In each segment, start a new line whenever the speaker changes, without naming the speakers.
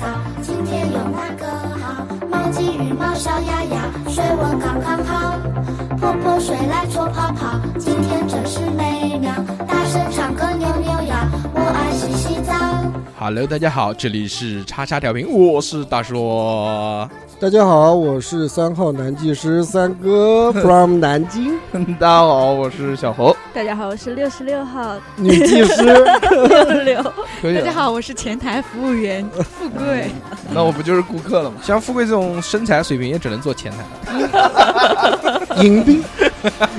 早，今天有哪个好？猫鸡与猫小鸭鸭，水温刚刚好，泼泼水来搓泡泡，今天真是美妙。大声唱歌扭扭腰，我爱洗洗澡。
Hello，大家好，这里是叉叉调频，我是大硕。
大家好，我是三号男技师三哥 from 南京
大家好，我是小侯。
大家好，我是六十 六号
女技师，
六六。
可以
大家
了，
好，我是前台服务员富 贵。
那我不就是顾客了吗？
像富贵这种身材水平，也只能做前台了。
迎宾，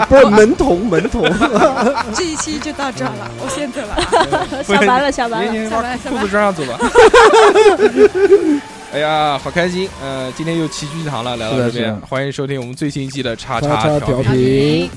不是门童门童，
这一期就到这儿了，我先走了啊。
下 班了，下班
你
了。
你
下
把
班下
裤
班
子穿上走吧。哎呀，好开心！呃，今天又齐聚一堂了，来到
是
这
的
边
是，的
欢迎收听我们最新一季的叉
叉叉
调
调
频。
频，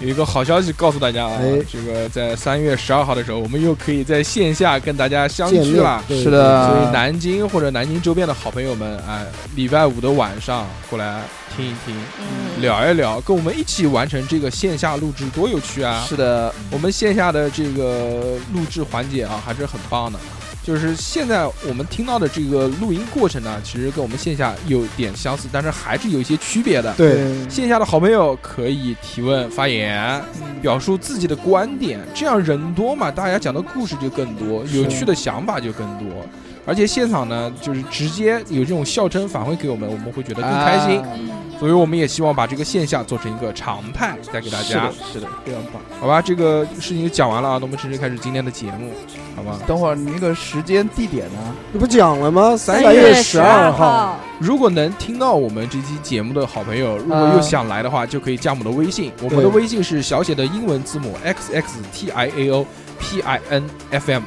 有一个好消息告诉大家啊
哎，
这个在三月十二号的时候，我们又可以在线下跟大家相
见
聚
面
了。，
对
是的
所以南京或者南京周边的好朋友们，哎，礼拜五的晚上过来听一听，
嗯，
聊一聊，跟我们一起完成这个线下录制，多有趣啊！
是的，
我们线下的这个录制环节啊，还是很棒的。就是现在我们听到的这个录音过程呢，其实跟我们线下有点相似，但是还是有一些区别的。
对
线下的好朋友可以提问发言，表述自己的观点，这样人多嘛，大家讲的故事就更多，有趣的想法就更多。而且现场呢，就是直接有这种笑声返馈给我们，我们会觉得更开心。
啊
所以我们也希望把这个线下做成一个常态带给大
是
家
的，。是的，非常棒。
好吧，这个事情就讲完了啊，那我们正式开始今天的节目，好吧？
等会儿你那个时间地点呢？
你不讲了吗？
三
三
月
月
12
十
二
二号，，
如果能听到我们这期节目的好朋友，如果
呃
又想来的话，就可以加我们的微信，我们的微信是小写的英文字母 x x t i a o p i n f m。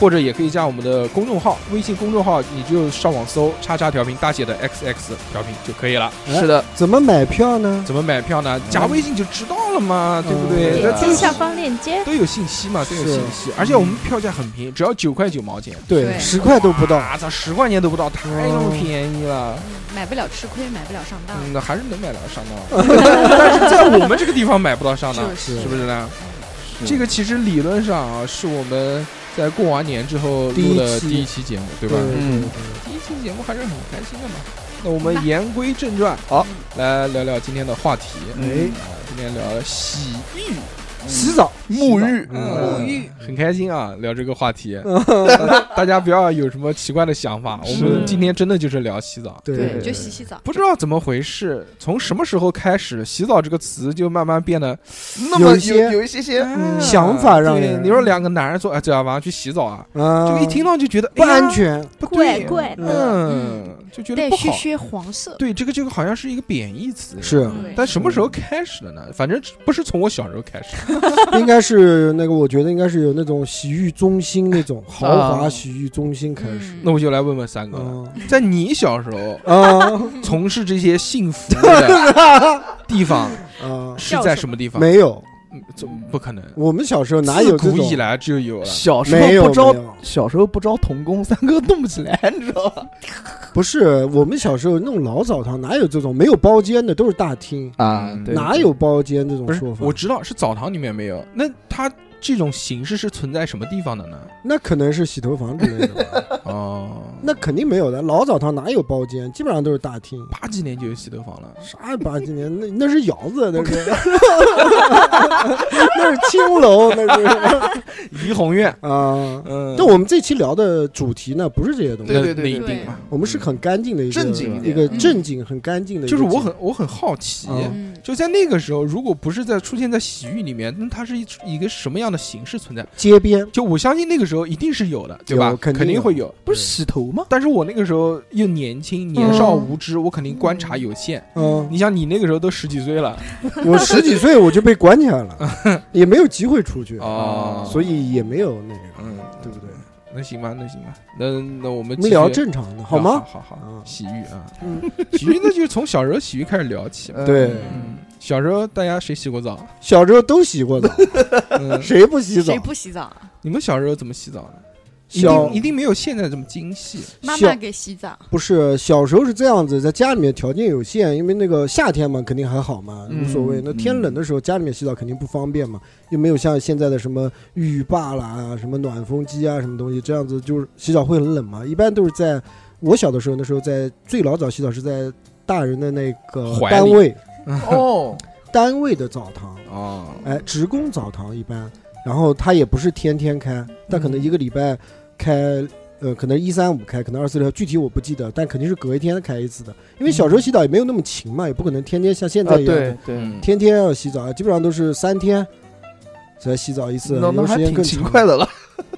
或者也可以加我们的公众号，微信公众号你就上网搜“叉叉调频”大写的 XX 调频就可以了。
哎
是的，
怎么买票呢？
怎么买票呢？加微信就知道了嘛，对不对？
嗯
那
点
对
击下方链接。
都有信息嘛，都有
啊是
信息，而且我们票价很便宜，只要九块九毛钱。
对，
对
十块都不到，嗯
啊，咋十块钱都不到，太他妈便宜了。
买不了吃亏，买不了上当，
嗯，那还是能买到上 当，但是在我们这个地方买不到上当，
是
是不是呢？这个其实理论上啊，是我们在过完年之后录的
第一期
第一期节目，对吧？
嗯
嗯，
第一期节目还是很开心的嘛。那我们言归正传，
好，
来聊聊今天的话题。
嗯
啊，今天聊洗浴、
洗澡，
沐浴，
嗯
沐浴，
很开心啊，聊这个话 题，大家不要有什么奇怪的想法。我们
是
今天真的就是聊洗澡。
对
对，就洗洗澡。
不知道怎么回事，从什么时候开始，洗澡这个词就慢慢变得
那么
有一些
哦有一些嗯些，
哎
想法让
对
人
你说两个男人说，哎，这晚上去洗澡啊，
啊，
就一听到就觉得
不安，
哎呀
全，
不
怪
对，
怪的，
嗯，就觉得
带
不
血
好。
血黄色，
对，这个这个好像是一个贬义词。。
嗯是
对
但什么时候开始的呢？反正不是从我小时候开始，
应该是那个，我觉得应该是有那种洗浴中心那种豪华
啊
洗浴中心开始，
嗯
那我就来问问三哥了，
嗯
在你小时候
啊
从事这些性服务的地方
啊，
是在什么地方？
没有，
嗯，这不可能，
我们小时候哪有
自
这
古
种
以来就有了。
小时
没有
候不招
没有，
小时候不招童工，三哥动不起来，你知道吧？
不是，我们小时候那种老澡堂哪有这种没有包间的，都是大厅，
啊
嗯，
对
哪有包间这种
不是
说，法？
我知道是澡堂里面没有。那它这种形式是存在什么地方的呢？
那可能是洗头房之类 的吧，
哦，
那肯定没有的。老澡堂哪有包间，基本上都是大厅。
八几年就有洗头房了。
啥八几年？那那是窑子，啊那是， 那是青楼，那是
怡红院，
啊。
嗯，
但我们这期聊的主题呢，不是这些东
对
西，
对对
那一
对
定嘛。
我们是很干净的一个
正经一点
一个
嗯
正经、很干净的
嗯
一
就
个节
是
目。
我很我很好奇，
嗯
嗯，
就在那个时候，如果不是在出现在洗浴里面，那它是一一个什么样的形式存在？
街边，
就我相信那个时候一定是有的，对吧
有？肯定
定
有
会有。
不是洗头吗？
但是我那个时候又年轻，年少无知，我肯定观察有限。
嗯，
你想，你那个时候都十几岁了
我十几岁我就被关起来了， 也没有机会出去，
哦
所以也没有那个，
嗯，
对不对？
那行吧，那行吧，那那我们
我
继
们
续
聊正常的，好吗？
好好好
嗯，
洗浴啊，
嗯，
洗浴那就是从小时候洗浴开始聊起
啊
嘛。
对
嗯，小时候大家谁洗过澡？
小时候都洗过澡，
嗯，
谁不洗澡
谁？不洗澡啊？
你们小时候怎么洗澡呢？一
小
定一定没有现在这么精细。
妈
小
妈给洗澡，
不是小时候是这样子，在家里面条件有限，因为那个夏天嘛，肯定还好嘛，
嗯
无所谓。那天冷的时候，家里面洗澡肯定不方便嘛，又没有像现在的什么啊浴霸啦、什么暖风机啊、什么东西，这样子就是洗澡会很冷嘛。一般都是在我小的时候，那时候在最老早洗澡是在大人的那个
怀里
单位
哦，
单位的澡堂，
哦，
哎，职工澡堂一般，然后它也不是天天开，但
嗯
可能一个礼拜开，呃，可能一三五开，可能二四六，具体我不记得，但肯定是隔一天开一次的，因为小时候洗澡也没有那么勤嘛，也不可能天天像现
啊
在一样，
对对，
嗯，
天天要洗澡，基本上都是三天才洗澡一次，
那
有
那
时
还
间
挺
更
勤
长，
快的了，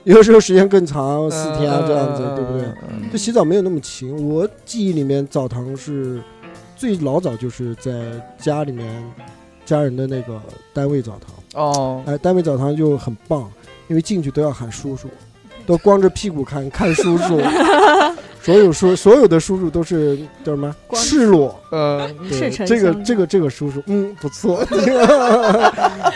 有时候时间更长，四天啊
嗯
这样子，对不对？？
嗯
就洗澡没有那么勤，我记忆里面澡堂是最老早就是在家里面家人的那个单位澡堂。
哦，
哎，单位澡堂就很棒，因为进去都要喊叔叔，都光着屁股看看叔 叔，所有叔所有的叔叔都是叫什么
光
赤裸，
呃，
对
赤诚
这个
相
这个这个叔叔，嗯，不 错，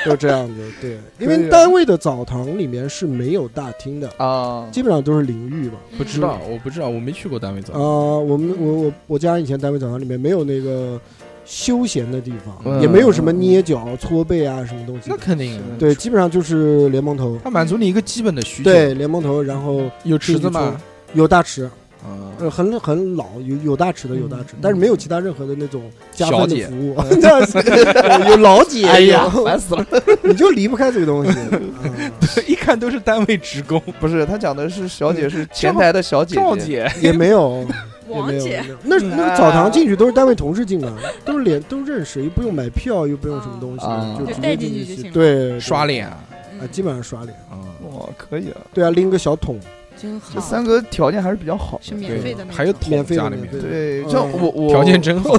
就这样子，对，因
可以
为
啊
单位的澡堂里面是没有大厅的，
啊，
基本上都是淋浴嘛。
不
嗯
知道，我不知道，我没去过单位澡
啊、。我们我我我家以前单位澡堂里面没有那个休闲的地方，
嗯
也没有什么捏脚、搓背啊什么东西
那
的。
肯定，啊
对，基本上就是莲蓬头，
它满足你一个基本的需求。
对，，莲蓬头，然后
有池子吗？
有大池，
啊，
呃，很很老，有有大池的有大池，但是没有其他任何的那种加
小
分
姐
的服务， 那是呃有老姐，
哎呀，
有
烦死了！
你就离不开这个东西。啊
一看都是单位职 工，
不是，他讲的是小
哎
姐，是前台的小姐
赵
姐，
姐，
也没有，也
王
没有啊
姐，，
那那
啊
个澡堂进去都是单位同事进的，都是脸都认识，又不用买票，又不用什么东西
啊，
直
就
接
带
进
进
去
去就行了
对，
刷
脸
脸啊，
嗯
啊，基本上刷脸。
啊，
哇，可以啊，
对啊，拎个小桶，
真好，
这三哥条件还是比较好的，
是免费的那种，
还有桶
免费的
家里面
免，费的
对，
嗯
像我我
条件真好。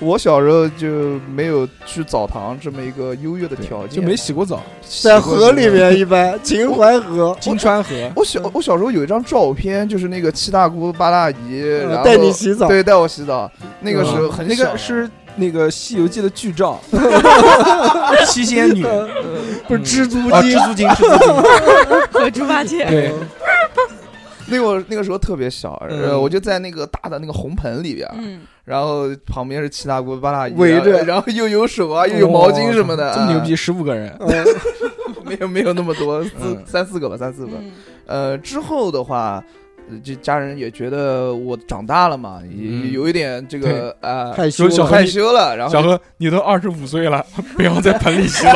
我小时候就没有去澡堂这么一个优越的
对
条件，
就没洗过澡，
洗
在
过
河里
这个。
面一般，秦淮河。
金川河
我小我小时候有一张照片，就是那个七大姑八大姨，然后
嗯呃带你洗澡，嗯
对带我洗澡，那个时候很
嗯那
小
个是那个《西游记》的剧照， 七仙女
不是
嗯
蜘蛛
啊，
精
蜘蛛精，蜘蛛精，
和猪八戒
哎
对，
那个我那个时候特别小，
嗯
呃，我就在那个大的那个红盆里边，
嗯，
然后旁边是七大姑八大姨，啊
围着
然后又有手啊，又有毛巾什么的，哎
这么牛逼，十五个人，
嗯
逼， 没有没有那么多，四
嗯
三四个吧，三四个。
嗯
呃，之后的话，呃就家人也觉得我长大了嘛，也
嗯
有一点这个呃
害羞了，啊
小
害羞了，然
小
后
何，你都二十五岁了， 不要在盆里洗 澡。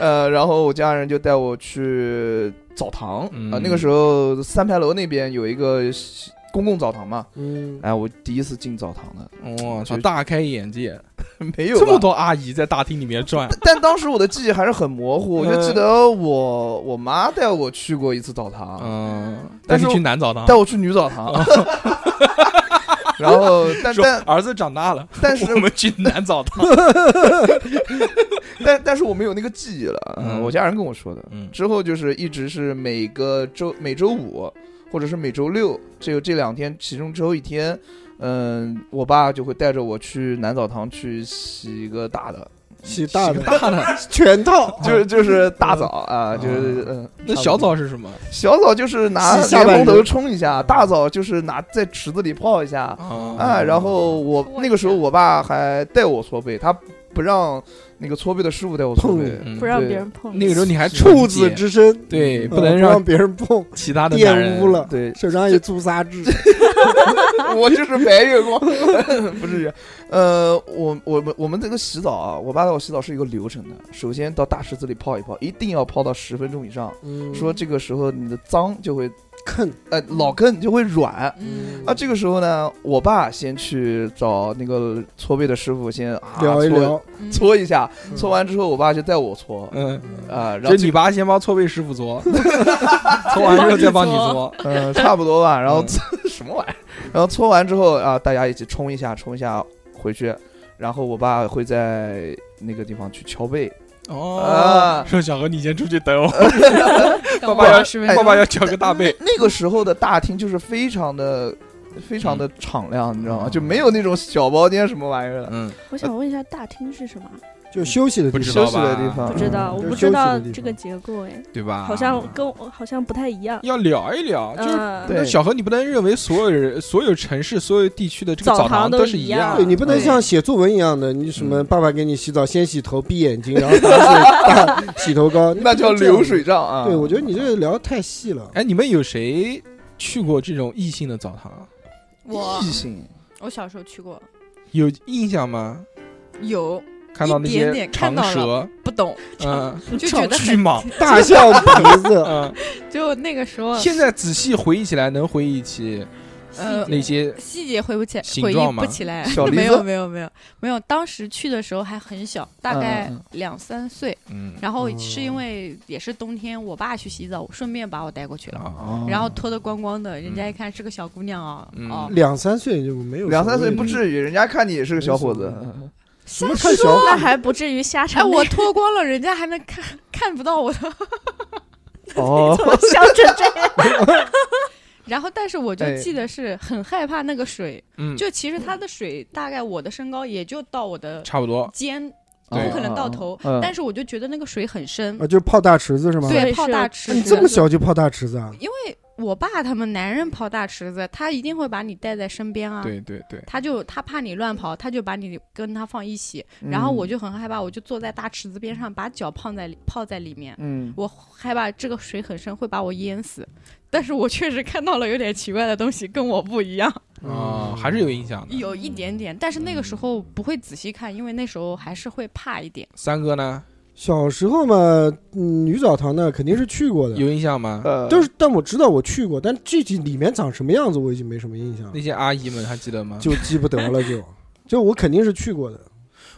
呃，然后我家人就带我去澡堂
嗯
啊，那个时候三牌楼那边有一个公共澡堂嘛，
嗯，
哎，我第一次进澡堂的，
哇，操大开眼界，
没有
这么
吧
多阿姨在大厅里面转，
但当时我的记忆还是很模糊，我就记得我我妈带我去过一次澡堂，
嗯，带
但
你
是
去男澡堂
带，我去女澡堂， 然后 但
说
但
儿子长大了，
但是
我们去男澡堂。
但但是我没有那个记忆了，
嗯
我家人跟我说的。
嗯
之后就是一直是每个周每周五或者是每周六，这个这两天其中只有一天，嗯，我爸就会带着我去男澡堂去洗一个大的，哦
洗大的
大的，
全 套，
就是就是大澡 啊，就是嗯，
那小澡是什么？
小澡就是拿
哦洗下半
莲蓬头
身嗯
冲一下，大澡就是拿在池子里泡一下
啊
哦
啊。然后我
搓一
那个时候
下
我爸还带我搓背，他不让那个搓背的师傅带我搓
碰
背
你。
嗯
不让
对
别人碰。
那个时候你还
处子之身，
对
嗯
不能让
让别人碰，
其他的男人
玷污了，
对，
手上有朱砂痣，
我就是白月光， 不是这样。呃，我我们我们这个洗澡啊，我爸带我洗澡是有一个流程的。首先到大池子里泡一泡，一定要泡到十分钟以上。
嗯
说这个时候你的脏就会，
坑，
呃，老根就会软，
嗯
啊，这个时候呢，我爸先去找那个搓背的师傅先啊
聊一聊，
嗯
搓搓一下，搓完之后，我爸就带我搓
嗯，
啊，然
就
后
你爸先帮搓背师傅 搓，搓完之后再帮你搓。
嗯差不多吧，然后
嗯
搓 什么玩意儿，然后搓完之后啊，大家一起冲一下，冲一下回去，然后我爸会在那个地方去敲背
哦
啊，
说小何，你先出去等我，
等我
呃爸爸要
20分钟
爸爸要敲个大 背。
那个时候的大厅就是非常的非常的敞亮，你知道吗？就没有那种小包间什么玩意儿的。
嗯，
我想问一下，大厅是什么？
就休息的
不
地
知
方，
道
休息的地
吧
方，
不知道，
嗯
我
就是
不
休
知
息
道
的地
这个
方
结构哎，
对吧？
好像跟我好像不太一样。
要聊一聊，就是
嗯，
对
那小何，你不能认为所有人、所有城市、所有地区的这个
澡
澡
堂
堂
都
是
一
一
样
哎对你不能
嗯
像写作文一样的，你什么
嗯
爸爸给你洗澡，先洗头，闭眼 睛，然后打水打洗头膏，
那叫
这样
流水账啊！
对，我觉得你这个聊得太细了。
哎哎，你们有谁去过这种异性的澡堂？啊
我
异性
我小时候去过，
有印象吗？
有
看到那
一点
些
点
长
看到
蛇，
不懂，
嗯
就觉得
巨
很
蟒，
大象鼻子，
嗯。
就那个时候
现在仔细回忆起来，能回忆起
呃
那些
细节回不起来，
形
回忆
状吗
不起来
小，梨
没
子
有没有没有没有，当时去的时候还很小，大概
嗯嗯
两三岁，
嗯
然后是
哦
因为也是冬天，我爸去洗澡，顺便把我带过去了。
啊，
然后脱得光光的，人家
嗯
一看是个小姑娘啊，
嗯
哦，
两三岁就没有
两三岁不
于，
至于，人家看你也是个小伙子
没什么，什
瞎
么看小
那还不至于瞎扯。
哎，我脱光了，人家还能看 看不到我的。
哦，
哎
怎么笑成这样？
然后，但是我就
哎
记得是很害怕那个水，
嗯，
就其实它的水大概我的身高也就到我的
差不多。
肩，不
对
可能到头，
嗯
但是我就觉得那个水很深
啊，，就是泡大池子是吗？
所
对，
以
泡
是
大
那
池
哎你
子
这么，小就泡大池子啊？
因为我爸他们男人泡大池子，他一定会把你带在身边啊，
对对对，
他就他怕你乱跑，他就把你跟他放一起，
嗯
然后我就很害怕，我就坐在大池子边上，把脚泡在里泡在里面，
嗯，
我害怕这个水很深会把我淹死。但是我确实看到了有点奇怪的东西，跟我不一样，
啊，还是有印象的。
有一点点，但是那个时候不会仔细看，因为那时候还是会怕一点。
三哥呢，
小时候嘛，嗯女澡堂呢肯定是去过的，
有印象吗？
呃，
但是但我知道我去过，但具体里面长什么样子我已经没什么印象了
那，些阿姨们还记得吗？
就记不得了就。就我肯定是去过的，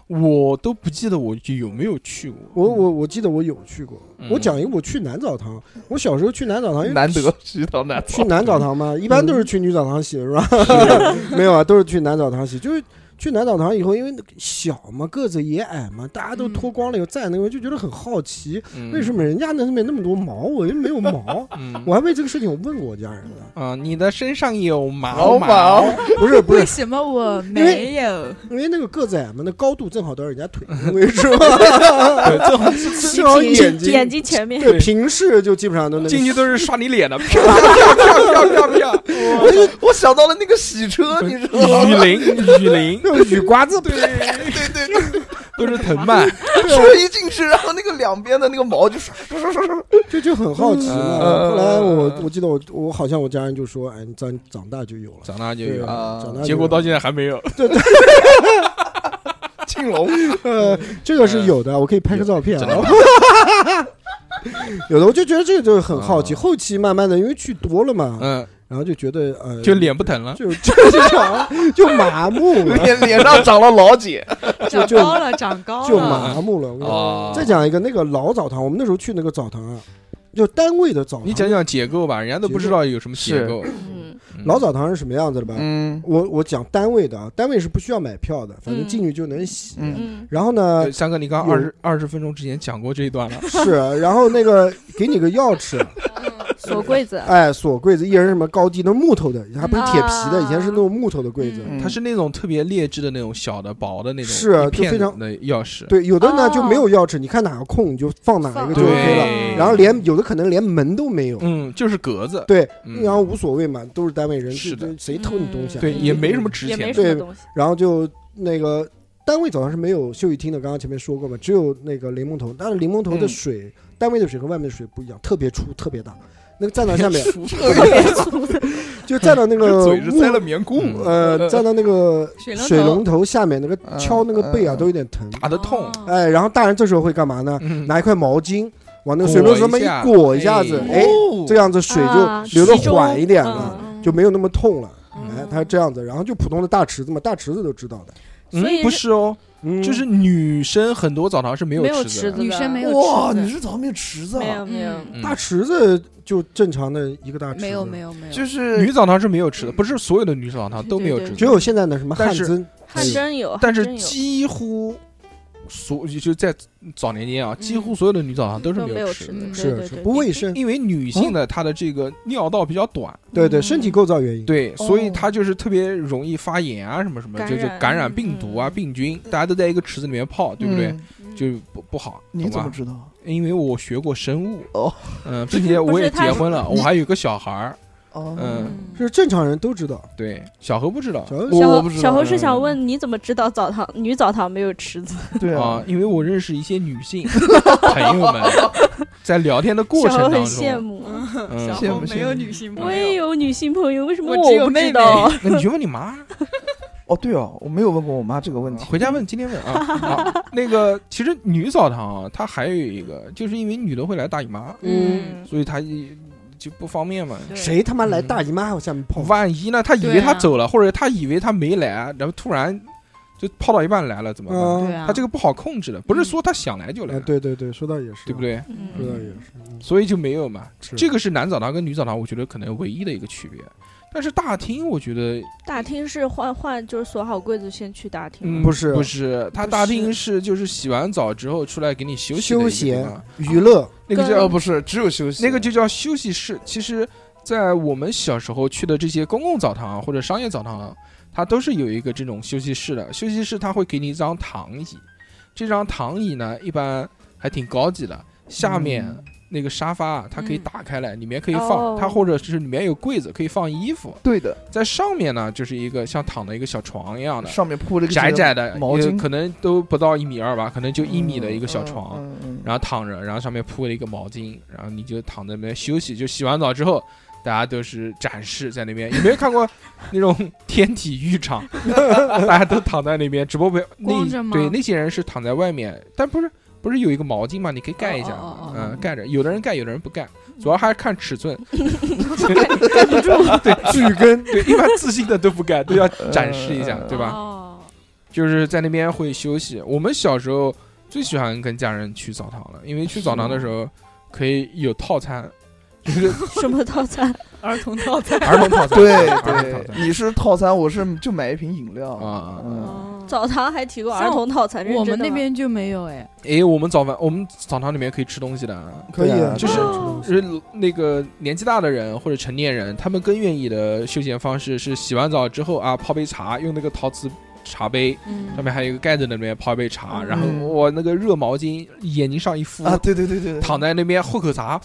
我都不记得我有没有去过。
我我我记得我有去过。
嗯
我讲一个我去男澡堂，我小时候去男澡堂，因为
呃难得洗澡难
去
得，
男澡堂嘛，一般都是去女澡堂洗，是吧？ 没有啊，都是去男澡堂洗。就是去男澡堂以后，因为那个小嘛，个子也矮嘛，大家都脱光了以后站那个，就觉得很好奇，
嗯？
为什？么人家那边那么多毛，我又没有毛
嗯
我还为这个事情我问过我家人呢。
啊，你的身上有毛
好
毛
毛，
不是不 是，
什么我
没
有？
因为那个个子矮嘛，那高度正好到人家腿那个位置嘛， 正 好眼睛
眼睛前面，
对平视就基本上都那个
进去都是刷你 脸的，啪啪啪啪啪啪，
我想到了那个洗车，你知道
雨
吗？
淋雨淋，
那种雨刮子，
对
对对对，
都是藤蔓。
吹一进去，然后那个两边的那个毛就刷刷刷刷刷，
就就很好奇嘛。
嗯
后来我我记得我我好像我家人就说，哎，你长长大就有了。
长大就
对
有，
啊
长大
结
就
果
有
到现在还没有。
青龙，
呃，这个是有的，我可以拍个照片
真的
啊。 有的，我就觉得这个就是很好奇。
啊
后期慢慢的，因为去多了嘛，
嗯，
然后就觉得呃，
就脸不疼了。
就 就就就就麻木了，
脸脸上长了老茧，
长
就
高了，长高
就
了。
麻木了我跟你说。
哦
再讲一个那个老澡堂，我们那时候去那个澡堂啊，就单位的澡堂。
你讲讲结构吧，人家都不知道有什么结构。
嗯，
嗯
老澡堂是什么样子的吧？
嗯
我我讲单位的啊，单位是不需要买票的，反正
嗯
进去就能洗。
嗯
嗯，
然后呢
对，三哥，你刚
有
二十二十分钟之前讲过这一段了。
是，然后那个给你个钥匙，
锁柜子，
哎，锁柜子，一人什么高低那木头的，还不是铁皮的，
啊
以前是那种木头的柜子。
嗯
它是那种特别劣质的那种小的薄的那种，
是啊
一片
就非常
的钥匙，
对，有的呢
哦
就没有钥匙，你看哪个空你就放哪一个就
对
OK 了。
对
然后连有的可能连门都没有，
嗯，就是格子，
对，
嗯
然后无所谓嘛，都是单位人，
是的
就就谁偷你东西啊？
嗯对，也没什么值
也
钱
没
的，
什么
对
东西，
然后就那个单位早上是没有休息厅的，刚刚前面说过嘛，只有那个柠檬头，但是柠檬头的
嗯
水，单位的水和外面的水不一样，特别粗，特别大。那个站到 下面就站到那
这
个
嘴是
木
塞了棉裤，
嗯 呃，站到那个
水龙头
水龙头下面，那个
嗯
敲那个背啊，
嗯
都有点疼。
打得痛，
哦
哎，然后大人这时候会干嘛呢？
嗯
拿一块毛巾往那个水龙头上面
裹一下
一裹一下
哦
子，
哎
哎，这样子水
啊
就流的
集中
缓一点了，
嗯
就没有那么痛了。
嗯
哦
哎，它是这样子，然后就普通的大池子嘛，大池子都知道的。
所以
嗯，不是哦，
嗯，
就是女生很多澡堂是没
没有
池
池
的，
子，
女生没有
哇，
池子
你是早面池子
没
啊
有？没有，
嗯
大池子就正常的一个大池子，
没有没有没有，
就是
女澡堂是没有池的，不是所有的女澡堂都没有池
对对
子，
对
只有现在的什么
但
汗
是
蒸，
汗蒸有，
但是
汗蒸有
几乎所就在早年间啊，几乎所有的女澡堂都是
都没
有
有
池
池
的
子，
嗯
对对
是
对
是
对
不卫生，
因为
哦
女性的她的这个尿道比较短，
对对，身体构造原因。
对，所以
嗯哦
她就是特别容易发炎啊，什么什么，
感
就是
染
感染病毒啊、
嗯
病菌，大家都在一个池子里面泡，对不对？
嗯？
就不不好，
你怎
懂
么
吧？
知道？
因为我学过生物
哦，
嗯，并且我也
不是他
结婚了，我还有个小孩儿，
哦
嗯，
嗯
是正常人都知道，
对，小何不知道哎嗯
小时候
我
小
不知道
小侯是想问你怎么知道澡堂女澡堂没有池子？
对
啊
啊，，
因为我 认识一些女性朋友们，在聊天的过
小侯
程
很
当
羡
中，
慕，
嗯
小
羡
红
慕
没有女性朋
我也
友，
有女性朋友，为什么
我只有
不
妹妹
知道？
哎那你去问你妈，
哦，对哦，我没有问过我妈这个问题。
回家问，今天问啊。 好那个其实女澡堂啊，它还有一个，就是因为女的会来大姨妈，
嗯，
所以她一就不方便嘛。
对
谁他妈来大姨妈还往下面泡？
万一呢？她以为
对
她
啊
走了，或者她以为她没来，然后突然就泡到一半来了，怎么办？
对
啊，
啊，
她这个不好控制的，不是说她想来就来
啊，，对对对，说到也是，
对不？对？
说到
嗯，
也是，嗯
所以就没有嘛。
是
这个是男澡堂跟女澡堂，我觉得可能唯一的一个区别。但是大厅，我觉得
大厅是换换，就是锁好柜子先去大
嗯
厅吗。
不是
不是，他
不
大厅是就是洗完澡之后出来给你休息的一
休
个地
闲
方
娱乐，
那个
呃，
叫
不是，只有休息，
那个就叫休息室。其实，在我们小时候去的这些公共澡堂啊或者商业澡堂，它都是有一个这种休息室的。休息室它会给你一张躺椅，这张躺椅呢一般还挺高级的，下面。
嗯
那个沙发啊它可以打开来，里面可以放、
哦
它，或者是里面有柜子可以放衣服，
对的，
在上面呢就是一个像躺的一个小床一样的，
上面铺了个
窄窄的
毛
也
巾
可能都不到一米二吧，可能就一米的一个小床，
嗯，嗯嗯
然后躺着，然后上面铺了一个毛巾，然后你就躺在那边休息。就洗完澡之后，大家都是展示在那边。有没有看过那种天体浴场？ 大家都躺在那边，只不过被那
光着吗
对那些人是躺在外面，但不是不是有一个毛巾嘛？你可以盖一下，
哦嗯哦哦哦
嗯，盖着。有的人盖，有的人不盖，主要还是看尺 寸。
盖不住，
对，巨根，对，一般自信的都不盖，都要展示一下，
呃
对吧？
哦，
就是在那边会休息。我们小时候最喜欢跟家人去澡堂了，因为去澡堂的时候可以有套餐，就是，
什么套餐？
儿童套餐
儿童套餐，儿童
对
套
对，
餐
你是套餐，我是就买一瓶饮料
啊
嗯，
澡堂还提供儿
像
童套餐，认
我们
真的
那
吗
边就没有哎，
诶，我们早饭，我们澡堂里面可以吃东西的。
可以
对啊
啊，
就是
哦
就是那个年纪大的人或者成年人，他们更愿意的休闲方式是洗完澡之后啊，泡杯茶，用那个陶瓷茶杯，上
嗯，
面还有一个盖子，那边泡一杯茶，然后
嗯
我那个热毛巾眼睛上一敷
啊，对对对对，对
躺在那边喝口茶，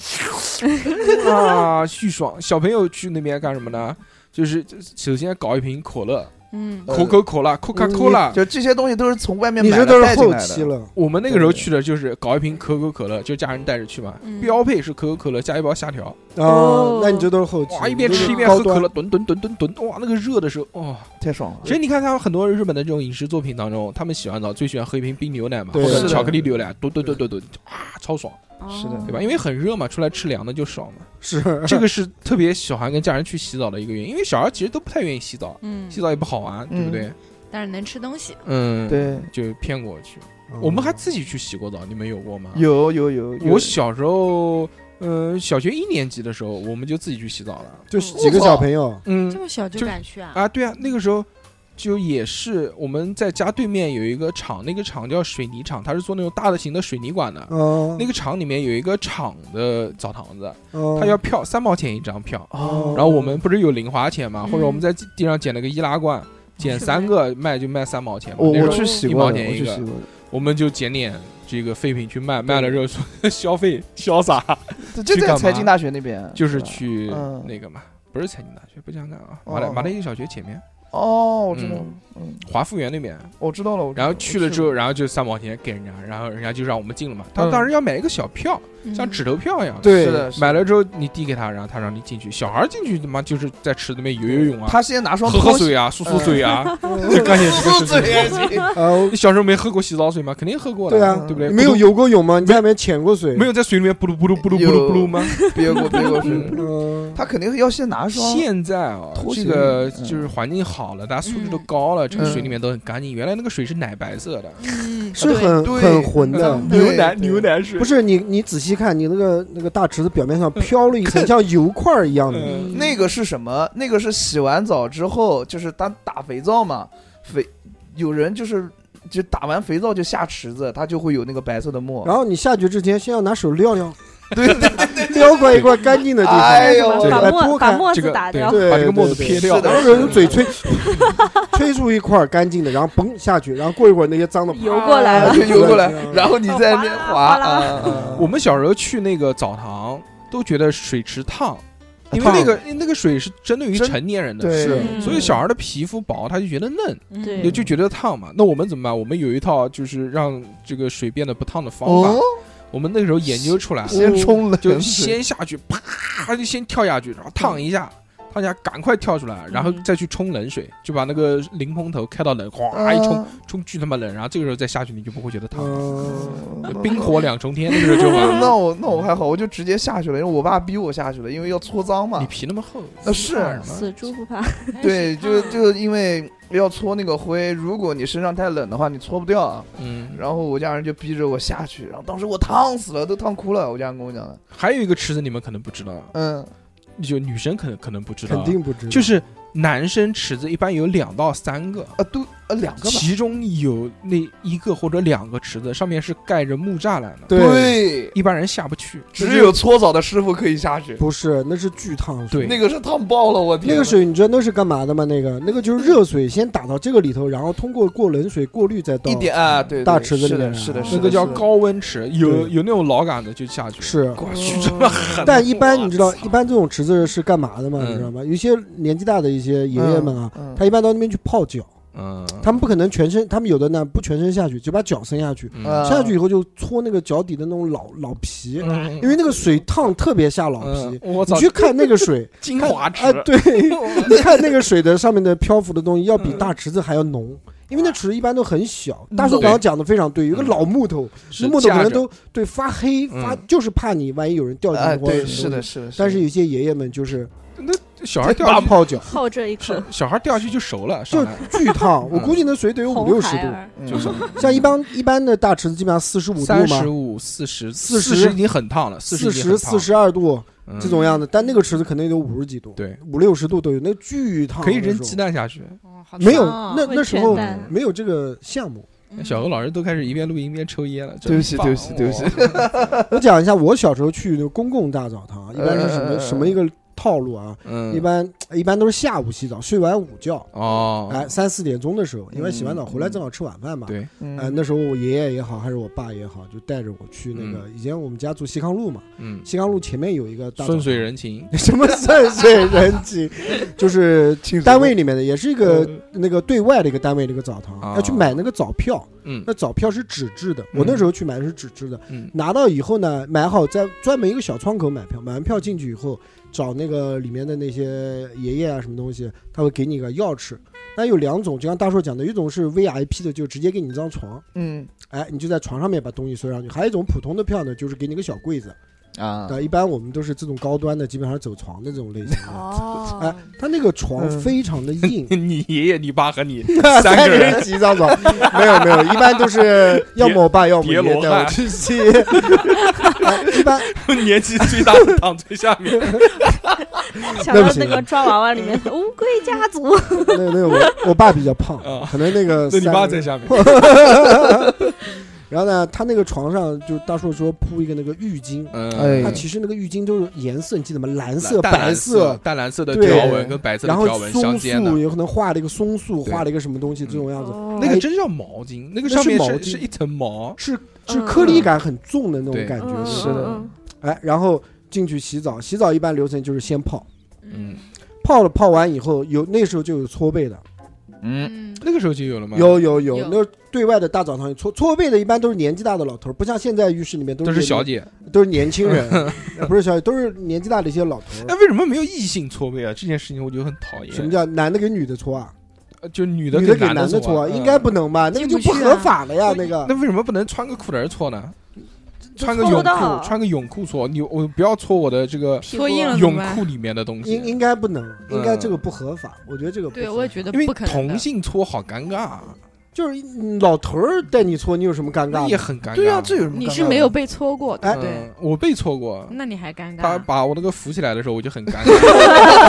啊，巨爽！小朋友去那边干什么呢？就是首先搞一瓶可乐，
嗯，
呃
可口可乐 （Coca
你
Cola）。
就这些东西都是从外面
你
买
这
的
都是
带进
后
来的
期了，
我们那个时候去的就是搞一瓶可口可乐，就家人带着去嘛。
嗯
标配是可口可乐加一包虾条，
啊
哦，
那你这都是后期，
哇，一边
你这
吃一
是
边
高
喝可
端
乐，吨吨吨吨吨，哇，那个热的时候，哇！
太爽了
所以你看，他们很多日本的这种影视作品当中，他们洗完澡最喜欢喝一瓶冰牛奶嘛，或
对
者
是的
巧克力牛奶，吨吨吨吨吨，哇，超爽，
是
哦
的
对吧？因为很热嘛，出来吃凉的就爽嘛。
是
这个是特别喜欢跟家人去洗澡的一个原因，因为小孩其实都不太愿意洗澡，
嗯，
洗澡也不好玩，对不对？
但是能吃东西，
嗯，，
对，
就骗过去。
嗯
我们还自己去洗过澡，你们有过吗？。
有有有，有
我小时候，嗯，小学一年级的时候，我们就自己去洗澡了。
就是几个小朋友，
这
嗯，
么小就
就
敢去啊？
啊，对啊，那个时候。就也是我们在家对面有一个厂，那个厂叫水泥厂，它是做那种大的型的水泥管的。
嗯，
那个厂里面有一个厂的澡堂子，
个
它要票三毛钱一张票，
哦
然后我们不是有零花钱嘛，
嗯
或者我们在地上捡了个易拉罐，捡三个卖就卖三毛钱嘛。
我
那时
我
候
去洗
一
过
毛
的，
钱
我
一
去
个
洗过的
我们就捡点这个废品去卖，卖了之后说 消费潇洒，
这，这
去
在
干
财
嘛
经大学那边，
就是
吧
去
嗯
那个嘛，不是财经大学，不想干啊，马来
哦
马来西小学前面
哦，我知道了
嗯，
嗯，
华富园那边。
我知道了，我知道
然后去了之后，
我
然后就三毛钱给人家，然后人家就让我们进了嘛。他
嗯
当时要买一个小票，
嗯
像指头票一样的。
对
去过是的，是的
买了之后你递给他，然后他让你进去。小孩进去他妈就是在池子里面游游泳啊，
他先拿双
喝
拖
喝
鞋，
水啊，漱漱嘴啊，
嗯
干些 这个事
嘴
情。
也行，
呃
你小时候没喝过洗澡水吗？肯定喝过的，
对啊
对不对？
你没有游过泳吗？你在里面潜过水
没有在水里面咕噜咕噜咕噜咕噜咕噜吗？
别过别过水
嗯，
嗯，
他肯定要先拿双，
现在啊，
拖
这
鞋
个
嗯
就是环境好了，大家素质都高了，这个
嗯
水里面都很干净。原来那个水是奶白色的，
嗯，
是
对
很
对
很浑的
嗯。
牛奶
对
牛奶水
不。是你，你仔细看，你那个那个大池子表面上飘了一层像油块儿一样的，
嗯
那个是什么？那个是洗完澡之后，就是他打肥皂嘛，肥有人就是就打完肥皂就下池子，他就会有那个白色的沫。
然后你下去之前先要拿手撩撩，
对对对，
撩过一块干净的地方，
哎
哎
呦
呦，
这个
把
多
沫把
看
沫
这
子
个
打
对
掉，
哎对
把这个沫子
对
撇
对
掉
是。的
然后人嘴 吹，吹出一块儿干净的，然后嘣下去，然后过一会儿那些脏的
游过来
啊
了
就。游 过来
对啊，
然后你在那边滑
哦哗啦哗
啊，啊
我们小时候去那个澡堂，都觉得水池烫，因为那个那个水是针对于
真
成年人的，
对
是
嗯
所以小孩的皮肤薄，他就觉得嫩。
对
也就觉得烫嘛。那我们怎么办？我们有一套就是让这个水变得不烫的方法。
哦，
我们那时候研究出来了，
先冲 冷
就
水
先下去啪啪就先跳下去，然后烫一下，烫一下赶快跳出来，然后
嗯
再去冲冷水，就把那个淋喷头开到冷，哗一冲，
啊
冲巨他妈冷，然后这个时候再下去你就不会觉得
呃
烫，
嗯
冰火两重天，那个时候就完 了。
那我那我还好，我就直接下去了，因为我爸逼我下去了，因为要搓脏嘛
你。皮那么厚，
那是啊
怕什么？
死猪不怕。
对，就就因为要搓那个灰，如果你身上太冷的话，你搓不掉啊。
嗯，
然后我家人就逼着我下去，然后当时我烫死了，都烫哭了。我家人跟我讲的，
还有一个池子你们可能不知道，
嗯，
就女生可能可能不知道
肯
啊，
定不知道，
就是男生池子一般有两到三个，
啊，都啊两个吧，
其中有那一个或者两个池子上面是盖着木栅栏的，
对，
一般人下不去。
只有搓澡的师傅可以下去，
不是，那是巨烫
对
水。
那个是烫爆了，我天！
那个水你知道那是干嘛的吗？那个那个就是热水先打到这个里头，然后通过过冷水过滤再倒。
一点啊，对，对
大池子
是
里
的，
面
是的，
啊
是
那个
的
叫
是的
高温池，有
对
有那种老杆的就下去。，
是，
我去，这么狠！
但一般你知道
哇，
一般这种池子是干嘛的吗？
嗯
你知道吗？有些年纪大的一些爷爷们啊，
嗯，
他一般到那边去泡脚，
嗯，
他们不可能全身，他们有的呢不全身下去，就把脚伸下去，
啊
下去以后就搓那个脚底的那种老老皮，
嗯
因为那个水烫特别下老
嗯
皮。
我
你
操，
去看那个水，
精
看
华池
哎，对，你看那个水的上面的漂浮的东西，要比大池子还要浓，因为那池子一般都很小。大叔
嗯
刚刚讲的非常对，有一个
嗯
老木头，
是
那木头可
架
能
着
都对发黑发，
嗯
就是怕你万一有人掉进
哎，
去或
对，
者
是
什么
的，
东西。
是的，
但是有些爷爷们就是
小孩掉
大
下去
泡脚，
泡这一口
是，小孩掉下去就熟了，
就
上来
巨烫，我估计那水得有五
红
六十
孩
度，
儿，
嗯
就是
嗯像一般一般的大池子基本上四十五度
三十
嘛，
五、四十、
40
十已经很烫了，
四
十
十四十二度这种
样
样的，但那个池子可能有五十几度，
对，
五六十度都有，那巨烫，
可以扔鸡，蛋下去。
哦好
没有
烫啊
那
会
那时
全
候
蛋
没有这个项目。
嗯
哎小何老师都开始一边录音一边抽烟了，
对不起
真棒哦
对不起对不起
哇
我讲一下我小时候去那个公共大澡堂，一般是什么、
呃
什么一个套路啊？
嗯，
一般一般都是下午洗澡，睡完午觉，
哦，
哎，三四点钟的时候，因为洗完澡
嗯
回来正好吃晚饭嘛。
对，
嗯
哎，那时候我爷爷也好，还是我爸也好，就带着我去那个、以前我们家住西康路嘛，
嗯，
西康路前面有一个大澡
顺
堂
水，人情，
什么顺水人情，就是单位里面的，也是一个、
嗯
那个对外的一个单位的一个澡堂，
啊
要去买那个澡票，
嗯
那澡票是纸质的，我那
嗯
时候去买的是纸质的，
嗯，
拿到以后呢，买好在专门一个小窗口买票，买完票进去以后，找那个里面的那些爷爷啊什么东西，他会给你个钥匙。那有两种，就像大硕讲的，一种是 VIP 的，就直接给你一张床，
嗯
哎，你就在床上面把东西收上去；还有一种普通的票呢，就是给你个小柜子。
啊
对，一般我们都是这种高端的，基本上是走床的这种类型的。
哦
哎，他那个床
嗯
非常的硬
你爷爷、你爸和你
三个人挤一张床，没有没有，一般都是要么我爸，要么我
叠
爷
罗
带我
汉
去 洗。哎一般
年纪最大的躺最下面，
想
对不
到
起
那个抓娃娃里面的乌龟家族，
那那我我爸比较胖
啊，
可能那个
那你
三
爸
个
在 下面，
然后呢，他那个床上就大叔说铺一个那个浴巾，
哎
嗯，
他其实那个浴巾都是颜色，你记得吗？蓝色、
淡
白
蓝
色，
淡蓝色的
对
条纹跟白色的
然后
条纹
松
相间的
树，有可能画了一个松树，
对
画了一个什么东西这种样子，
哦
那个真叫毛巾，那个
那
上
是
面
毛
是
巾
是一层毛，
是是
嗯
颗粒感很重的那
对
种感觉。
嗯
是的
嗯
哎，然后进去洗澡，洗澡一般流程就是先泡，
嗯，
泡了泡完以后，有那时候就有搓背的，
嗯
嗯
那个时候就有了吗？
有有有
有，
那对外的大澡堂有搓搓背的，一般都是年纪大的老头儿，不像现在浴室里面都
都是
是
小姐，
都是年轻人，呃不是小姐，都是年纪大的一些老头
那
儿。
哎为什么没有异性搓背啊？这件事情我就很讨厌。
什么叫男的给女的搓啊？
呃就女的
女的给
男
男的搓啊，
嗯
应该不能吧？那个
进
就
不
不
去
合
啊
法了呀，
那
那个。
那为什么不能穿个裤腿儿搓呢？穿个
搓不
泳
到
裤，穿个泳裤搓，你我不要搓我的这个
屁股
脱衣了怎
泳
么办？
裤里面的东西
应，应该不能，应该这个
嗯
不合法。我觉得这个不合
对，
法
我也觉得
因为
不可能的。
同性搓好尴尬啊，
就是嗯老头儿带你搓，你有什么尴
那
尬
也
的？
很尴尬。
对啊，这有什么尴尬
嗯
的？
你是没有被搓过，对
哎
不对？
嗯，我被搓过，
那你还尴
他
尬？
把我那个扶起来的时候，我就很尴尬。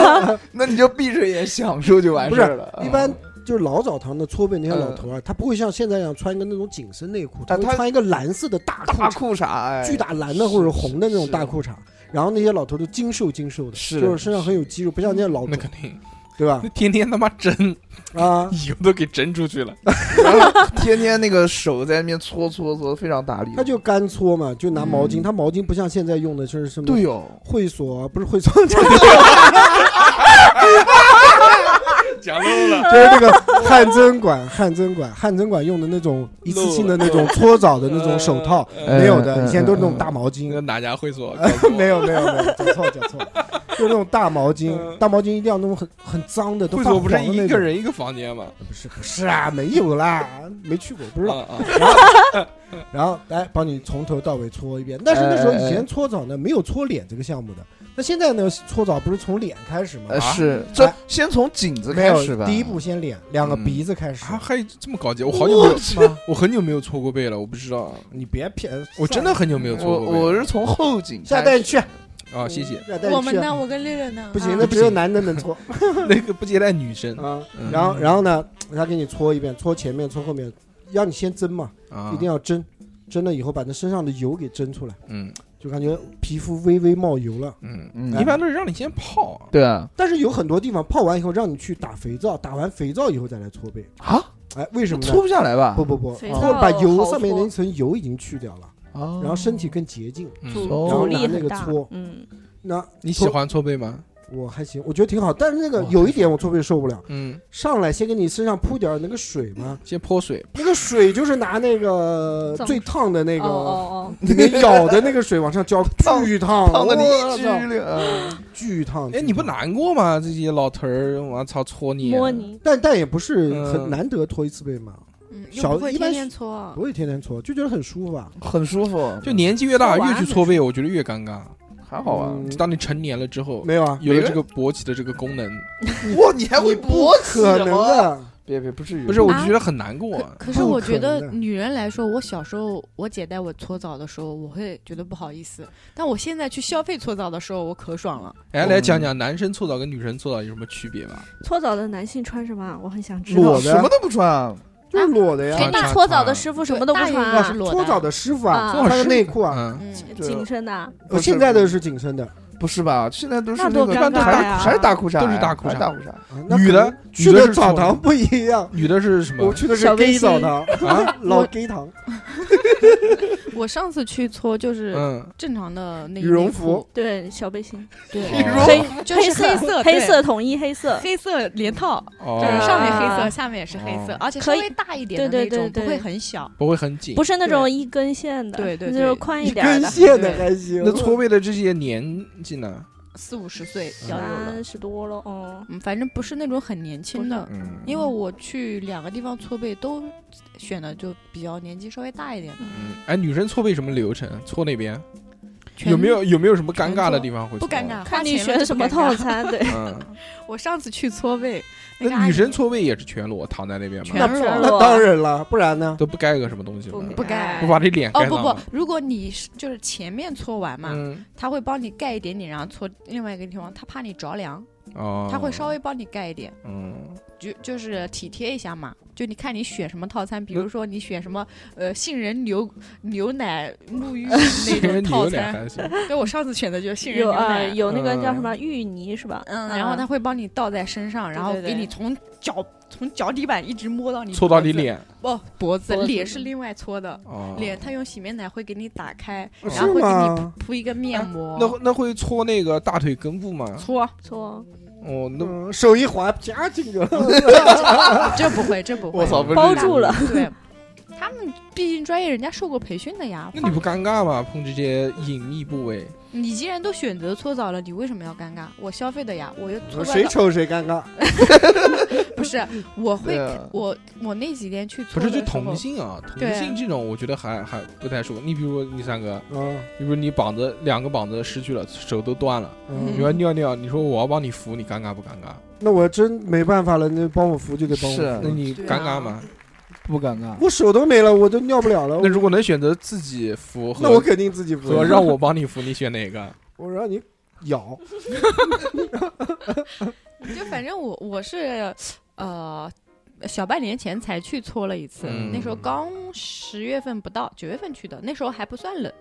那你就闭着眼享受就完
不
事
是
儿 了。
一般
哦
就是老澡堂的搓背那些老头儿啊，他不会像现在一样穿一个那种紧身内裤，他
啊
会
他
穿一个蓝色的大裤
大
衩，
裤衩，哎
巨大蓝的或者
是
红的那种
是
大裤衩。然后那些老头儿都精瘦精瘦的，
是的
就是身上很有肌肉，不像人家老
那
总，
肯定，
对吧
那？天天他妈 蒸，
啊，
油都给蒸出 去了。
然后天天那个手在那边搓搓搓，非常大力。
他就干搓嘛，就拿毛巾，
嗯
他毛巾不像现在用的，就是什么
对哦，
会所不是会所，
讲漏了，
就是那个汗蒸馆，汗蒸馆，汗蒸馆用的那种一次性的那种搓澡的那种手套，
呃，
没有
嗯
的，
嗯
以前都是那种大毛
那
巾
个，哪家会 所？
哎没有没有没有，讲错讲错，就那种大毛巾，大毛巾一定要弄很很脏的，
嗯
都
会
泛
所
黄
不是
的那
一个
种。
人一个房间吗？
不是不是啊，没有啦，没去过不知道。
啊啊，
然后来帮你从头到尾搓一遍。但是那
呃
时候以前搓澡呢，没有搓脸这个项目的。那现在呢，搓澡不是从脸开始吗？
呃，
啊
是这
哎
先从颈子
没
开始吧。
有，第一步先脸，两个鼻子开始。
啊还这么高级？我好久没有，我很久没有搓过背了，我不知道，
你别骗，
我真的很久没有
我
搓过背
我
了。
是从后颈
下
开
带
始。
你去，
啊，谢谢。
下带
我
你
们
去。
呢？我跟六六呢？
不行，
啊
那只有男的能搓
那个不接待女生
啊。
嗯
然后，然后呢，他给你搓一遍，搓前面，搓后面，让你先蒸嘛，
啊，
一定要蒸，蒸了以后把那身上的油给蒸出来，
嗯
就感觉皮肤微微冒油了。
嗯
嗯
一般都是让你先泡啊。
对啊
但是有很多地方泡完以后让你去打肥皂，打完肥皂以后再来搓背。
啊，
哎，为什么呢？
搓不下来吧
不？不不，
肥
然
皂
后把油
好
上面那
搓
一层油已经去掉了，
啊
哦然后身体更洁净。
嗯，
哦
阻阻
然后
力
拿那
很
个
大
搓，
嗯，
那
你喜欢搓背吗？
我还行，我觉得挺好。但是那个
哇
有一点我特别受不了，
嗯，
上来先给你身上铺点儿那个水 嘛，
先泼水。
那个水就是拿那个
脏
最烫的那
哦
个
哦
里面舀的那个水往 上 浇，
烫
巨烫，
烫的你
我
剧
操
烈。啊
巨烫。
哎，
巨
你不
烫？
难过吗？这些老头儿，我操，搓
哦，
你，
摸你，
但但也不是
嗯
很难得搓一次背嘛，
嗯又
小
不会
一般
天天搓啊
不，会天天搓，就觉得很舒服啊。
很舒服，
就年纪越大，
搓完
越去搓背，我觉得越尴尬。
还好啊。
嗯
当你成年了之后，
没有啊，
哦有了这个勃起的这个功能，
哇，你还会
你不
勃起
可能啊
吗？
的。
别别，不至于，
不是，我
啊
就觉得很难过
可。可是
不
我
可
觉得
能的
女人来说，我小时候我姐带我搓澡的时候，我会觉得不好意思，但我现在去消费搓澡的时候，我可爽了。
哎，来讲讲男生搓澡跟女生搓澡有什么区别吧？
搓澡的男性穿什么啊？我很想知
裸
道。
的，
什么都不穿啊，
就是裸的呀。
给
啊
你
穿
搓澡的师傅什么都不
大爷
穿
也
啊
是，裸
搓
的
澡的师傅啊，
啊
穿个内裤啊，
嗯，
嗯，
对
紧身的啊，
我现在都是紧身的，
不是吧？现在都是那
那多
个，
尴
都是
尬
大
呀
还是大裤衩呀，
都是大裤衩
还是大裤衩。
啊那
女的
可能去
女的
的
是
澡
搓的
堂不一样，
女的是什
我
么？
去的是
小
gay
微
澡
信
堂啊，老 gay 堂，
我上次去搓就是
嗯，
正常的那
羽绒服，
对，小背心，
对，
羽绒
黑
就是
黑色
黑色
黑
对
色统一黑色，
黑色连套，
哦
就是上面黑色，
啊
下面也是黑色
哦，
而且稍
可以
微大一点的
对
那
对
种，不
对对
会很小。
不会很紧
不。是那种一根线的，
对对对
就是宽
一
点儿
根
的，
线的
对
还行。
那搓背的这些年纪呢？
四五十岁
嗯
要有了，
三十多了，嗯，
嗯，反正不是那种很年轻的。
嗯，
因为我去两个地方搓背都选的就比较年纪稍微大一点的，
嗯，哎，女生搓背什么流程？搓哪边？
全
有没有有没有什么尴
全
尬的
搓
地方会？
不尴尬？。花
嗯看
钱
你
了
选
就
什
不
么
尴尬
套。餐，对，
嗯，
我上次去搓背，个
那
阿
女
姨
生搓背也是全裸躺在那边
全
吗？
那那
裸
当然了，不然呢？
都不盖个什么东西吗？
不
不该
不把你脸
哦
盖
不
上
不
吗？，
如果你是就是前面搓完嘛，
嗯，
他会帮你盖一点点，然后搓另外一个地方，他怕你着凉，
哦，
他会稍微帮你盖一点。
嗯，
就就是体贴一下嘛，就你看你选什么套餐，比如说你选什么呃杏仁牛牛奶 沐浴那
因为
种套
牛奶
餐，
还行。
对我上次选的就是杏仁
有
牛
啊，
奶，
有那个叫什么芋泥是吧？啊
嗯，然后他会帮你倒在身上，然后
对对
给
对
你从脚从脚底板一直摸到 你
搓到你
脖子，
脸
不脖子
脖子
脸是另外搓的，
哦，
脸他用洗面奶会给你打开，
哦哎
然后会
是
给你
吗？
铺一个面膜，
那会那会搓那个大腿根部吗？
搓
搓
哦，那
嗯手一滑，啪进去了。
这不会这不会，
我操，不是
包住了，
对。他们毕竟专业人家受过培训的呀，
那你不尴尬吗？碰这些隐秘部位，
你既然都选择搓澡了，你为什么要尴尬？我消费的呀，我又 搓
谁
了
丑谁尴尬，
不是，我会、
对啊
我我那几天去
不
搓
是
的
就
时候
同性啊，同
对
性这种我觉得还还不太舒服。你比如你三哥，
嗯
你比如你膀子两个膀子失去了，手都断了，你
嗯，
要尿尿，你说我要帮你扶，你尴尬不尴尬？
那我真没办法了，那帮我扶就得帮我
是啊
那
扶。
你
对
尴尬
啊
吗？
不尴尬。
我手都没了，我都尿不了了
那。如果能选择自己扶
那我
和
肯定自己扶
和。让我帮你扶，你选哪个？
我让你咬，
就反正我我是呃小半年前才去搓了一次，
嗯
那时候刚十月份不到，九月份去的，那时候还不算冷，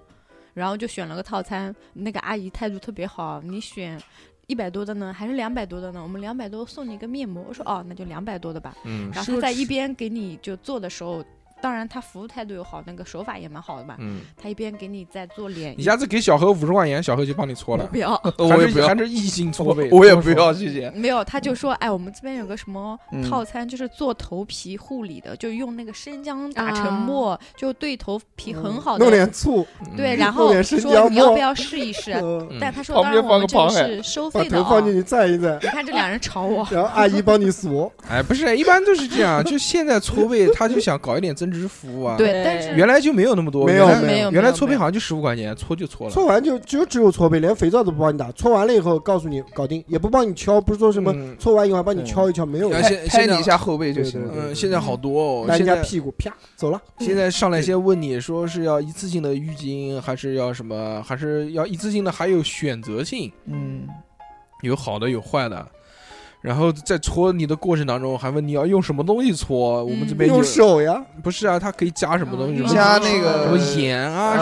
然后就选了个套餐，那个阿姨态度特别好，你选。一百多的呢，还是两百多的呢？我们两 百多送你一个面膜。我说哦，那就两百多的吧。
嗯
然后她在一边给你就做的时候，当然他服务态度又好，那个手法也蛮好的嘛。
嗯，
他一边给你在做脸，
你下次给小何五十块钱，小何就帮你搓
我
了
不，要，
还
我
是
也不要
还，是异性搓背，
我也
这么
不
说
要，谢谢。
没有，他就说，哎，我们这边有个什么
嗯
套餐，就是做头皮护理的，就用那个生姜打
啊
成沫，就对头皮很好的。
弄点醋，
嗯
对，
弄
然后
点生姜
说你要
末
不要试 一试？
呃
嗯
但他说，
旁
当
边
然我
放
们
个
啊这个
螃
是
蟹
收
把
费的
头
啊、
放进去蘸一蘸，
你看这两人 吵我，
然后阿姨帮你搓。
哎，不是，一般都是这样， 就现在搓背，他就想搞一点增值服务啊。
对，但
对
是
原来就没有那么多，
没
原来
有没
有
原来
没有
搓背
没有
好像就十五块钱，搓就搓了。
搓完就就只有搓背，连肥皂都不帮你打。搓完了以后，告诉你搞定，也不帮你敲，不是说什么
嗯
搓完以后还帮你敲一敲，没有
哎
的，
现
拍
现
拍
在
你一下后背就行
对对
了。
嗯，现在好多哦，
拍人
现
家
在
屁股啪走了。
现在上来先问你说是要一次性的浴巾，还是要什么，还是要一次性的，还有选择性，
嗯，
有好的有坏的。然后在搓你的过程当中，还问你要用什么东西搓，我们这边有
嗯用手呀，
不是啊，它可以加什么东西
嗯
吗？
加那
什
个
么盐啊什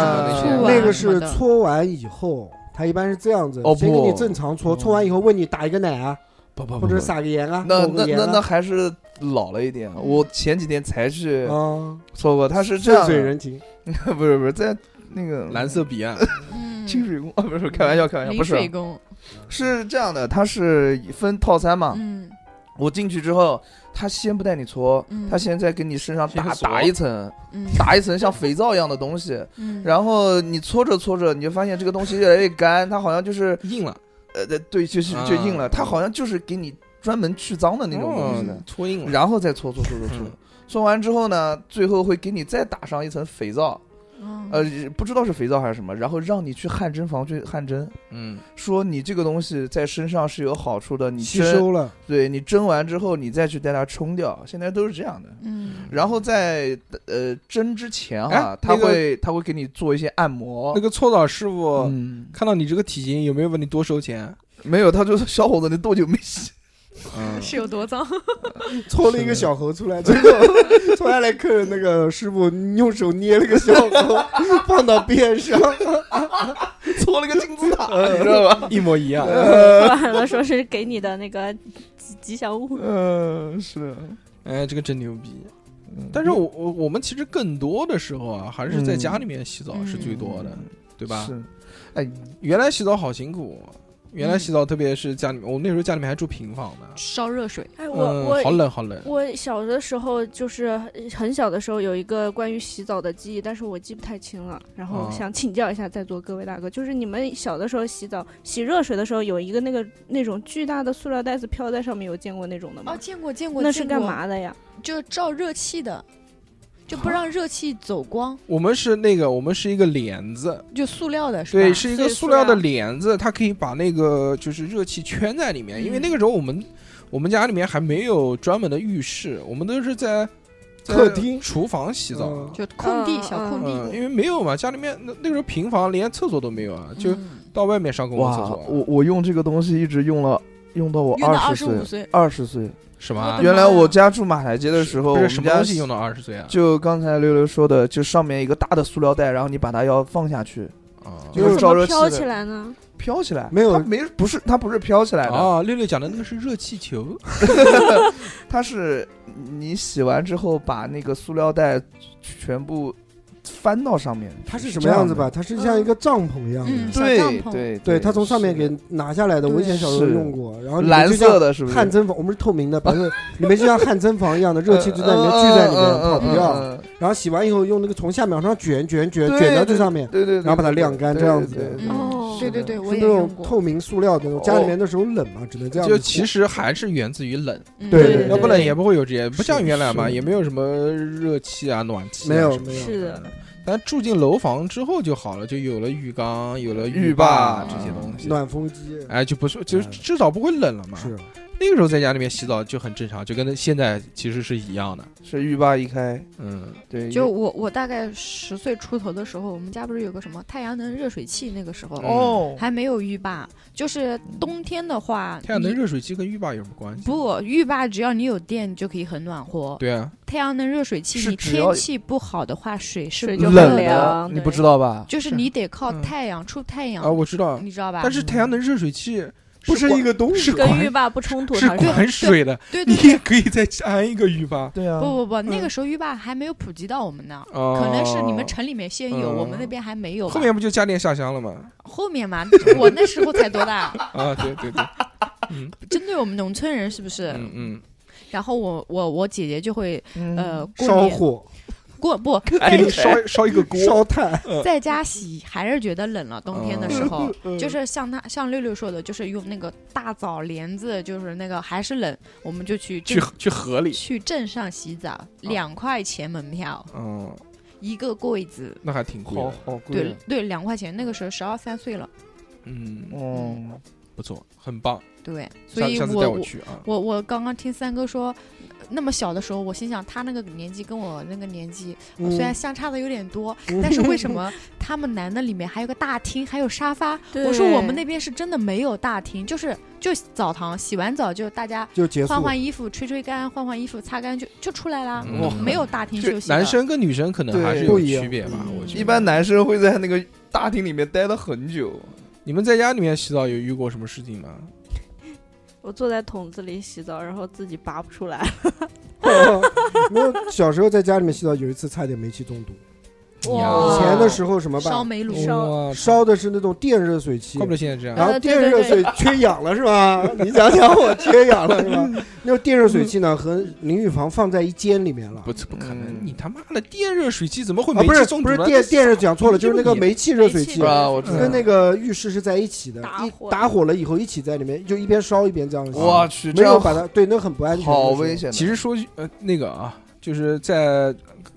么那些
醋
呃
啊
那个
什
是
么的
搓完以后，他一般是这样子
哦，
先给
不
你正常搓，
嗯
搓完以后问你打一个奶啊，
不不
或者撒个盐啊，
那
抹
那
个盐
那那
啊，
还是老了一点。我前几天才去
啊，
搓过，他是这
顺
样
水
的，
人情，
不是不是在那个
蓝色啊彼岸，
嗯，
清水宫啊，不是开玩笑开玩笑，
临
不是啊
水宫，
是这样的，它是分套餐嘛。
嗯
我进去之后，他先不带你搓，
嗯
他先在给你身上打
先搓
打一层，
嗯
打一层像肥皂一样的东西，
嗯，
然后你搓着搓着，你就发现这个东西越来越干，它好像就是
硬了，
呃，对对，就是就硬了，
啊
它好像就是给你专门去脏的那种东西的，
哦搓硬了。
然后再搓搓搓搓搓
嗯，
搓完之后呢，最后会给你再打上一层肥皂，
嗯
呃，不知道是肥皂还是什么，然后让你去汗蒸房去汗蒸，
嗯，
说你这个东西在身上是有好处的，你
吸
蒸，
收了，
对你蒸完之后，你再去带它冲掉，现在都是这样的。
嗯
然后在呃蒸之前
哎
啊，他
那个
会他会给你做一些按摩
那，个搓澡师傅
嗯，
看到你这个体型，有没有问你多收钱？
没有，他就说小伙子，你多久没洗？
嗯，
是有多脏？
搓了一个小猴出来，最后搓下来客人那个师傅用手捏了个小猴，放到边上，
搓了个 金字塔，你
嗯
知道吧？
一模一样。
完了 说是给你的那个吉吉祥物。
嗯，是，
哎，这个真牛逼！
嗯
但是我我我们其实更多的时候啊，还是在家里面洗澡是最多的，对吧？
嗯是，
原来洗澡好辛苦，原来
嗯
洗澡特别是家里面，我们那时候家里面还住平房呢，
烧热水，
哎，我
嗯，好
我
冷好冷。
我小的时候就是很小的时候有一个关于洗澡的记忆，但是我记不太清了。然后
啊
哦
想请教一下在座各位大哥，就是你们小的时候洗澡洗热水的时候，有一个那个那种巨大的塑料袋子飘在上面，有见过那种的吗
哦，？见过见过，
那是
见过
干？嘛的呀？
就照热气的，就不让热气走光，
我们是那个，我们是一个帘子，
就塑料的是吧？
对，是一个
是
塑
塑
料的
料
帘子，它可以把那个就是热气圈在里面，因为
嗯
那个时候我们我们家里面还没有专门的浴室，我们都是在在
客厅
厨房洗澡。
嗯
就空地
嗯
小空
嗯，因
地，
为没有嘛，家里面那那个时候平房连厕所都没有啊，就
嗯
到外面上公共
哇
厕所啊，，
我我用这个东西一直用了，用到我
用到二
十
十五
岁，
岁，
二十岁。
什么啊
干嘛呀
原来我家住马台街的时候，我
不是
们
什么
家
东西用到二十岁啊？
就刚才溜溜说的，就上面一个大的塑料袋，然后你把它要放下去，
啊
就是
怎
照
么
热气
飘
的
起来呢？
飘起来。
没有
它没不是，它不是飘起来的，
啊，六六讲的那个是热气球，
它是你洗完之后把那个塑料袋全部翻到上面。
它是什么样子吧？？它是像一个帐篷一样的。
嗯，小帐
对
篷，
对
对，它从上面给
是
拿下来的，
对
我以前小时候用过，然后
的蓝色
的
的，是不是？呃
汗蒸房，我们是透明的，白色，里面就像汗蒸房一样的，热气就在里面聚在里面跑不
掉。
掉，
嗯嗯嗯
然后洗完以后用那个从下面往上卷卷卷
对
卷到最上面，
对对，对
然后把它晾干
对
这样子
对对对
嗯
哦
对对
是的
对，我
是
也
那
用
种
过，
透明塑料的那种，家里面那时候冷嘛，只能这样子
哦就
做。
其实还是源自于冷，
嗯
对对对
要不
对
冷也不会有这些，不像原来嘛，
是
也没有什么热气啊、暖气啊
没有
什么的
没有
是的，
但住进楼房之后就好了，就有了浴缸，有了
浴
霸
霸
这些东西，
暖风机
哎，就不是，就
嗯
至少不会冷了嘛。
是
那个时候在家里面洗澡就很正常，就跟那现在其实是一样的。
是浴霸一开，
嗯，
对，
就我我大概十岁出头的时候，我们家不是有个什么太阳能热水器？那个时候、
嗯
哦，
还没有浴霸，就是冬天的话，
太阳能
你
热水器跟浴霸有什么关系？
不浴霸，只要你有电，你就可以很暖和。
对啊，
太阳能热水器，
是
你
只要
天气不好的话，水是
水
不
就
热
很
冷的，
凉
你
对
不知道吧？
就是
是
你得靠
嗯
太阳出太阳，
啊，我知道，
你知道吧？
但是太阳能热水器是
不是
管
一个东西
是。
嗯跟
管
浴霸不冲突，
是
好像
管水的，
对
你嗯
对对，
也可以再安一个浴霸。
对啊
不不不，那个时候浴霸还没有普及到我们呢。
可
可能是你们城里面先有，
哦嗯
我们那边还没有吧。
后面不就家电下乡了吗？
后面嘛，我那时候才多大，
啊，对对对，嗯
针对我们农村人是不是？
嗯嗯，
然后我我我姐姐就会呃过
烧
年
火、
过不
给你烧哎烧一个锅，
烧炭，
在家洗，还是觉得冷了。冬天的时候，
嗯
就是像他像六六说的，就是用那个大枣帘子，就是那个还是冷，我们就去
去啊
镇
去河里。
去镇上洗澡，两块钱门票，
嗯，
一个柜子，
那还挺贵
好
的。
好贵
对
啊，
对，两块钱。那个时候十二三岁了，
嗯，
嗯，
不错，很棒。
对，所
下
以
下次带我
我我
去啊。
我我刚刚听三哥说。那么小的时候，我心想他那个年纪跟我那个年纪
嗯
哦虽然相差的有 点多，但是为什么他们男的里面还有个大厅，还有沙发？
对
我说我们那边是真的没有大厅，就是就澡堂，洗完澡就大家
就结束
换
了。
换衣服、吹吹干、换换衣服、擦干就就出来啦，
嗯哇
没有嗯大厅休息的。
男生跟女生可能还是
对
有
不一样
区别吧，我觉得。
一般男生会在那个大厅里面待了很久，
你们在家里面洗澡有遇过什么事情吗？
我坐在桶子里洗澡，然后自己拔不出来。
没有，小时候在家里面洗澡，有一次差点煤气中毒。
哇
以前的时候什么
哦烧
吧，
煤炉，
嗯烧
啊哇，
烧的是那种电热水器
怪，不得现在这样。
然后
啊对
电热
对
水
对
缺氧了是吧？ 你想想我缺氧了是
嗯
吧？那种电热水器呢和淋浴房放在一间里面了。
不，不可能！
嗯
你他妈的电热水器怎么会
啊，
煤
不是
气中毒
不是
呢
电电热讲错了，就是那个
你
煤气热水器
是，吧？我知
跟
道。
那个浴室是在一起的，
嗯打
一
火
打火了以后一起在里面，就一边烧一边这样洗。
我去，
没
这
有
样
把它对，那很不安全，
好危。
嗯
险的。啊
其实说句呃那个啊，就是在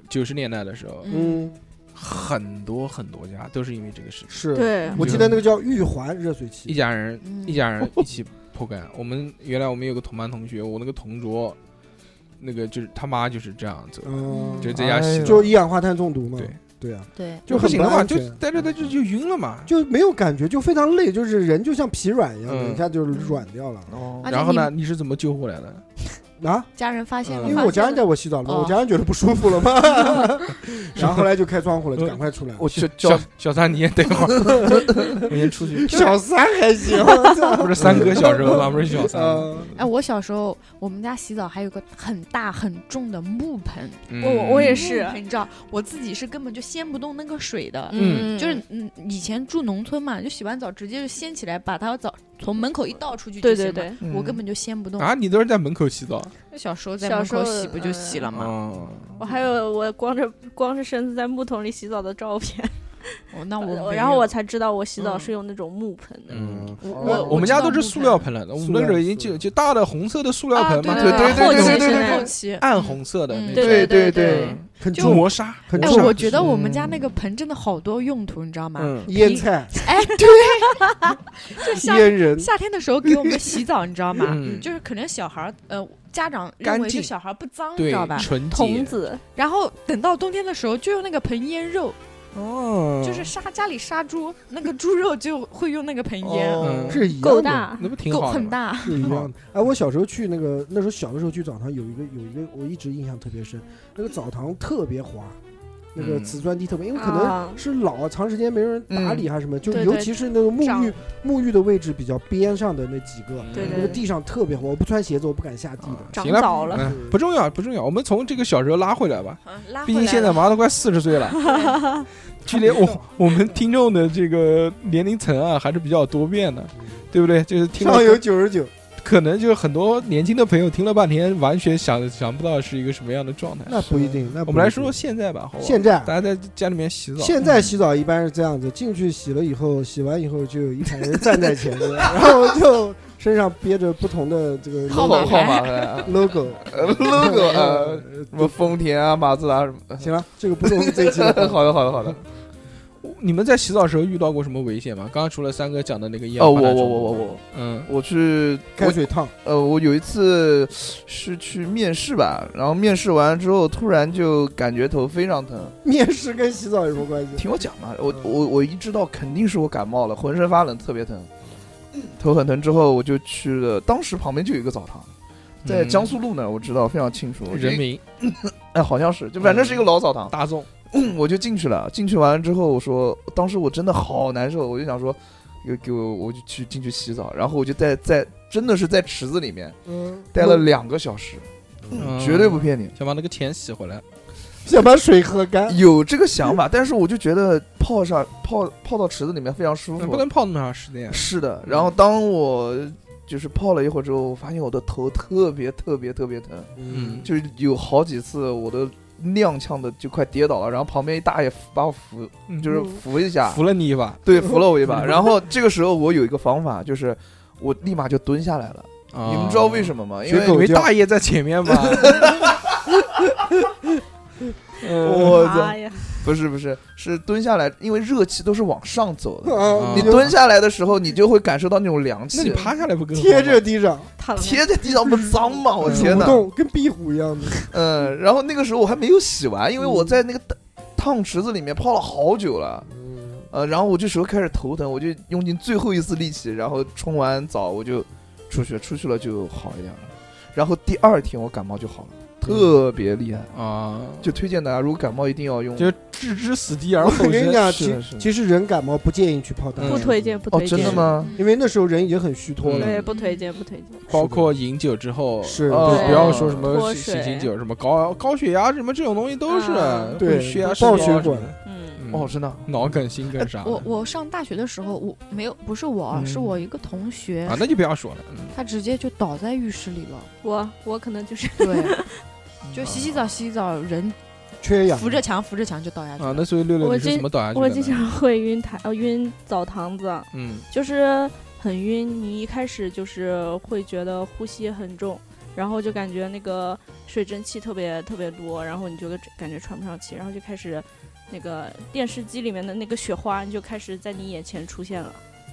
九十年代的时候，
嗯，
嗯，
很多很多家都是因为这个事情，
是。
对，
我记得那个叫玉环热水
一
器，
家人
嗯
一家人一起破干。我们原来我们有个同班同学，我那个同桌，那个就是他妈就是这样子，
嗯，
就在家洗澡，
就一氧化碳中毒嘛。
对
对啊，
对，
就
不
很
行了嘛，
安
就
全
待着待着就晕了嘛。
就没有感觉，就非常累，就是人就像疲软一样的，
嗯
一下就软掉了
哦
而且
然后呢，你是怎么救回来的？
啊！
家人发
嗯
现了，
因为我家人带
的
我洗澡了嘛，
哦
我家人觉得不舒服 了嘛，然后后来就开窗户了，就赶快出来。
我去
小
叫
小三，你也等会儿，我先出去。
小三还行，我操
不是三哥小时候吗？不是小三吗，
呃
哎，我小时候我们家洗澡还有个很大很重的木盆，
嗯
我我我也是
木，盆你知道，我自己是根本就掀不动那个水的，
嗯
就是嗯，以前住农村嘛，就洗完澡直接就掀起来，把它澡从门口一倒出去就
对
行
对
了。
对，
嗯
我根本就掀
嗯
不动。
啊，你都是在门口洗澡
小时候在
小
门
时
口
候
洗不就洗了吗？
哦，
我还有我光着光着身子在木桶里洗澡的照片，
哦那我
我
没
呃然后
有
我才知道我洗澡
嗯
是用那种木盆的。
嗯。
我
哦
我
我们家都是塑料
盆
盆了，我们
塑料
那时候已经就就大的红色的塑料盆嘛，
啊对
对对对对
后期
对
是
对
后期
暗。红色的
嗯
那
对
种，
对对
对对，
很
就
重，
磨砂，
很
哎，
重
我，觉得我们家那个盆真的好多用途，你知道吗？
嗯，
腌菜、
哎，对，就夏
腌人，
夏天的时候给我们洗澡，你知道吗？
嗯
就是可能小孩儿呃家长认
干
为
净
就小孩儿不脏，你
对
知道吧，？
纯
童
洁，
子，
然后等到冬天的时候，就用那个盆腌肉，
哦，
就是杀家里杀猪，那个猪肉就会用那个盆腌，
哦
嗯
是一样的
够，大，
那不挺
够
好的
很
吗？
大。
是一样的。哎，我小时候去那个那时候小的时候去澡堂，有一个有一个我一直印象特别深，那个澡堂特别滑，那个
嗯
瓷砖地特别，因为可能。
啊，嗯
是老长时间没人打理还是什么，就是
对
尤
对
其是那个沐
长嗯
浴沐浴的位置比较边上的那几个，
对
那
对
个地上特别滑，我不穿鞋子我不敢下地的。
长
嗯行了
早了，
嗯，不重要，不重要。我们从这个小时候拉回来吧，
嗯拉回
毕竟
来
现在
了
麻都快四十岁了， 距离我我们听众的这个年龄层啊还是比较多变的，对不对？就是听了
嗯上有九十九，
可能就是很多年轻的朋友听了半天，完全想想不到是一个什么样的状态。
那不一定。那不
我们来
一定
说说现在吧，好吧？
现在
大家在家里面洗澡，嗯
现在洗澡一般是这样子，进去洗了以后，洗完以后就有一排人站在前面， 然后就身上憋着不同的这个哎
号
号
码
码
牌
号码牌啊
logo。
呃 logo 呃什么丰田啊、马 自达什么的。
行了，这个不是我们这一期的话题。
好的，好的，好的。
你们在洗澡的时候遇到过什么危险吗？刚刚除了三哥讲的那个烟
哦，
花
我
那
我
种
我我我
嗯
我去，
开
我
水烫，
呃，我有一次是去面试吧，然后面试完之后，突然就感觉头非常疼。
面试跟洗澡有什么关系？
听我讲嘛，我
嗯
我我一知道肯定是我感冒了，浑身发冷，特别疼，头很疼。之后我就去了，当时旁边就有一个澡堂，在
嗯
江苏路那儿，我知道非常清楚。我就
人民
哎，好像是，就反正是一个老澡堂。
大众，
我就进去了，进去完了之后，我说当时我真的好难受，我就想说，又给我我就去进去洗澡，然后我就在在真的是在池子里面
嗯，
待了两个小时，
嗯
绝对不骗你。
想把那个钱洗回来。
想把水喝干。
有这个想
嗯
法，但是我就觉得泡上泡泡到池子里面非常舒
哎
呃
不
服。
能泡那么长时间。
是的，然后当我
嗯
就是泡了一会儿之后，我发现我的头特别特别特别疼，
嗯
就是有好几次我都踉跄的就快跌倒了，然后旁边一大爷把我扶，
嗯
就是扶一
啊
下，
嗯扶了你一把
对，扶了我一把。然后这个时候我有一个方法，就是我立马就蹲下来了。你们知道为
么？
什么吗？
啊
因
学
为
狗
因为
叫
大爷在前面 嘛。
我操，
妈呀，
不是不是，是蹲下来，因为热气都是往上走
嗯
的。
啊，
你
就
蹲下来的时候，你就会感受到那种凉
那你
气。
趴下来不更好吗
贴着地上，
躺着嗯
贴在地上不脏吗？我哦天
蠕
哪！
动跟壁虎一样的。
嗯，然后那个时候我还没有洗完，因为我在那个大烫池子里面泡了好久了。呃，然后我这时候开始头疼，我就用尽最后一丝力气，然后冲完澡我就出去，出去了就好一点了。然后第二天我感冒就好了，特别厉害。
啊？
就推荐大家，如果感冒一定要用。
就置之死地而
我
后
跟
生。
你讲，
是
其
的是的
其实人感冒不建议去泡大
嗯
不
水，
推荐，不
哦，
推荐。
真的吗？
嗯
因为那时候人已经很虚脱
嗯
了。
对，不推荐，不推荐。
包括饮酒之后，
是，
哦
对不要说什么
脱
醒
水
醒酒，什么高高血压，什么这种东西都是
啊
对
会血压升
爆
高
血
什么
管
的，
嗯，
嗯
哦，，真的。
脑梗、心梗啥的
我我上大学的时候，我没有，不是我啊，
啊嗯
是我一个同学
啊，，那就不要说了。嗯
他直接就倒在浴室里了。
我我可能就是
啊
对，就洗洗澡，洗洗澡，人
缺氧。
扶着墙，扶着墙就倒下去了。
啊，那所以六六
我
你是
经
怎么倒下去的
我
呢？
经常会晕台，呃，晕澡堂子，啊
嗯
就是很晕。你一开始就是会觉得呼吸很重，然后就感觉那个水蒸气特别特别多，然后你就感觉喘不上气，然后就开始那个电视机里面的那个雪花就开始在你眼前出现了，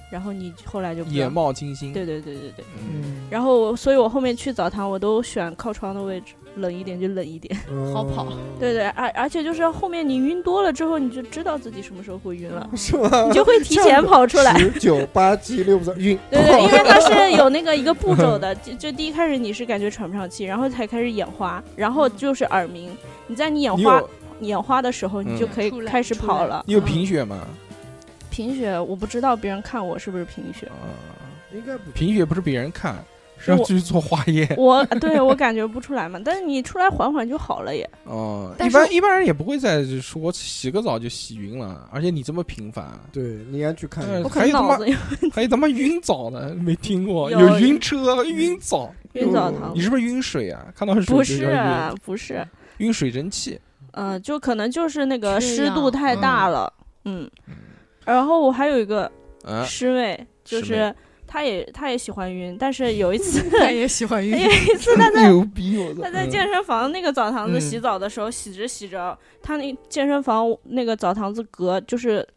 然后你后来就不
眼
要
冒金星。
对对对对对。
嗯，
然后我，所以我后面去澡堂，我都选靠窗的位置，冷一点就冷一点。
嗯
好跑，
对对，而而且就是后面你晕多了之后，你就知道自己什么时候会晕了，
是吗？
你就会提前跑出来。
十九八七六三晕，哦
对 对，因为它是有那个一个步骤的，就就第一开始你是感觉喘不上气，然后才开始眼花，然后就是耳鸣。你在嗯你眼
你
花
有
眼花的时候，你就可以
嗯
开始跑了。
你有贫血吗？
贫血，我不知道别人看我是不是贫血，
啊，
应该不
贫血不是别人看，是
嗯我
要去做 化验。
我对我感觉不出来嘛，但是你出来缓缓就好 了也。
哦，一
但是
般一般人也不会再说洗个澡就洗晕了，而且你这么频 繁，
对，你应该去看一
嗯
下。
我可
还
能
有他妈
脑 子有
还有他妈晕澡呢，没听过
有嗯
晕车、晕澡，
晕澡堂
你。是不是晕水啊？看到水
不
就是要
啊
晕，
不是，
晕水蒸气，
嗯、就可能就是那个
缺
湿
氧
度太大
嗯
了，嗯。然后我还有一个
啊，
师妹，就
师
是她也她也喜欢晕，但是有一 次
他也喜欢
有
晕，
一次她在
牛逼！我操
她！在健身房那个澡堂子
嗯
洗澡的时候，洗着洗着，她那健身房那个澡堂子隔就是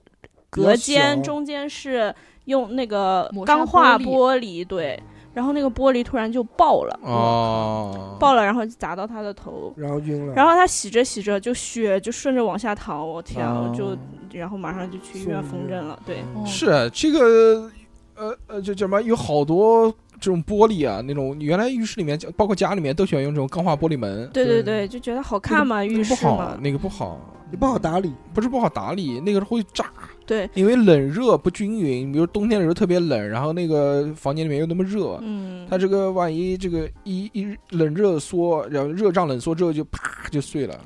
比较
隔间
小
中间是用那个
磨砂
钢化
玻璃
玻璃，对，然后那个玻璃突然就爆了，
哦，
爆了，然后就砸到她的头，
然后晕了，
然后他洗着洗着就血就顺着往下淌，我天、啊，
哦
我就然后马上就去医院缝针了。
嗯
对，
哦
是这个，呃呃，就叫什么？有好多这种玻璃啊，那种原来浴室里面，包括家里面都喜欢用这种钢化玻璃门，
对对
对
对，就觉得好看嘛，
那
浴
个不
室
好
嘛，，
那个不好，
你不好打理，
不是不好打理，那个会炸，
对，
因为冷热不均匀，比如冬天的时候特别冷，然后那个房间里面又那么热。
嗯，
它这个万一这个一一冷热缩，然后热胀冷缩之后就啪就碎 了。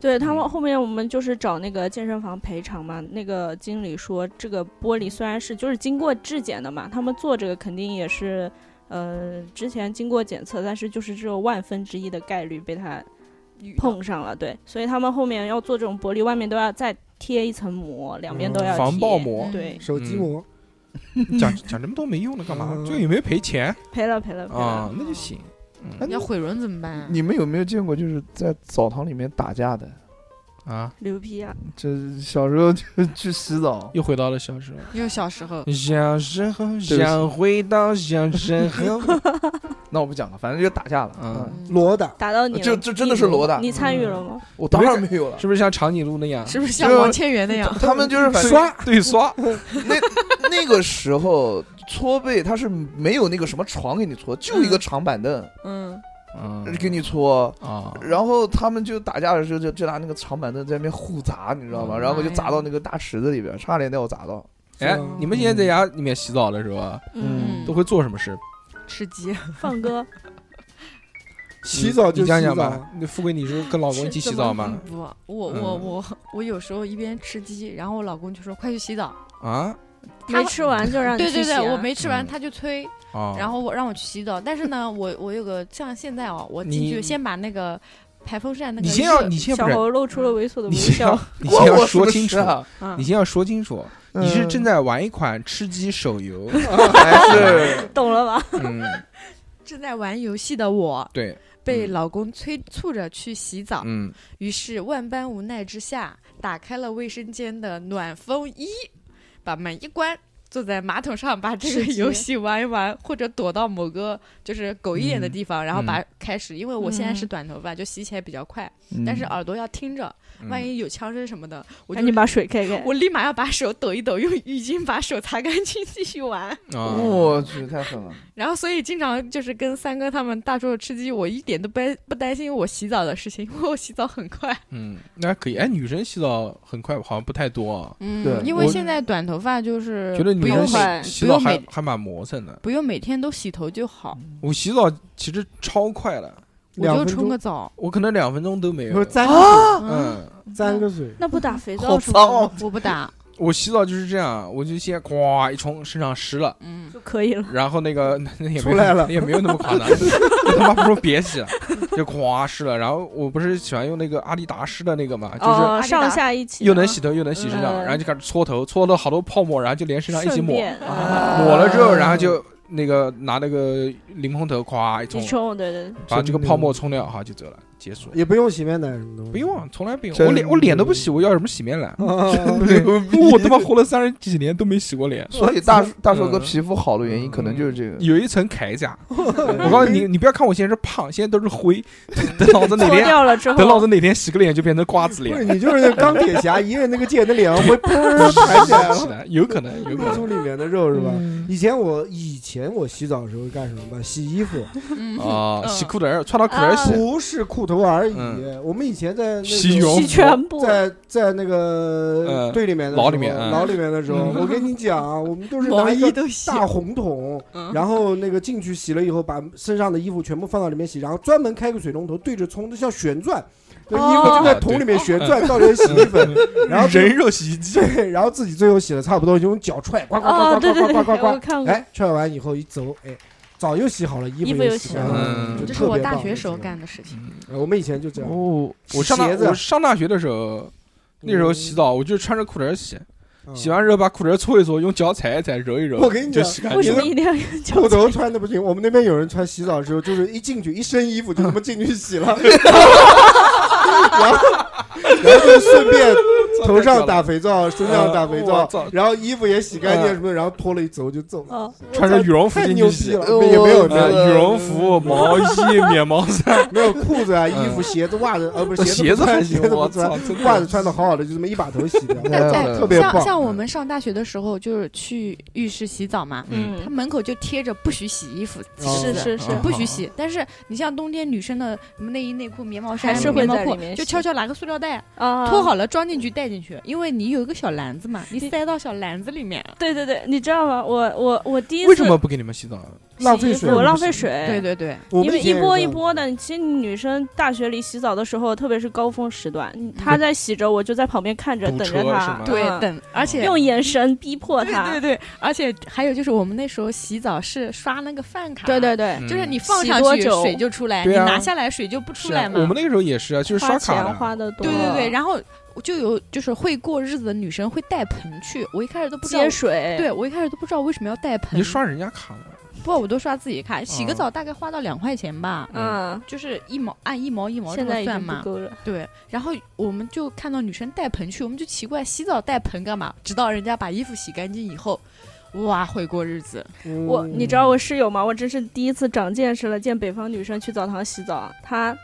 对他
嗯
们后面我们就是找那个健身房赔偿嘛，那个经理说这个玻璃虽然是就是经过质检的嘛，他们做这个肯定也是呃之前经过检测，但是就是只有万分之一的概率被它
啊
碰上了，对，所以他们后面要做这种玻璃，外面都要再贴一层膜，两边都要
防
贴
爆膜
嗯
对，
手机膜
讲讲这么多没用的干嘛？
嗯
这个有没有赔钱
赔了赔了赔了。
啊？那就行。哎
你要毁容怎么办啊？
哎你们有没有见过就是在澡堂里面打架的？
啊，
牛逼啊！
这小时候就去洗澡，
又回到了小时候。
因为小时候
小时候
起
想回到小时候，
那我不讲了，反正就打架了。
嗯
嗯，
裸打，
打到
呃
你了，
这这真的是裸打
你参与了吗？
我当然没有 了。
是不是像长颈鹿那样
是不是像
就
王千源那 样？嗯
他们就是反正
刷对刷？
那个时候搓背，他是没有那个什么床给你搓，就一个长板凳
嗯，
嗯
给你搓。
啊，
然后他们就打架的时候，就就拿那个长板凳在那边互砸，你知道吗？
嗯
然后就砸到那个大池子里边，差点带我砸到。
哎
嗯，
你们现在在家里面洗澡的时候啊，
嗯，
都会啊做什么事？
吃鸡，
嗯
放歌，
洗澡
你
就洗
讲讲
澡
吧。。那富贵，你是跟老公一起洗澡嗯吗？
不， 我我我我有时候一边吃鸡，然后我老公就说快去洗澡。
啊
他
没吃完就让你
对对
去
对，
洗啊
我没吃完
嗯
他就催，
啊！
然后我让我去洗澡。但是 呢，我我有个像现在哦，我进
你
去先把那个排风扇那个
你先要，
热
你先
小
不是，
猴露出了猥琐的微
你先
笑
要。，你先要
我
说清楚，
啊，
嗯
你先要说清楚，
嗯
你是正在玩一款吃鸡手 游，哎
还是
懂了吧？
嗯，
正在玩游戏的我
对，
被
嗯
老公催促着去洗澡，
嗯，
于是万般无奈之下，打开了卫生间的暖风衣，把门一关。坐在马桶上把这个
吃鸡
游戏玩一玩，或者躲到某个就是狗一点的
嗯
地方，然后
嗯
把开始，因为我现在是
嗯
短头发，就洗起来比较快，但是啊耳朵要听着，
嗯
万一有枪声什么的，我就
赶紧把水开开。
我立马要把手抖一抖，用浴巾把手擦干净，继续玩。
啊，
我去太狠了，
然后，所以经常就是跟三哥他们大桌吃鸡，我一点都不不担心我洗澡的事情，因为我洗澡很快。
嗯，那还可以。哎，女生洗澡很快，好像不太多啊，
嗯
对
因为
我
现在短头发就是
觉得
嗯不
女
用
生洗
很快
每
洗
不
澡
用
还
每
还蛮磨蹭的。
不用每天都洗头就好，
我洗澡其实超快的，
我
嗯两
就
分
冲
钟
个，澡。
我可能两分钟都没
不
有。
是沾个
嗯，
嗯，
水，沾啊个水，
那不打肥
好
皂什
脏
么
啊
的
哦，
我不打。
我洗澡就是这样，我就先咵一冲，身上湿了。
嗯，
就可以了。
然后那个 那那也没有
出来了
也没有那么夸 张，我他妈不说别洗了，就夸湿了。然后我不是喜欢用那个阿迪达湿的那个嘛，啊就是
哦，上下一起，
又能洗头又能洗身上，
嗯
然后就开始搓头，搓了好多泡沫，然后就连身上一起
顺
抹，
便
啊
抹了之后，然后就那个拿那个淋喷头夸一
一
冲，
冲，对对对，
把这个泡沫冲掉，好就走了，结束了。
也不用洗面奶什么的，
不用 啊，从来不用。
真
我脸我脸都不洗，我要什么洗面奶？
啊。
对 我他妈活了三十几年都没洗过脸，
所以大叔大硕哥
嗯
皮肤好的原因可能就是这个。
有一层铠 甲。我告诉你，你不要看我现在是胖，现在都是灰。等老子哪
搓
天
掉了之
等老
后，
子哪天洗个脸就变成瓜子
不
脸
是，你就是那钢铁侠，一摁那个键，那脸上会砰弹起来
是
了，
的，有可能有可
露
能
出里面的肉是吧？
嗯
以前我以前我洗澡的时候干什么吧？洗衣服，
嗯
啊，
嗯
洗裤衩儿穿到裤衩儿洗，
不是裤头而已
嗯。
我们以前在那
洗
个
羽绒
洗
服。
全部，
在在那个
嗯
队里面的时候
牢里面嗯
牢里面的时候，
嗯
我跟你讲，我们都是
毛
拿一
衣
个
都洗。
大红桶，
嗯
然后那个进去洗了以后，把身上的衣服全部放到里面洗，然后专门开个水龙头对着冲，像旋转，那
哦嗯
衣服就在桶里面旋转，倒流洗衣粉，然后就
人肉洗衣机，
对，然后自己最后洗的差不多，就用脚踹，呱呱
哦，
呱呱
对对
呱呱呱
对，我
呱，
看过，
哎，踹完以后一走，哎，澡又洗好了，衣
衣服
也
又
洗
洗
干
了
净
嗯
就
这是
特
我
别
大
棒
学
就
时候
是
干的事情。
哎我们以前就这样，
哦，我上大
鞋子
我上大学的时候，那时候洗澡，我就穿着裤衩儿洗，
嗯
洗完之后把裤衩儿搓一搓，用脚踩一踩，揉一揉，
我跟你
就
讲
洗干
为
净
什
了。
么一定要用脚
裤？头穿的不行，我们那边有人穿洗澡的时候，就是一进去一身衣服就他妈进去洗了， 然后然后就顺 便头上打肥皂，身上打肥
嗯我
皂
操，嗯
然后衣服也洗干净什么的，然后脱了一走就走了，
哦，
穿着羽绒服
太
进
牛
去
逼
洗，
了，没也没有
我
这
觉
样
呃，
得
羽绒服、毛衣、棉毛衫，
没有裤子啊、衣服、
嗯
鞋子、袜子，呃，不是
鞋子
子不
还
穿，鞋
行，
子
我
不
操
穿，，
真的
袜子穿的好好的，就这么一把头洗掉，
哎
哎
特别
像
棒嗯
像我们上大学的时候，就是去浴室洗澡嘛，
嗯
他
嗯，
门口就贴着不许洗衣服，
哦
是是是
嗯，
不许洗。但是你像冬天女生的什么内衣、内裤、棉毛衫、
还是
棉
会
毛
在
裤
里，面
就
洗
悄悄拿个塑料袋
啊，
脱好了装进去带进去，因为你有一个小篮子嘛，你塞到小篮子里面。
对对对，你知道吗？我我我第一次
为什么不给你们洗澡？啊
浪
洗
费
衣
水，
服浪费水，
对对对，
我
因
们
为
以前也
一波
这
一
样
波的，其实女生大学里洗澡的时候，特别是高峰时段，她在洗着，我就在旁边看着，
嗯堵
等
车
着
是
她
吗，
对
嗯
等，而且
用眼神逼迫
对对
她，
对，而且还有就是我们那时候洗澡是刷那个饭卡，
对对对，
嗯
就是你放
洗
上
多
去
久
水就出来，你
对啊
拿下来水就不出
是啊
来嘛。
我们那个时候也是啊，就是刷
花
卡
钱
的，
花的多，
对对对，然后就有就是会过日子的女生会带盆去，我一开始都不知道
接，水，
对我一开始都不知道为什么要带盆。
你刷嗯人家卡了，
不，我都刷自己卡，洗个澡大概花到两块钱吧，
嗯，
就是一毛按一毛一嗯毛这
现
么
在已
算
经不
嘛。
够了，
对，然后我们就看到女生带盆去，我们就奇怪洗澡带盆干嘛？直到人家把衣服洗干净以后，哇，会过日子。
我
嗯
你知道我室友吗？我真是第一次长见识了，见北方女生去澡堂洗澡，她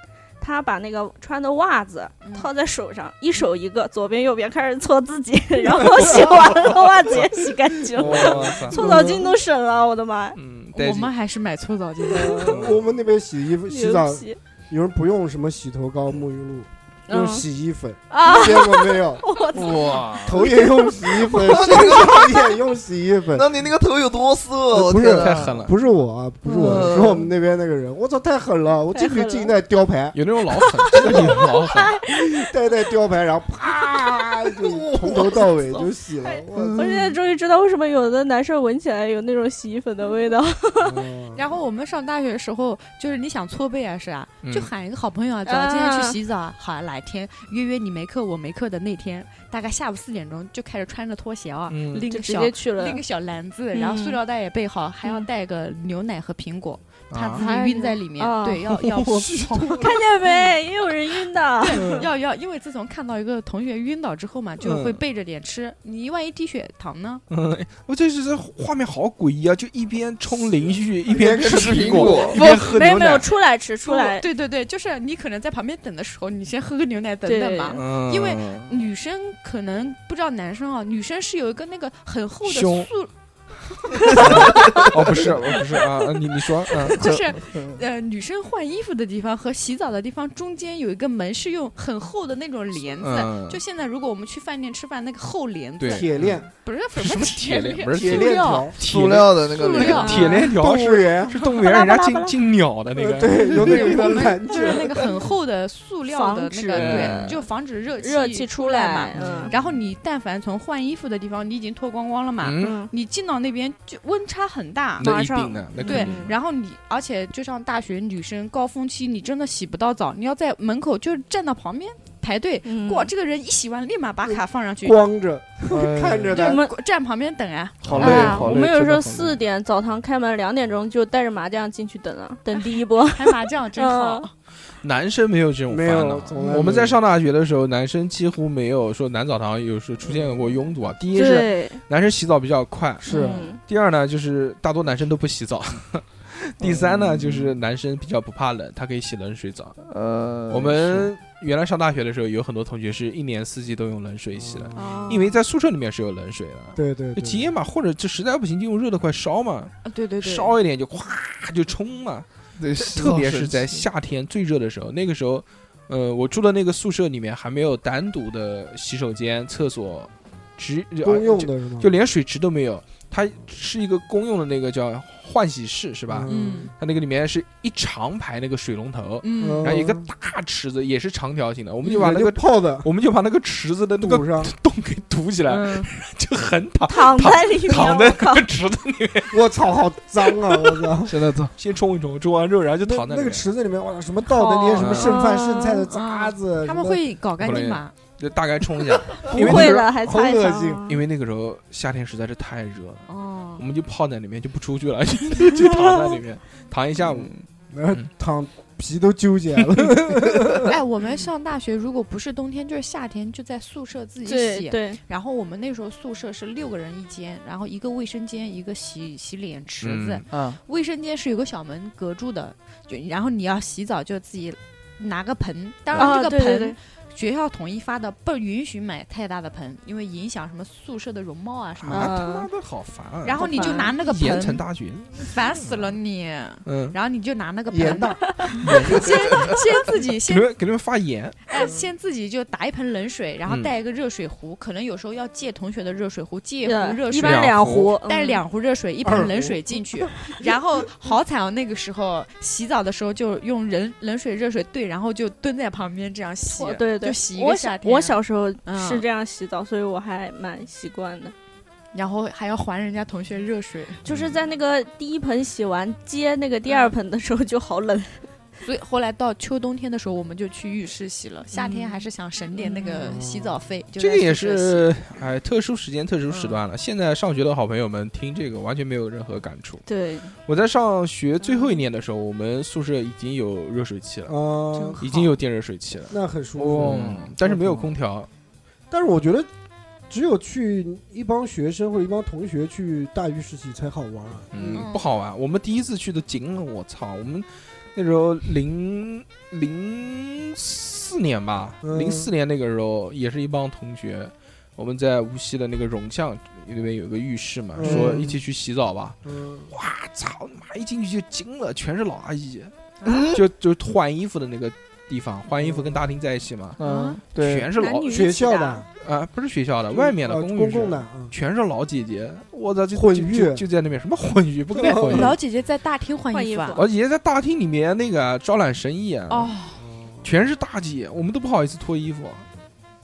她把那个穿的袜子
嗯
套在手上，一手一个，左边右边开始搓自己，然后洗完了袜子也洗干净了，
我操，
搓澡巾都省了，我的妈！
嗯，带
我
劲
们还是买搓澡 巾的。
我们那边洗衣服洗澡
牛，逼
有人不用什么洗头膏、沐浴露，用
嗯
洗衣粉，
啊，
见过没有？
我操
哇，
头也用洗衣粉，身上也用洗衣 粉。
那你那个头有多色？我
不是
天哪
太狠了，
不是我，啊，不是我，
嗯
是我们那边那个人。我操，太狠了！我进
太
去
狠了
进一袋雕牌，
有那种老狠，真的有老狠，
带一袋雕牌，然后啪，就从头到尾就洗了。我
我现在终于知道为什么有的男生闻起来有那种洗衣粉的味道。
然后我们上大学的时候，就是你想搓背啊，是啊，
嗯
就喊一个好朋友啊，走，
啊
今天去洗澡啊，好啊，哪天约约你没课我没课的那天，大概下午四点钟就开始穿着拖鞋啊，
嗯
拎
就
个
直
小
接去了
拎个小篮子，然后塑料袋也备好，还要带个牛奶和苹果，他自
啊
己运在里面，
啊
对，要要 吸
看见没，也有人晕的。
要要，因为自从看到一个同学晕倒之后嘛，就
嗯
会背着点吃，你万一低血糖呢？
嗯，我这是这画面好诡异啊！就一边冲淋浴， 一边
边吃
吃
苹
苹
果
一边喝
没
牛
有没有，
奶。
出来吃，出来。
对对对，就是你可能在旁边等的时候，你先喝个牛奶等
对
等嘛。
嗯，
因为女生可能不知道男生啊，女生是有一个那个很厚的
胸
塑，
哦不是，哦不是啊，啊你你说，嗯，
就是呃女生换衣服的地方和洗澡的地方中间有一个门，是用很厚的那种帘子。
嗯
就现在如果我们去饭店吃饭，那个厚帘子
对
铁链，
不是
什
什
么
么
铁链
链，
不是
铁
塑
链
料
条，
塑料的那个
塑
嗯那
料
个
脸，
铁链条
动物
是
园，
是 动物园人家进进鸟的那
呃
个，嗯
对，有那个
对
给它
我们
拦起
就是
来。
那个很厚的塑料的
防
那
止
个，对，就防止热
热气
气
出
来
来
嘛。
嗯
然后你但凡从换衣服的地方，你已经脱光光了嘛，
嗯，
嗯，
你进到那边就温差很大，
那
马
一
上
定啊的，那肯
对
定的，
然后你，而且就像大学女生高峰期，你真的洗不到澡，你要在门口就是站到旁边排队。
嗯
过这个人一洗完，立马把卡放上去，
光着
哎
看着
我
它，
们
过站旁边等啊。
好累
啊，
好
我
累。
们
真
有时
的
候
好累
四点澡堂开门，两点钟就带着麻将进去等了，等第一波。
还麻将真好，
男生没有这种
没
烦恼
有，。从来
我们
没有
在上大学的时候，男生几乎没有说男澡堂有时出现过拥堵啊。第一是啊
对，
男生洗澡比较快，
是
嗯
第二呢就是大多男生都不洗澡， 第三呢就是男生比较不怕冷，他可以洗冷水澡。
呃，
我们原来上大学的时候，有很多同学是一年四季都用冷水洗
嗯
的，
哦
啊因为在宿舍里面是有冷水的。
对对
就
对，
节嘛，或者就实在不行就用热的快烧嘛，
啊对对对，
烧一点就咵就冲嘛。
对
特别是在夏天最热的时候，那个时候，呃，我住的那个宿舍里面还没有单独的洗手间、厕所，只
公用，
就啊
的是吗？
就连水池都没有。它是一个公用的那个叫换洗室，是吧？
嗯
它那个里面是一长排那个水龙头，
嗯
然后一个大池子，也是长条形的，我们就把
把
那
那
个
个泡的
我们就把那个池子的那个
堵上，
洞给堵起来，
嗯，
就横躺
躺
躺
在里面，
躺
我
在
靠
那，个池子里面，，
我操，好脏啊！我操
真的走，先冲一冲，冲完之后然后 就
那
躺在
那
里
个
面
池子里面，哇，什么倒的那些什么剩饭剩菜的
啊
渣子，
他
什
们
么
会搞干净吧？
就大概冲一下，
不
因为那
会
个
了，还
好
擦一
恶
擦
心
啊。
因为那个时候夏天实在是太热了，
嗯哦
我，们就泡在里面就不出去了， 就就躺在里面
嗯
躺一下午。
然后
嗯
躺皮都揪起来了。
哎，我们上大学如果不是冬天就是夏天，就在宿舍自己
对
洗。啊
对，
然后我们那时候宿舍是六个人一间，然后一个卫生间，一个洗洗脸池子，
嗯
啊，
卫生间是有个小门隔住的，就然后你要洗澡就自己拿个盆，当然
啊
这个
对
盆、
对对
学校统一发的，不允许买太大的盆，因为影响什么宿舍的容貌啊什么的。
啊，他
嗯
妈的好烦啊！
然后你就拿那个
盐城
盆，
大学，
烦死了你！
嗯，
然后你就拿那个
盐
盆，
大，
先先自己
给
先
你们给你们发盐，
哎，先自己就打一盆冷水，然后
嗯
带一个热水壶，可能有时候要借同学的热水壶，借一壶热
对一
水，
般
两
两
壶
壶，
带
嗯
两壶热水，一
二
盆
壶
冷水进去，然后好惨哦！那个时候洗澡的时候就用人冷水、热水兑，然后就蹲在旁边这样洗
我，对对
就洗，一
我
个
小
夏天。
我小时候
嗯
是这样洗澡，所以我还蛮习惯的。
然后还要还人家同学热水，
嗯
就是在那个第一盆洗完接那个第
嗯
二盆的时候就好冷，
所以后来到秋冬天的时候，我们就去浴室洗了。夏天还是想省点那个洗澡费，就
这个
在嗯
也
宿舍洗
是哎特殊时间特殊时段了。现在上学的好朋友们听这个完全没有任何感触。
对，
我在上学最后一年的时候，我们宿舍已经有热水器了，
啊
真，哦好哦
已经有电热水器了，
那很舒服。
嗯，但是没有空调。
但是我觉得，只有去一帮学生或者一帮同学去大浴室洗才好玩啊。
嗯，
嗯
不好玩。我们第一次去的紧了，我操！我们那时候零零四年吧，
嗯
零四年那个时候也是一帮同学，我们在无锡的那个榕巷那边有个浴室嘛，
嗯
说一起去洗澡吧。
嗯，
啊，操！妈一进去就惊了，全是老阿姨，就就换衣服的那个。地方，换衣服跟大厅在一起嘛，
嗯
嗯，
对，
全是
男
老
女
学校
一
的
起的，
啊，不是学校的，外面的
呃
公寓
公
是
共的，嗯
全是老姐姐，我操，就
混
就就
浴
就在那边什么混浴，不跟
对
混浴，
老姐姐在大厅换
换
衣
衣
服啊
服
老姐姐在大厅里面那个招揽神意啊，
哦，
全是大姐，我们都不好意思脱衣服，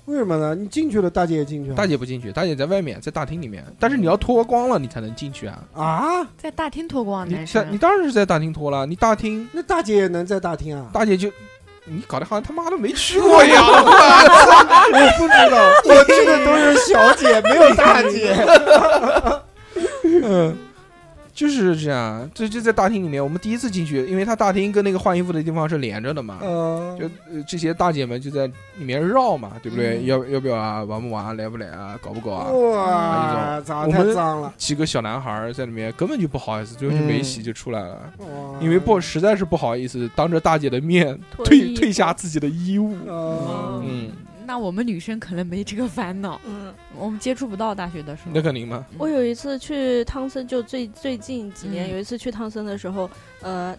为什么呢？你进去了，大姐也进去了，
大姐不进去，大姐在外面，在大厅里面，但是你要脱光了你才能进去啊，
啊，
在大厅脱哦光啊
你
男
在你
生，
当然是在大厅脱了，你大厅
那大姐也能在大厅啊？
大姐就。你搞得好像他妈的没去过一样，啊
我不知道， 我去的都是小姐，没有大姐。
嗯，就是这样。啊这就在大厅里面，我们第一次进去，因为他大厅跟那个换衣服的地方是连着的嘛，
嗯，
就、呃这些大姐们就在里面绕嘛，对不对？
嗯
要要不要啊？玩不玩？来不来啊？搞不搞
哦
啊？
哇，
我
咋
们
太脏了？
几个小男孩儿在里面根本就不好意思，最后就没洗
嗯
就出来了，
哇
因为不实在是不好意思当着大姐的面
脱
退
衣
退下自己的衣物。
呃
嗯，
那我们女生可能没这个烦恼，
嗯，
我们接触不到大学的时候
那，肯定嘛。
我有一次去汤森，就最最近几年、
嗯
有一次去汤森的时候，呃，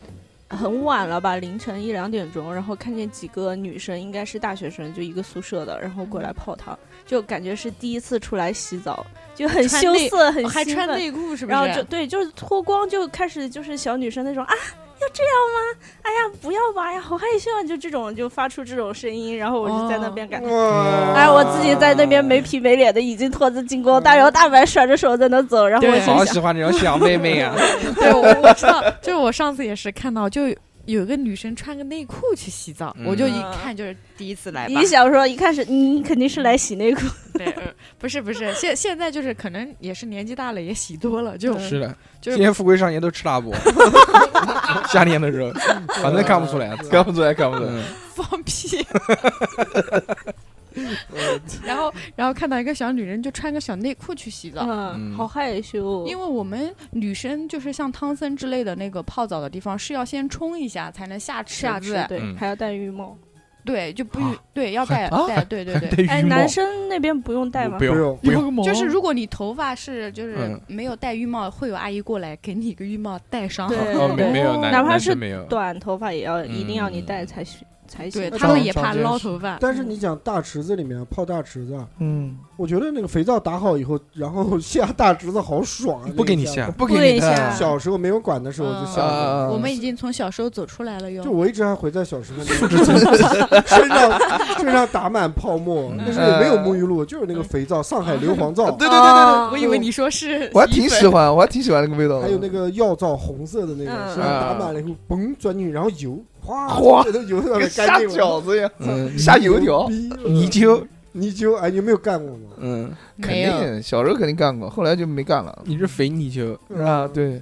很晚了吧，凌晨一两点钟，然后看见几个女生，应该是大学生，就一个宿舍的，然后
嗯
过来泡汤，就感觉是第一次出来洗澡，就很
穿
羞
内
涩，很
哦还
兴
穿
奋
内裤是不是？啊
然后 就对，就是脱光就开始就是小女生那种啊，要这样吗？哎呀，不要吧，哎呀，好害羞啊，就这种就发出这种声音，然后我就在那边感觉。
哇
哎，我自己在那边没皮没脸的，已经拖着金光大摇大摆甩着手在那走，然后我
对
心
嗯好
想，
喜欢这种小妹妹 啊！
对，我我知道，就是我上次也是看到，就有个女生穿个内裤去洗澡，
嗯
我就一看 就是第一次来吧
你。 想说一开始你肯定是来洗内裤，
对，呃不是不是，现现在就是可能也是年纪大了，也洗多了，就是
的，
就
今
是
年富贵少年都吃大补，夏天的时候，嗯反
啊
正看不出 来。
看不出来，看不出来。
嗯
放 屁。然后然后看到一个小女人就穿个小内裤去洗澡。
嗯，好害羞，
因为我们女生就是像汤森之类的那个泡澡的地方，是要先冲一下才能下池
下
子
去，对
嗯，
还要戴浴帽。
对，就不
啊
对要戴
啊
戴， 对对对，
戴
哎，
浴
男
帽，
生那边不用戴吗
不？
不
用
用
不用，
有就是如果你头发是就是
嗯
没有戴浴帽，会有阿姨过来给你一个浴帽戴上。
对
哦，没没有，男
哪怕
男
是
生没有，
短头发也要一定要你
嗯
戴才行才
对
行。
他们也怕捞头发。
但是你讲大池子里面泡大池子，啊，
嗯，
我觉得那个肥皂打好以后，然后 下大池子好爽啊，
不给你
那个
下
下。
不
跪
给你看
下
小时候没有管的时候就下
啊啊
过，
啊
我们已经从小时候走出来了哟。
就我一直还回在小时 候那个身上身上打满泡沫，
嗯
那时候也没有沐浴露，就是那个肥皂， 上海硫磺皂，
对对对对
哦
我以为你说是，
对，我还挺喜。欢，我还挺喜欢那个味道
嗯
的。
还有那个药皂，红色的那个，
嗯
身上打满了以后，嘣钻进去，然后油，哗
哗
这都油特别
跟
干
下
净了，
饺子 一样，
嗯，
下油条、
泥
泥鳅，
泥鳅，哎，你有没有干过吗？
嗯，
肯
没有，
定小时候肯定干过，后来就没干了。
你是肥泥鳅。
嗯
啊，对，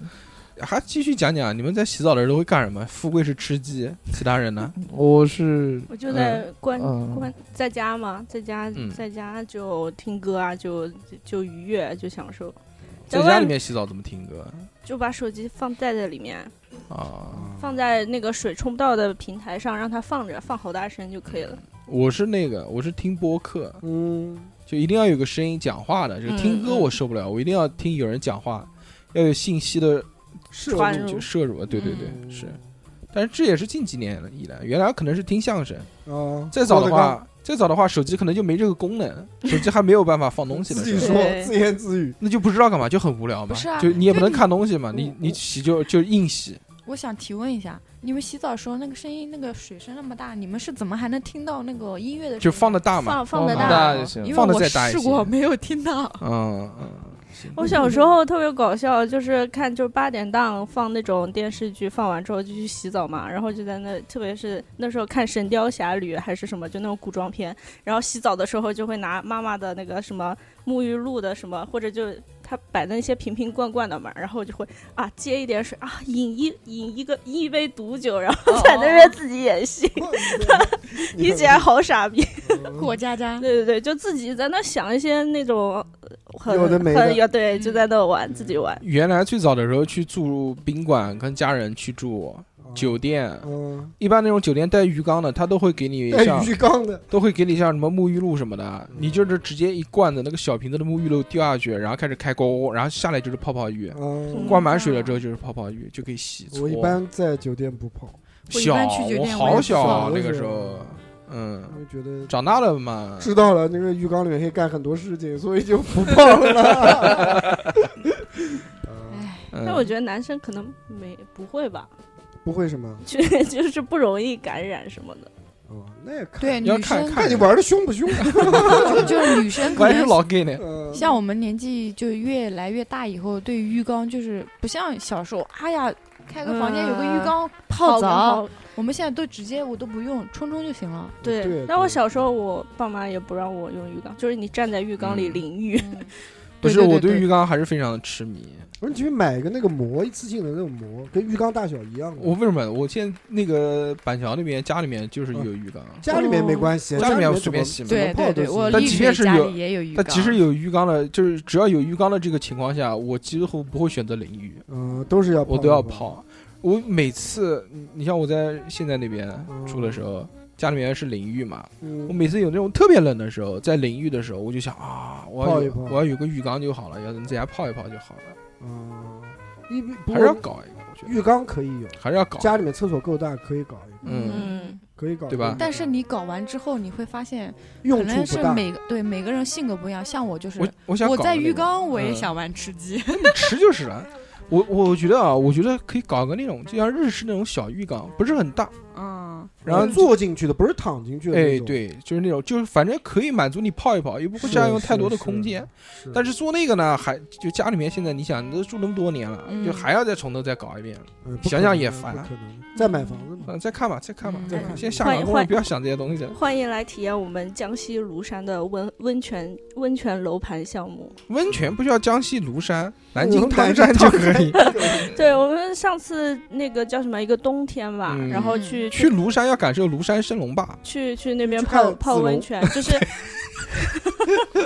还继续讲讲你们在洗澡的时候都会干什么？富贵是吃鸡，其他人呢？
我 是
我就在关
嗯
关在家嘛，在家
嗯
在家就听歌啊，就就愉悦，就享受。
在
外
家里
面
面洗澡怎么听歌
就把手机放在这里面，
啊？
放在那个水冲不到的平台上，让它放着，放好大声就可以了。
我是那个，我是听播客，
嗯，
就一定要有个声音讲话的。这个听歌我受不了，我一定要听有人讲话，要有信息的
是
穿
就就摄入。对对对，
嗯
是。但是这也是近几年以来，原来可能是听相声，
啊，
再早的
郭德纲
话，再早的话，手机可能就没这个功能，手机还没有办法放东西
自
的
己
时候，
说
对
自言自语，
那就不知道干嘛，就很无聊嘛。
不是啊
就你也不
就
能
你
看东西嘛，你
嗯
你洗就就硬洗。
我想提问一下，你们洗澡的时候那个声音，那个水声那么大，你们是怎么还能听到那个音乐的？
就放的。大嘛，
放放得
放
大。
就
因
行。
为
放得
我
再大一
试
些
过，没有 听到。
嗯嗯，
我小时候特别搞笑，就是看就是八点档放那种电视剧，放完之后就去洗澡嘛，然后就在那，特别是那时候看《神雕侠侣》还是什么，就那种古装片，然后洗澡的时候就会拿妈妈的那个什么沐浴露的什么，或者就她摆的那些瓶瓶罐罐的嘛，然后就会啊接一点水啊，饮一饮一个饮一杯毒酒，然后在那边自己演戏，听起来好傻逼。
过 家家，
对对对，就自己在那想一些那种呃很
有的没的
很有对，就在那玩、
嗯
自己玩。
原来最早的时候去住宾馆，跟家人去住酒店，
嗯，
一般那种酒店带浴缸的，他都会给你
带
像
鱼缸的，
都会给你像什么沐浴露什么的，你就是直接一罐子那个小瓶子的沐浴露掉下去，然后开始开锅，然后下来就是泡泡浴，
嗯，
灌满水了之后就是泡泡浴，就可以洗搓
我一。般在酒店不泡，
我一
小，
般去酒
我
店
好
也
小啊
不
那个
放
时候，嗯，
我觉得
长大了嘛，
知道了，那个浴缸里面可以干很多事情，所以就不胖了。嗯
哎，
嗯
但我觉得男生可能没不会吧，
不会什么？
就就是不容易感染什么的。
哦，那也看
对，
你要
女
看
生
看
看你玩的凶不啊凶。
就是女 生
我
可
还是
能
老 gay 呢，
嗯
像我们年纪就越来越大以后，对于浴缸就是不像小时候，哎呀，开个房间有个浴缸嗯泡澡，，我们现在都直接我都不用冲冲就 行了。
对
对。但我
对
小时候，我爸妈也不让我用浴缸，就是你站在浴缸里
嗯
淋浴。
不
对
是
对
我
对
对浴缸还是非常的痴迷。
我说你去买一个那个膜，一次性的那种膜，跟浴缸大小一样的。
我为什么？我现在那个板桥那边家里面就是
嗯
有浴缸，啊
家里面没关系，
家里面
面
我
怎
随便
么
洗嘛
怎么
对
泡都
对对，
行
我
但
丽
即
水
便是
家
有
里也有浴缸，
但即使有浴缸的，就是只要有浴缸的这个情况下，我几乎不会选择淋浴，
嗯，都是要泡
我都要
的吧。
泡。我每次，你你像我在现在那边住的时候，家里面是淋浴嘛，我
嗯，
每次有那种特别冷的时候，在淋浴的时候，我就想啊，我要
泡一
有
泡
我要有个浴缸就好了，要能在家泡一泡就好了，
嗯，一不
还是要
过
搞一个，我觉得
浴缸可以有，
还是要搞。
家里面厕所够大可以搞一个，
嗯，
嗯，
可以搞一个
对吧
但是你搞完之后，你会发现可
用处
能
不
是
大。
每个对每个人性格不一样，像我就是
我我想
我
搞
在
个
浴
那种
缸我也
嗯
想玩吃鸡，
吃就是了。我我觉得啊，我觉得可以搞个那种，就像日式那种小浴缸，不是很大，
嗯，
然后
是坐进去的，不是躺进哦去的那
哎，
种。
对，就是那种，就是反正可以满足你泡一泡，又不会
是
占用太多的
是
空间。
是
但是做那个呢，还就家里面现在你想，你都住那么多年了，
嗯
就还要再从头再搞一遍，
嗯不可
想想也
能的
烦啊
不可能的，再买房子嘛。
嗯，再看吧，再看吧，
嗯
再看，
嗯
先下
换
岗
一
工了，
换
不要想这些东西了。
欢迎来体验我们江西庐山的温温泉温泉楼盘项目。
温泉不需要江西庐山，南
嗯
京
南
汤
京
山就
汤
可以。
对我们上次那个叫什么一个冬天吧，
嗯
然后去
去庐山要感受庐山升龙霸，
去去那边
去
泡
看
泡
子
温
龙
泉，就是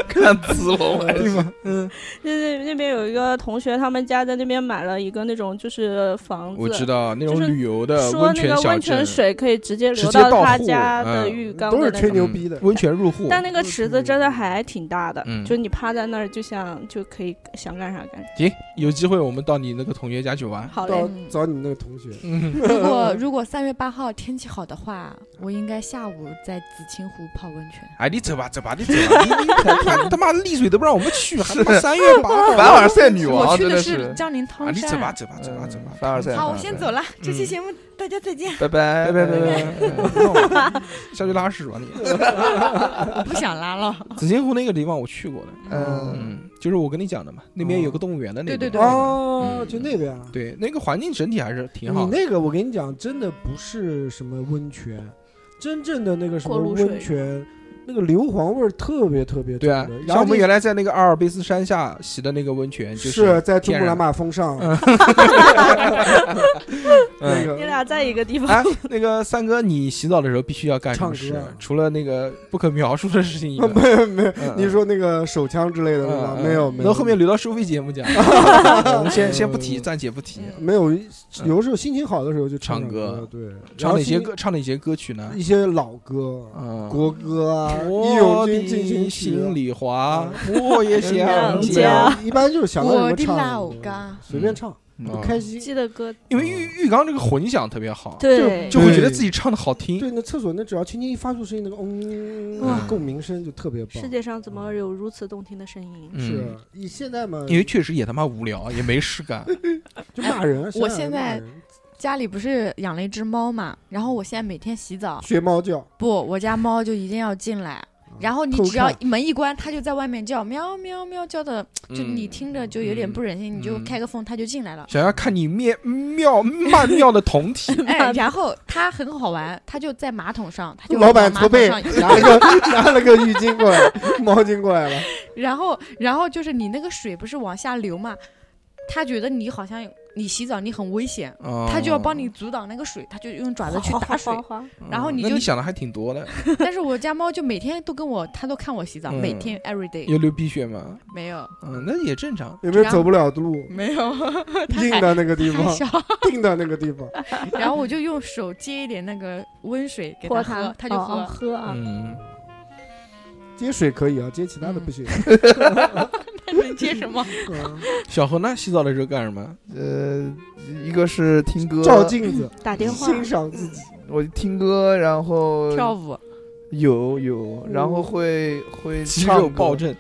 看子 龙，哎
对吧？嗯，
就是那边有一个同学，他们家在那边买了一个那种就是房子，
我知道那种
就是
旅游的
说
温
那个
泉小
温泉
镇，
水可以直接
直
流
接到
他
户
家
嗯
的浴缸
都
的
是
那
吹
种。
牛逼的
嗯温泉入户。
但那个池子真的还挺大的，
嗯
就你趴在那儿就想就可以想干啥干啥。
行，有机会我们到你那个同学家去玩。
嗯
好嘞
到，找你那个同学，
嗯，
如果如果三月八号天气好的话，我应该下午在紫清湖泡温泉。
哎，你走吧，走吧，你走吧，你你他他妈丽水都不让我们去，还他妈三月 八号，
凡尔赛女
我
王
去
真
的
是，
江陵
啊，
汤
你走吧，
山。
走吧，走吧，走吧
嗯，凡尔赛
好，我先走了，这期节目大家再见。
拜拜
拜拜拜拜拜拜，下去拉屎吧你。
我不想拉了。
紫金湖那个地方我去过的，
嗯，
嗯，就是我跟你讲的嘛，那边有个动物园的那
对对
边，
对
哦，
嗯
就那边啊。
对，那个环境整体还是挺好
你
的。
那个，我跟你讲，真的不是什么温泉，真正的那个什么
过路水
温泉，那个硫磺味儿特别特别重
对啊
的。，然
像
后
我们
你
原来在那个阿尔卑斯山下洗的那个温泉，就是
在珠
天
穆朗
然
玛峰上
嗯
那
嗯，
你
个
俩在一个地方，
哎，那个三哥，你洗澡的时候必须要干什么事
唱歌啊？
除了那个不可描述的事情以外，
没有没有，
嗯
你说那个手枪之类的对吧？
嗯嗯
没有
嗯
没有，
那后面留到收费节目 讲，我们先先不提，暂且不提。
嗯
没有，有时候心情好的时候就
唱
唱
歌
歌，对，然
唱
后
哪些
心
歌？唱哪些歌 曲呢
情？一些老歌，
嗯，
国歌啊，义勇
我
军进
的
行曲
心
啊。
里话， 我也想
想
家
家。
一般就是想到什么
我的
唱
老
什么
歌
随便唱，
嗯
开心。啊
记得歌，
因为浴浴缸这个混响特别好，
对，
就会觉得自己唱的好听。
对，那厕所那只要轻轻一发出声音，那个嗡、
哇
共鸣声就特别棒
世。界上怎么有如此动听的声音？
嗯
是，，啊你现在嘛，
因为确实也他妈无聊，也没事干。
就骂人啊。
哎我
想想
现在
就骂人
家里不是养了一只猫嘛，然后我现在每天洗澡，
学猫叫，
不，我家猫就一定要进来。然后你
偷
只要
看
门一关，它就在外面叫喵喵喵叫的， 就你听着就有点
嗯
不忍心，你就
嗯
开个缝，它就进来 了。
想要看你面妙曼妙的酮体，
哎，然后它很好玩，它就在马桶上，它就
老板驼
往马桶
背
上一
拿了个 拿了个浴巾过来，毛巾过来了，
然后，然后就是你那个水不是往下流嘛，他觉得你好像你洗澡你很危险，他
他
就要帮你阻挡那个水，他就用爪子去打水
哗。哗哗
然后
嗯
你
那
就
你想的还挺多的，
但是我家猫就每天都跟我，它都看我洗澡，
嗯
每天 every day
有流鼻血吗？
没有
嗯，那也正常。
有没有
然后
走不了的路？
没有，
硬的那个地
太
方，
少。
定的那个地 方，
然后我就用手接一点那个温水给它
泼
喝，它
他
就
哦哦
喝。
喝啊，
嗯，
接水可以啊，接其他的不行。
嗯 能接什么？
嗯
小何呢？洗澡的时候干什么？
呃，一个是听歌，
照镜子，
打电话，
欣赏自己。
我听歌，然后
跳舞，
有有，然后会会
肌肉
唱歌
暴，震，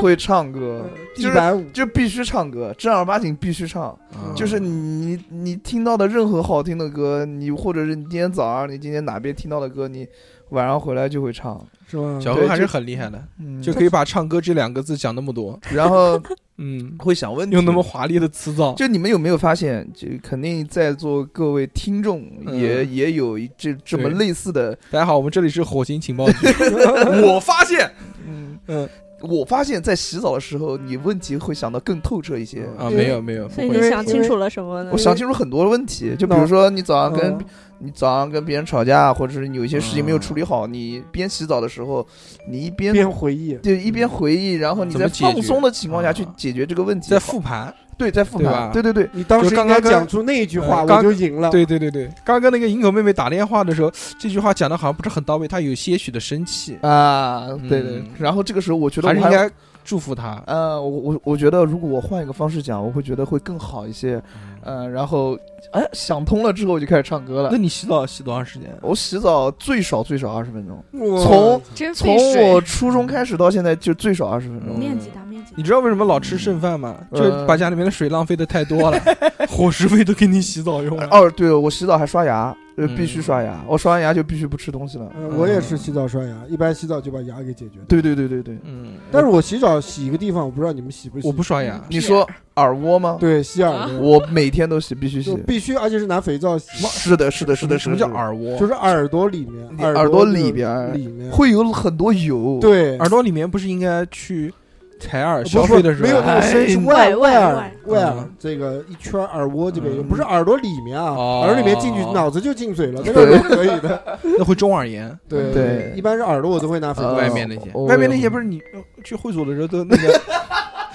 会唱
嗯
歌，
嗯地
就是
板舞，
就必须唱歌，正儿八经必须唱。
啊
就是你你听到的任何好听的歌，你或者是你今天早上你今天哪边听到的歌，你晚上回来就会唱。
是吧？
小何还是很厉害的，
嗯，
就可以把唱歌这两个字讲那么多，
然后
嗯，
会想问 题，嗯
用那么华丽的词藻，
就你们有没有发现，就肯定在座各位听众也、
嗯
也有一这这么
对
类似的，
大家好，我们这里是火星情报局， 我发现
嗯
嗯
我发现，在洗澡的时候，你问题会想得更透彻一些。
啊，没有没有，不
所以
会
你想清楚了什么呢
我？想清楚很多问题，就比如说你早上跟、
嗯
你早上跟别人吵架，或者是你有一些事情没有
嗯
处理好，你边洗澡的时候，你一边
边回忆，
就一边回忆，然后你
怎
在
么解决
放松的情况下去
啊
解决这个问题，
在复盘，
对在复
对吧
盘，对对对，
你当时
就
应
刚
该
刚
讲出那一句话，
呃
我
刚
就赢了。
对对对对，刚刚那个营口妹妹打电话的时候，这句话讲的好像不是很到位，她有些许的生气，
啊，对对
嗯。
然后这个时候，我觉得
还
我
是应该祝福 她，
呃，我我我觉得如果我换一个方式讲，我会觉得会更好一些。呃，然后哎想通了之后，我就开始唱歌
嗯那
了。
你洗澡洗多长时间？啊
我洗澡最少最少二十分钟，
哇
从
真
从
费水
我初中开始到现在就最少二十分钟。
面积大，面积
你
大。
知道为什么老吃剩饭吗？
嗯
就是把家里面的水浪费的太多了，伙食费都给你洗澡用了。
哦，对了，我洗澡还刷牙，呃，必须刷牙。我刷完牙就必须不吃东西了。
呃我也是洗澡刷牙，一般洗澡就把牙给解决掉。
对对对对对，
嗯，
但是我洗澡洗一个地方，我不知道你们洗不洗。
我不刷牙，
你说耳蜗吗？
对洗耳朵，
我每天都洗，必须洗
就。必须，而且是拿肥皂洗，
是的，是的，是的，
什
是
么
的。
叫
是的？
耳蜗？
就是耳朵里面，
你
耳
耳朵
就是
里边
里面
会有很多油。，
对
耳朵里面不是应该去采耳
不
消
不
费的时候
没有那个
哎
深是外外
外外
耳外耳
嗯
这个一圈耳蜗这边有，
嗯
不是耳朵里面啊，
哦
耳朵里面进去脑子就进水了，那
对
个不可以的。
那会中耳炎。
对
对
一般是耳朵我都会拿肥皂
呃
外面那些，
我
外面那些不是你呃去会所的时候都那个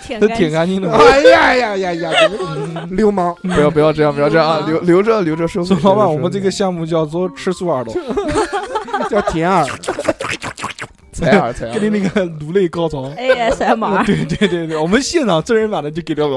舔
都
干
舔
净
干净的吗？
哎呀呀呀呀！你们流氓，
不要不要这样，不要这样啊！留留着留着收费。
说老板，
留着
我们
收
这
费
个项目叫做吃素耳朵，
叫舔耳，
采耳采耳
给你那个颅内高潮。
ASMR，
对对对对，我们现场真人版的就给了。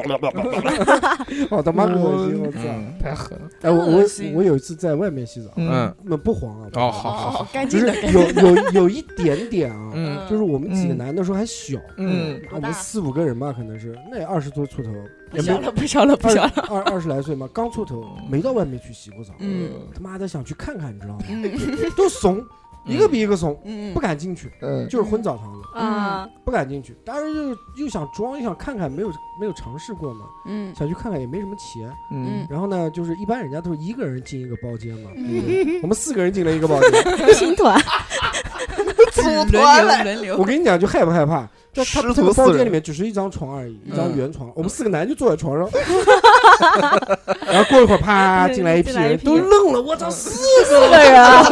我他妈恶心！我操！
嗯
太狠了。
哎，我我
恶心
我有一次在外面洗澡，
嗯，
那不黄啊，
哦，好好好，
干
就
净
是
的，干净
有
的
有有一点点啊，
嗯
就是我们几个
嗯
男的时候还小，
嗯，
我们四五个人吧，可能是那二十多出头，
不小了，不小了，不
二
小 了，
二二十来岁嘛，刚出头，
嗯
没到外面去洗过澡，
嗯
他妈的想去看看，你知道吗？
嗯
都怂，一个比一个怂，
嗯，
不敢进去，
嗯，
就是混澡堂子，
啊，
不敢进去。当时又又想装，又想看看，没有没有尝试过嘛，
嗯
想去看看也没什么钱。
嗯
然后呢，就是一般人家都是一个人进一个包间嘛，
嗯，
我们四个人进了一个包间，
青团，
组
轮
团
流
了，
轮流，
我跟你讲，就害不害怕？这他
师
这
徒
个
四
包间
人
里面只是一张床而已，一张
嗯
圆床，我们四个男就坐在床上， 然后过一会儿啪
对
进来一批
进来一
人，
批
都
人
愣了，我
嗯
操！四
四个人啊，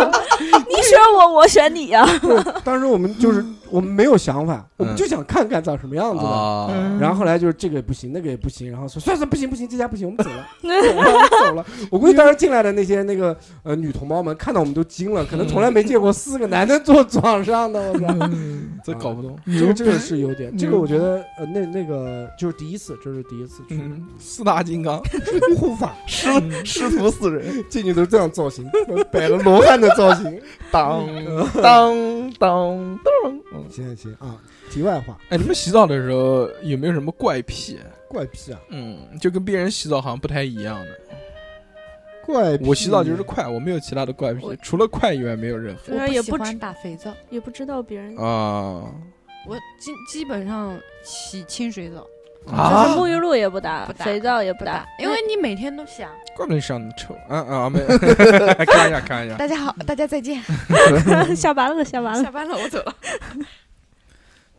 你选我，我选你啊呀，
个当时我们就是我们没有想法，我们
嗯
就想看看长什么样子嘛。
啊，
然后后来就是这个也不行，那个也不行，然后说算算不行不行，这家不行，我们走了，然后我们走了。我估计当时进来的那些那个呃女同胞们看到我们都惊了，可能从来没见过四个男的坐床上的，我操！
这搞不懂。
这个这个是有点，这个
牛
我觉得呃那那个就是第一次，这是第一次去
嗯，四大金 刚， 嗯
护法
师师徒四人，
进去都是这样造型， 摆了罗汉的造型。
当当当当，
行行行啊，题外话，
哎，你们洗澡的时候有没有什么怪癖？
怪癖啊，
嗯，就跟别人洗澡好像不太一样的。
怪
哎
癖。哎
我洗澡就是快，我没有其他的怪癖
我，
除了快以外没有任何
我不
也
喜
不
欢
欢打肥皂，
也不知道别人。
啊
我基基本上洗清水澡
就是
啊！
沐浴露也不打
不，打
肥皂也不
打
打，，
因为你每天都想。
怪不得你长得丑啊啊！ 没，看一下看一下，
大家好，大家再见，
下班了，下班了
嗯 下。班了，我走了。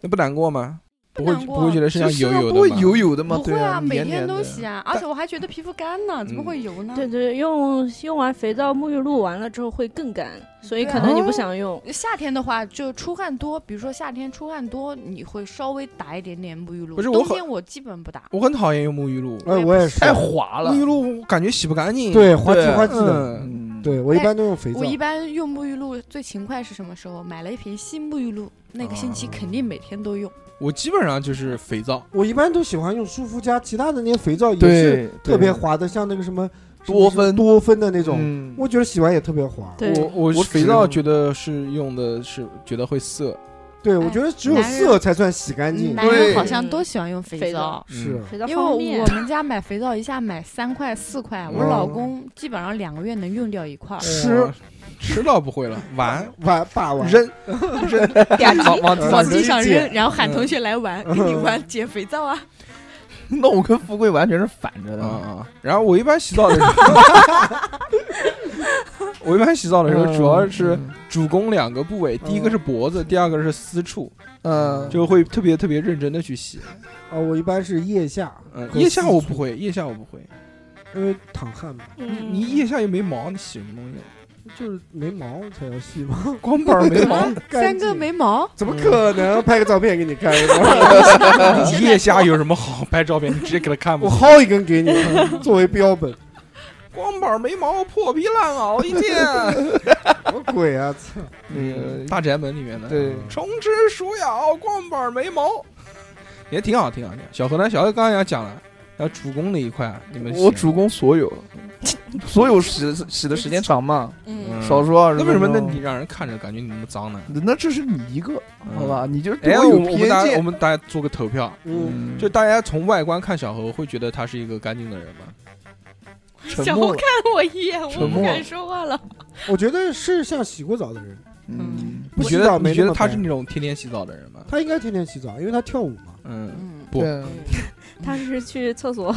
那不难过吗？不会
难过
不会觉得身上油油
不会
的吗？
油油的吗？
不会
对
啊，
啊，
每
黏
天
黏
都
的
洗啊，而且我还觉得皮肤干呢，怎么
嗯
会油呢？
对对，用用完肥皂、沐浴露完了之后会更干，所以
对
可
啊
能你不想用。
夏天的话，就出汗多，比如说夏天出汗多，你会稍微打一点点沐浴露。
不是我
冬
很
天我基本不打。
我很讨厌用沐浴露，
哎，我也是，
太滑了
沐。浴露我感觉洗不干净。
对滑稽
对
滑稽的。
嗯，
嗯，
对我一般都用肥皂
哎我，一般用沐浴露最勤快是什么时候？买了一瓶新沐浴露，那个星期肯定每天都用。
我基本上就是肥皂，
我一般都喜欢用舒肤佳，其他的那些肥皂也是特别
滑。
滑的，像那个什么。
多酚
多酚的那种，
嗯，
我觉得洗完也特别滑。
对
我我
我
肥
只
皂
用
觉得是用的是觉得会涩，
对，我觉得只有
男人
色才算洗干净。
嗯男人
对
好像都喜欢用肥
肥
皂
皂。
嗯
是，
肥皂
因
方
为
便
我们家买肥皂一下买三块四块，我
嗯
老公基本上两个月能用掉一 块儿。
吃
哇吃倒不会了，玩
完把完
扔扔往
呃
往地
往
上
地
扔。
上
扔
扔，然后喊同学来玩，跟你玩捡肥皂啊。
那我跟富贵完全是反着
啊
的。
啊！然后我一般洗澡的时候， 我一般洗澡的时候主要是主攻两个部位，第一个是脖子，第二个是私处，
嗯，
就会特别特别认真的去洗。
啊，我一般是腋下
嗯，，
和
腋下
四
我
处
不，会，腋下我不会。
因为淌汗嘛，
你
嗯，
你 腋下又没毛，你洗什么东西？啊
就是没毛才要洗嘛。
光板 没毛，
三个眉毛，
怎么可能？拍个照片给你看一下。
嗯你腋下有什么好 拍照片？你直接给他看吧
我。薅一根给你作为标本，
光板没毛，破皮烂袄一件。
什么鬼啊！操
那个
大宅门里面的，
对，
虫吃鼠咬，光板没毛，也挺好，挺好，挺好。小何呢？小何刚刚也讲了，要主攻那一块，你们
我
喜欢
主攻 所有，所有洗洗的时间长嘛，
嗯
少说二十
那为什么
分
那
钟
你让人看着感觉你那么脏呢？
那这是你一个，
嗯
好吧？你就是对
哎，
有
我们我们
偏
大家我
见。
们大家做个投票，
嗯，
嗯
就大家从外观看小何，会觉得他是一个干净的人吗？
沉
小
默
红
了
看我一眼，我
沉
不
默
敢说话了。
我觉得是像洗过澡的人，
嗯，
你
不
觉
洗澡
得
没
你
那
觉得
么
他
白
是那种天天洗澡的人吗？
他应该天天洗澡，因为他跳舞 嘛。
嗯，
嗯，
不
对
他是去厕所，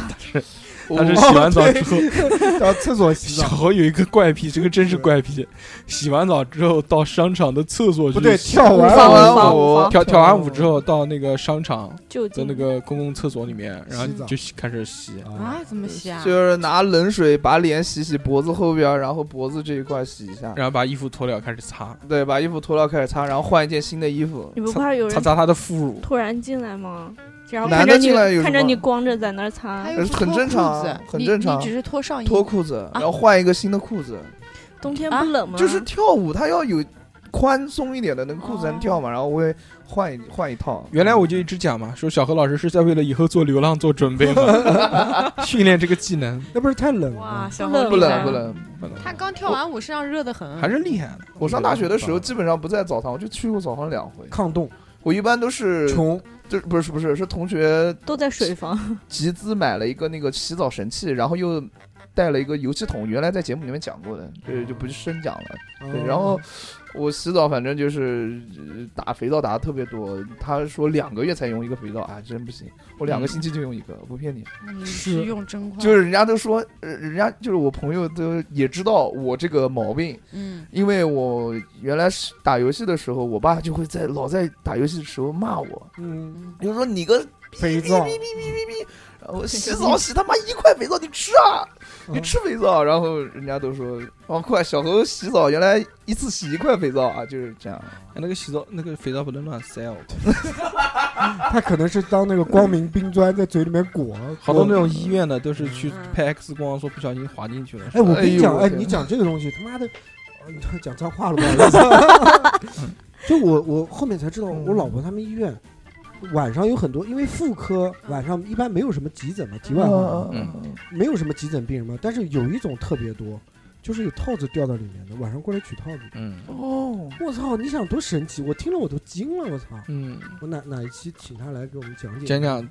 但是洗完澡 之后，啊
到厕所洗
小
澡，
何有一个怪癖，这个真是怪癖。洗完澡之后到商场的厕所去
不对，
洗
跳完
跳
舞
完
哦
舞
跳跳完舞之后到那个商场
就
的
近
那个公共厕所里面，然后
洗澡
就洗开始洗。
啊，
啊，怎么洗啊？
就是拿冷水把脸洗洗，脖子后边儿，然后脖子这一块洗一下，
然后把衣服脱掉，开始擦
对，把衣服脱掉开始擦，然后换一件新的衣服。
你不怕有
擦
人
擦他的副乳。
突然进来吗？然后
男
看
的
着你
进来有什
看着
么
你光着在那儿擦
还，有
很正常啊很正常
你只是脱上衣，
脱裤子，然后换一个新的裤子，
冬天
啊
不冷吗？
就是跳舞，它要有宽松一点的那个裤子才能
哦
跳嘛，然后我会换一换一套。
原来我就一直讲嘛，说小何老师是在为了以后做流浪做准备嘛， 训练这个技能，
那不是太冷
哇，
了。
小
不冷
红
不
厉
冷
害
不
了
冷，
他刚跳完舞，身上热得很。
还是厉害的。嗯
我上大学的时候基本上不在澡堂，我就去过澡堂两回。
抗冻
我一般都是
穷，
就是不是不是是同学
都在水房，
集资买了一个那个洗澡神器，然后又带了一个油漆桶，原来在节目里面讲过的，对，就不去深讲了。对，然后我洗澡反正就是呃打肥皂打的特别多，他说两个月才用一个肥皂啊，真不行，我两个星期就用一个，我不骗你。
你是用真快，
就是人家都说，呃人家就是我朋友都也知道我这个毛病，
嗯，
因为我原来是打游戏的时候，我爸就会在老在打游戏的时候骂我，
嗯，
就说你个
肥皂
哔哔哔哔哔哔，我洗澡洗他妈一块肥皂，你吃啊，你吃肥皂，然后人家都说，哦，快，小何洗澡原来一次洗一块肥皂啊，就是这样。
哎那个洗澡那个肥皂不能乱塞哦，
他可能是当那个光明冰砖在嘴里面裹，
好多那
种。
种医院的都是去
嗯
拍 X 光，说不小心滑进去了。
哎，我跟你讲，
哎呦我
哎，
天
你讲这个东西，他妈的，呃讲脏话了，不好意思。 就我我后面才知道，我老
嗯
婆他们医院晚上有很多，因为妇科晚上一般没有什么急诊嘛，题外话，
嗯，
没有什么急诊病人嘛，但是有一种特别多，就是有套子掉到里面的，晚上过来取套子。
嗯
哦，
我操！你想多神奇，我听了我都惊了，我操！
嗯，
我哪哪一期请他来给我们讲解？
讲讲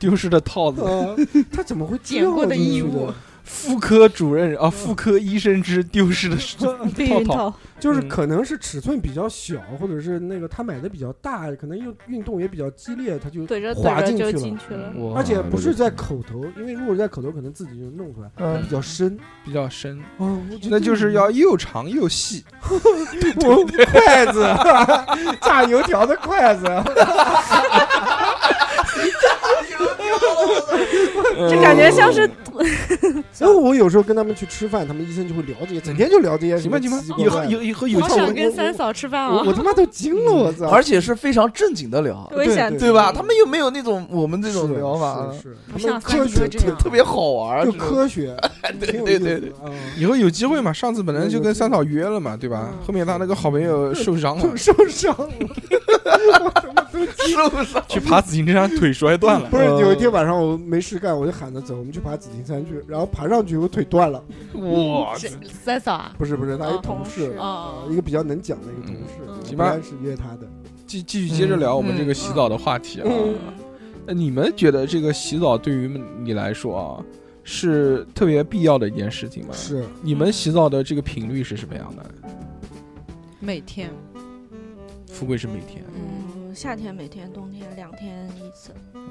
丢失的套子，
呃， 他怎么会
捡过的
掉进
衣
去
物
的？
妇科主任啊，妇科医生之丢失 的
避
套
孕
套。
套，
就是
嗯
可能是尺寸比较小，或者是那个他买的比较大，可能又运动也比较激烈，他就
怼着
滑
怼着
进
就
去了
进去了。
我
而且不是在口头，因为如果是在口头，可能自己就弄出来，
嗯
比，较深。
比较深，
哦，我觉得
那就是要又长又细。
我筷子， 炸油条的筷子，
这感觉像是
嗯所以我有时候跟他们去吃饭，他们医生就会聊这些，整天就聊这些什
行
么
吧
奇
行吧
奇，
以后
怪怪的。
以以
哎
后有
好
套
想
我
跟三嫂吃饭
我
哦。
我他妈都惊了，我操！
嗯而且是非常正经的聊，
我也想
对
对吧？他们又没有那种我们这种疗法，啊
是是他
不像
们科
三哥
学
这样
特别好玩儿，
就
这 种
科学，
对
挺有
对
意思
对
的
对。
嗯，
以后有机会嘛。上次本来就跟三嫂约了嘛，对吧？
嗯
后面他那个好朋友受伤了
受伤了，我他妈都
受伤。
去爬紫金山，腿摔断了
不。是
呃
有一天晚上我没事干，我就喊他走，我们去爬紫金山去。然后爬上去，我腿断了。
哇，
是 三嫂啊，
不是不是，他一
哦
同
同
事
事，
哦
一个比较能讲的一个同事，
嗯
我
行
本
吧
来是约他的。
继继续接着聊我们这个洗澡的话题啊。
嗯
那你们觉得这个洗澡对于你来说啊，是特别必要的一件事情吗？
是
你们洗澡的这个频率是什么样的？
每天，
富贵是每天，
嗯，夏天每天，冬天两天一次。
嗯，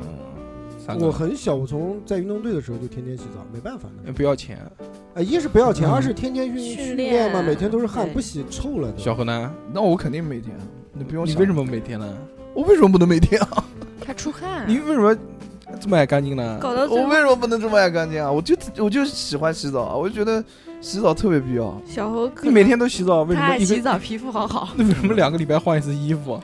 三
我
个
很小，我从在运动队的时候就天天洗澡，没办法的。
不要钱。
啊，一是不要钱，
嗯
二是天天训
训
训
练
练嘛，每天都是汗，
对
不洗臭了都
小。何呢？
那我肯定每天，啊你不用
你
想
为什么每天呢？
我为什么不能每天啊？
他出汗，
你为什么这么爱干净呢？
搞到最
我
后
为，什么不能这么爱干净啊？我就我就喜欢洗澡啊，我就觉得洗澡特别必要。
小猴可
你每天都洗澡，为
他
什么
爱
一
洗
个？
澡，皮肤 好好。
那为什么两个礼拜换一次衣服？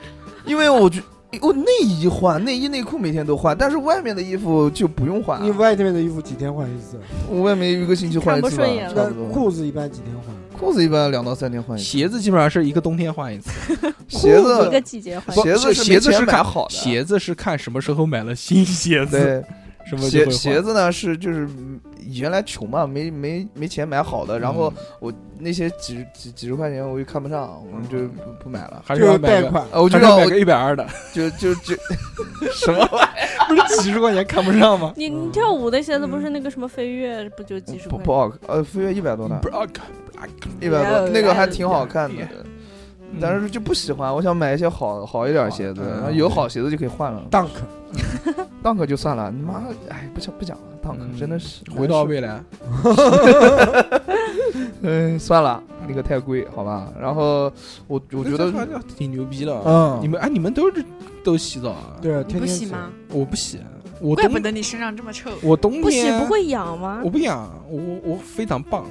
因为我觉我内衣换，内衣内裤每天都换，但是外面的衣服就不用换、
你
啊。
外面的衣服几天换一次？
我外面一个星期换一次
看不
吧
顺眼，了
差
那
不多。
裤子一般几天换？
裤子一般两到三天换一次，
鞋子基本上是一个冬天换一次，
鞋
能一个
子
季节换
不
鞋子
是鞋子
没
是
钱
看
买好的，
鞋子是看什么时候买了新鞋子，
对
什么
鞋鞋
子。
子呢是就是嗯原来穷嘛，没没没钱买好
嗯
的，然后我那些几几几十块钱我又看不上，我就
嗯
不不买了。
还是
就
要
是
买
贷
个，
款。
啊，我
还
就是
要
让
买
我
个一百二的，
就就就 什么玩意
不是几十块钱看不上吗？
你你跳舞的鞋子不是那个什么飞跃，不就几
儿
十
不
块？
不好看，呃，飞跃一百多哎呢
不，是啊，
一百多那个还挺好看
哎
的
呀，
但是就不喜欢。我想买一些好好一点儿鞋子，
好的
然后有好鞋子就可以换了。
呃
Dunk，
Dunk 就算了，你妈，哎，不讲不讲了
嗯
，Dunk 真的是
回到未来，
嗯，算了，那个太贵，好吧。然后我我觉
这
得
这这挺牛逼的啊。
嗯，
你们哎，你们都是都洗澡啊？，
对，
你
天
不
天
洗
洗
吗？？
我不洗，我
怪不
冬
得你身上这么臭。
我冬
不洗
天
不，会痒吗
啊
我？不养，我我非常棒。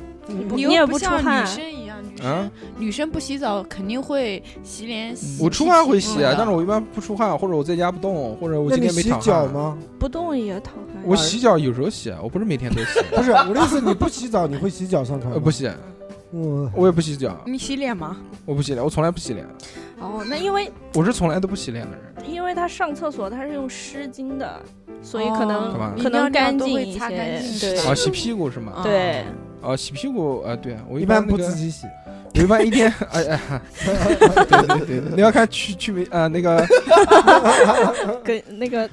你
又
也
不
不出
像
汗
女生一样，女生、
啊
女生不洗澡肯定会洗脸洗。
我出汗会洗啊，但是
我
我一般不出汗，或者我在家不动，或者我
那
今
你
天没啊
洗
淌
脚
汗。
吗？
不动也淌汗。
我洗脚有时候洗，我不是每天都 洗，
不是，我的意思，你不洗澡你会洗脚上床
呃，
吗？
不，洗，
嗯，
我也不洗脚，
你洗脸吗？
我不洗脸，我从来不洗脸，
哦，那因为
我是从来都不洗脸的人。
因为他上厕所他是用湿巾的，所以可
干嘛
能
一
可
定要
能
这样
干
都
净
会
一
擦
些
干
嗯
净。
啊，
对
洗屁股是吗？
对，
啊，洗屁股啊，对我
一
般
般
那
不
个
自己洗。
我一般一天，哎 哎，你要看去去没啊那 个
跟那个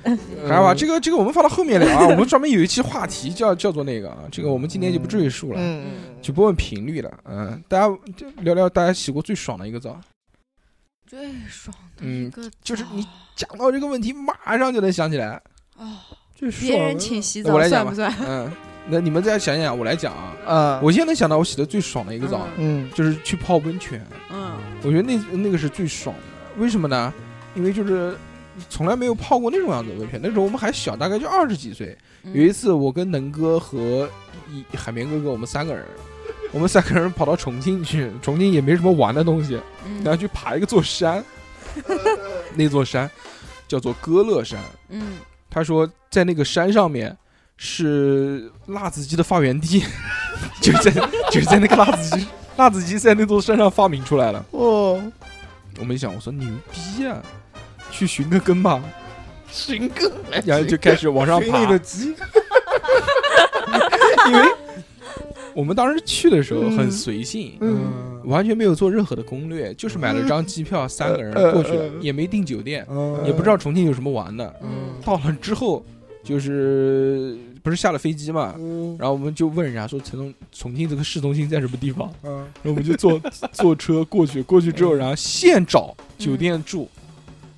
还有
嗯
吧，这个这个我们放到后面聊啊，我们专门有一期话题叫叫做那个啊，这个我们今天就不赘述了，
嗯，
就不问频率了，嗯，大家就聊聊大家洗过最爽的一个澡。
最爽的
嗯
一个澡、
就是你讲到这个问题，马上就能想起来。
哦，
这
别
爽
人
啊
请洗
我
澡
来讲
算
吧
不算？
嗯，那你们再想一想，我来讲啊。
啊，
我现在能想到我洗的最爽的一个澡，
嗯
就是去泡温泉，
嗯，
我觉得那那个是最爽的。为什么呢？因为就是从来没有泡过那种样子的温泉。那时候我们还小，大概就二十几岁。
嗯
有一次，我跟能哥和一海绵哥哥，我们三个人，我们三个人跑到重庆去，重庆也没什么玩的东西，然后
嗯
去爬一个座山， 那座山叫做歌乐山。
嗯，
他说在那个山上面是辣子鸡的发源地， 就在就在那个辣子鸡，辣子鸡在那座山上发明出来了。
哦，
我们一想，我说牛逼啊，去寻个根吧，
寻根
哎
来
然后就开始往上
群
爬
里。的鸡，
因为我们当时去的时候很随性，
嗯
完全没有做任何的攻略，就是买了张机票，三个人过去，也没订酒店，
呃嗯，
也不知道重庆有什么玩的。
嗯，
到了之后，就是不是下了飞机嘛，
嗯
然后我们就问人家说重庆重庆这个市中心在什么地方，
嗯，
然后我们就坐坐车过去，过去之
嗯
后，然后现找酒店住，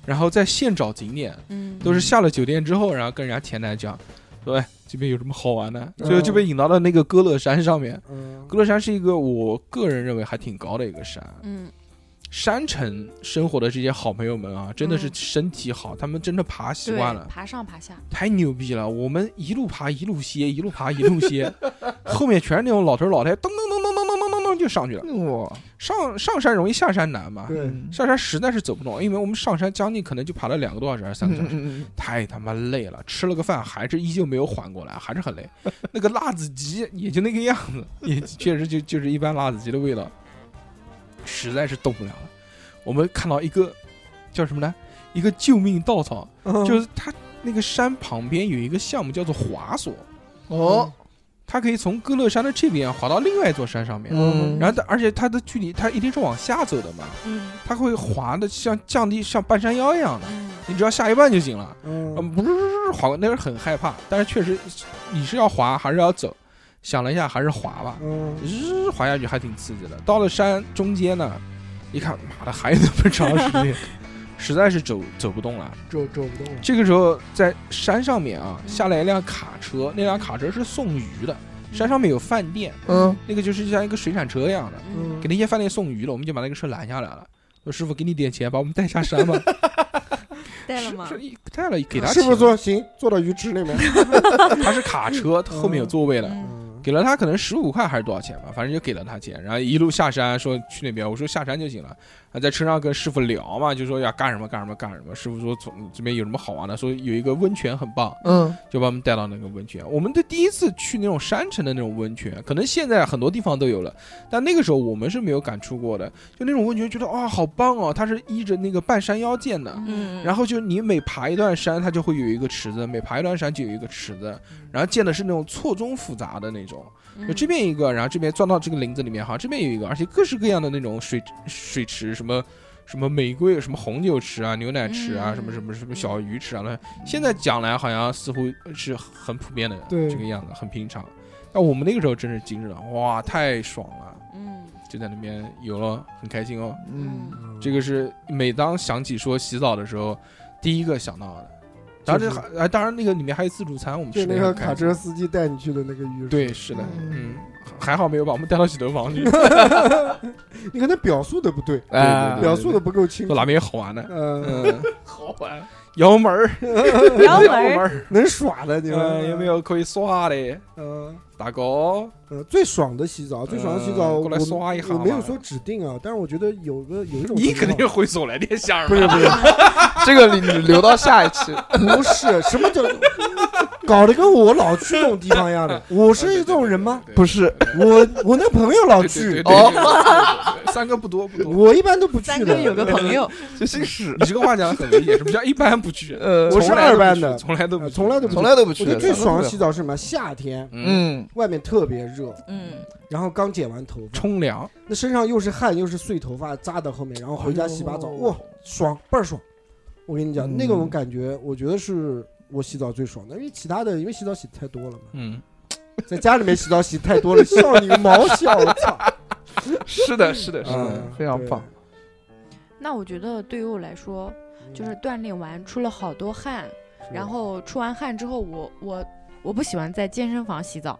然后再现找景点，
嗯，
都是下了酒店之后，然后跟人家前台讲，说哎这边有什么好玩的，
嗯
最后就被引到了那个歌乐山上面。
嗯
歌乐山是一个我个人认为还挺高的一个山，
嗯
山城生活的这些好朋友们啊，真的是
嗯
身体好，他们真的爬习
对
惯了，。
爬上爬下，
太牛逼了！我们一路爬一路歇，一路爬一路歇， 后面全是那种老头老太，噔噔噔噔噔噔噔噔噔就上去了。
哇，
上上山容易下山难嘛，
对，
嗯
下山实在是走不动，因为我们上山将近可能就爬了两个多小时还是三个小时，
嗯
太他妈累了。吃了个饭，还是依旧没有缓过来，还是很累。那个辣子鸡也就那个样子， 也确实就就是一般辣子鸡的味道，实在是动不了了。我们看到一个叫什么呢？一一个救命稻草，
嗯
就是它那个山旁边有一个项目叫做滑索，嗯
哦，
它可以从歌乐山的这边滑到另外一座山上面。
嗯
然后它，而且它的距离，它一定是往下走的嘛，
嗯
它会滑的像降低像半山腰一样的，
嗯，
你只要下一半就行了。
嗯
嗯，不是滑过，那是很害怕，但是确实你是要滑还是要走？想了一下，还是滑吧。
嗯，
日滑下去还挺刺激的。到了山中间呢，一看，妈的，还有那么长时间，实在是走走不动了。
走走不动了。
这个时候在山上面啊，
嗯
下来一辆卡车，那辆卡车是送鱼的。
嗯
山上面有饭店，
嗯，
那个就是像一个水产车一样的，
嗯
给那些饭店送鱼了，我们就把那个车拦下来了。说师傅，给你点钱，把我们带下山吧。
带了吗？
是是带了，给他
师傅
钱
说行，坐到鱼池里面。
他是卡车，后面有座位的，
嗯
嗯
给了他可能十五块还是多少钱吧，反正就给了他钱，然后一路下山说去那边，我说下山就行了，啊，在车上跟师傅聊嘛，就说要干什么干什么干什么，师傅说从这边有什么好玩的，说有一个温泉很棒，
嗯，
就把我们带到那个温泉。我们的第一次去那种山城的那种温泉，可能现在很多地方都有了，但那个时候我们是没有感触过的，就那种温泉觉得哇、好棒哦，它是依着那个半山腰建的，
嗯，
然后就你每爬一段山，它就会有一个池子，每爬一段山就有一个池子，然后建的是那种错综复杂的那种，
嗯
就这边一个，然后这边钻到这个林子里面，哈，这边有一个，而且各式各样的那种水水池，什么什么玫瑰，什么红酒池啊，牛奶池啊，
嗯
什么什么什么小鱼池啊，那现在讲来好像似乎是很普遍的
对
这个样子，很平常。但我们那个时候真是精致了，哇，太爽了，
嗯
就在那边游了，很开心哦。
嗯，
这个是每当想起说洗澡的时候，第一个想到的。当
就
然
是
这还，啊，当然那个里面还有自助餐，我们
就
吃的
那个卡车司机带你去的那个鱼池。
对，是的，
嗯
嗯，还好没有把我们带到洗头房去，
你可能表述的不对，
哎对
表述的不够清
说
楚。
哪边有好玩的，
嗯，
嗯，
好玩，
摇门儿，
然后
摇门
门
儿，
能耍的你
嗯，
们
有没？有可以刷的？
嗯。
大哥，
呃，最爽的洗澡，最爽的洗澡，
嗯
我
过来刷一下
我
嘛
没有说指定啊，但是我觉得有个有一种啊
你
情
肯
况
定会所来电相
不是不是
这个你留到下一期。
不是什么叫 搞得跟我老去那种地方一 样的，我是这种人吗？？
不
是，
是，
我我那朋友老
对对对
去，
对对对对三个不多不多。
我一般都不
三
去
哥有
的。
个 朋友，
就姓史，
你这个话讲得很危险，什么叫一般不去？
呃，
我是
从来都
二
不
班
去
的
呃从来都不去
从来都不
嗯从来都不去
我觉得
的
最爽的洗澡是什么？夏天
嗯，
嗯，
外面特别热，
嗯，
然后刚剪完头发，
冲凉。
那身上又是汗又是碎头发扎到后面，然后回家洗把澡，
哎呦
哇，爽倍儿爽！我跟你讲，
嗯
那种感觉，我觉得是我洗澡最爽的，因为其他的因为洗澡洗太多了嘛。
嗯，
在家里面洗澡洗太多了，笑你个毛笑！我操，
是的，是的，是的
嗯，
非常棒。。
那我觉得对于我来说，就是锻炼完出了好多汗，
对
然，后出完汗之后，我我我不喜欢在健身房洗澡，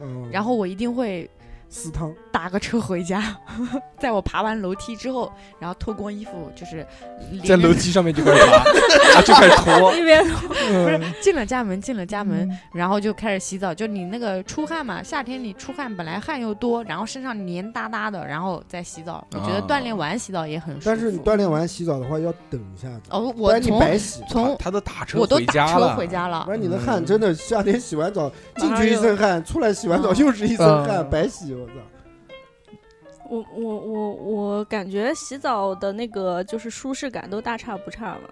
嗯，
然后我一定会
私汤，
打个车回家， 在我爬完楼梯之后，然后脱光衣服，就是连
嗯在
着
楼梯上面就开始爬，啊 就开始脱。
那边
不是进了家门，进了家
嗯
门，然后就开始洗澡。就你那个出汗嘛，夏天你出汗本来汗又多，然后身上黏哒哒的，然后再洗澡，我觉得
啊
锻炼完洗澡也很舒服。
但是你锻炼完洗澡的话，要等一下子，
哦，
不
我
然你
从
白洗。
从
他都打车
我都
回
打
家
车
了，
回家了
不，然你
嗯
的汗真的，夏天洗完澡进去一身汗，出来洗完澡
嗯
又是一身汗，
嗯
白洗，我操！
我我我我感觉洗澡的那个就是舒适感都大差不差嘛。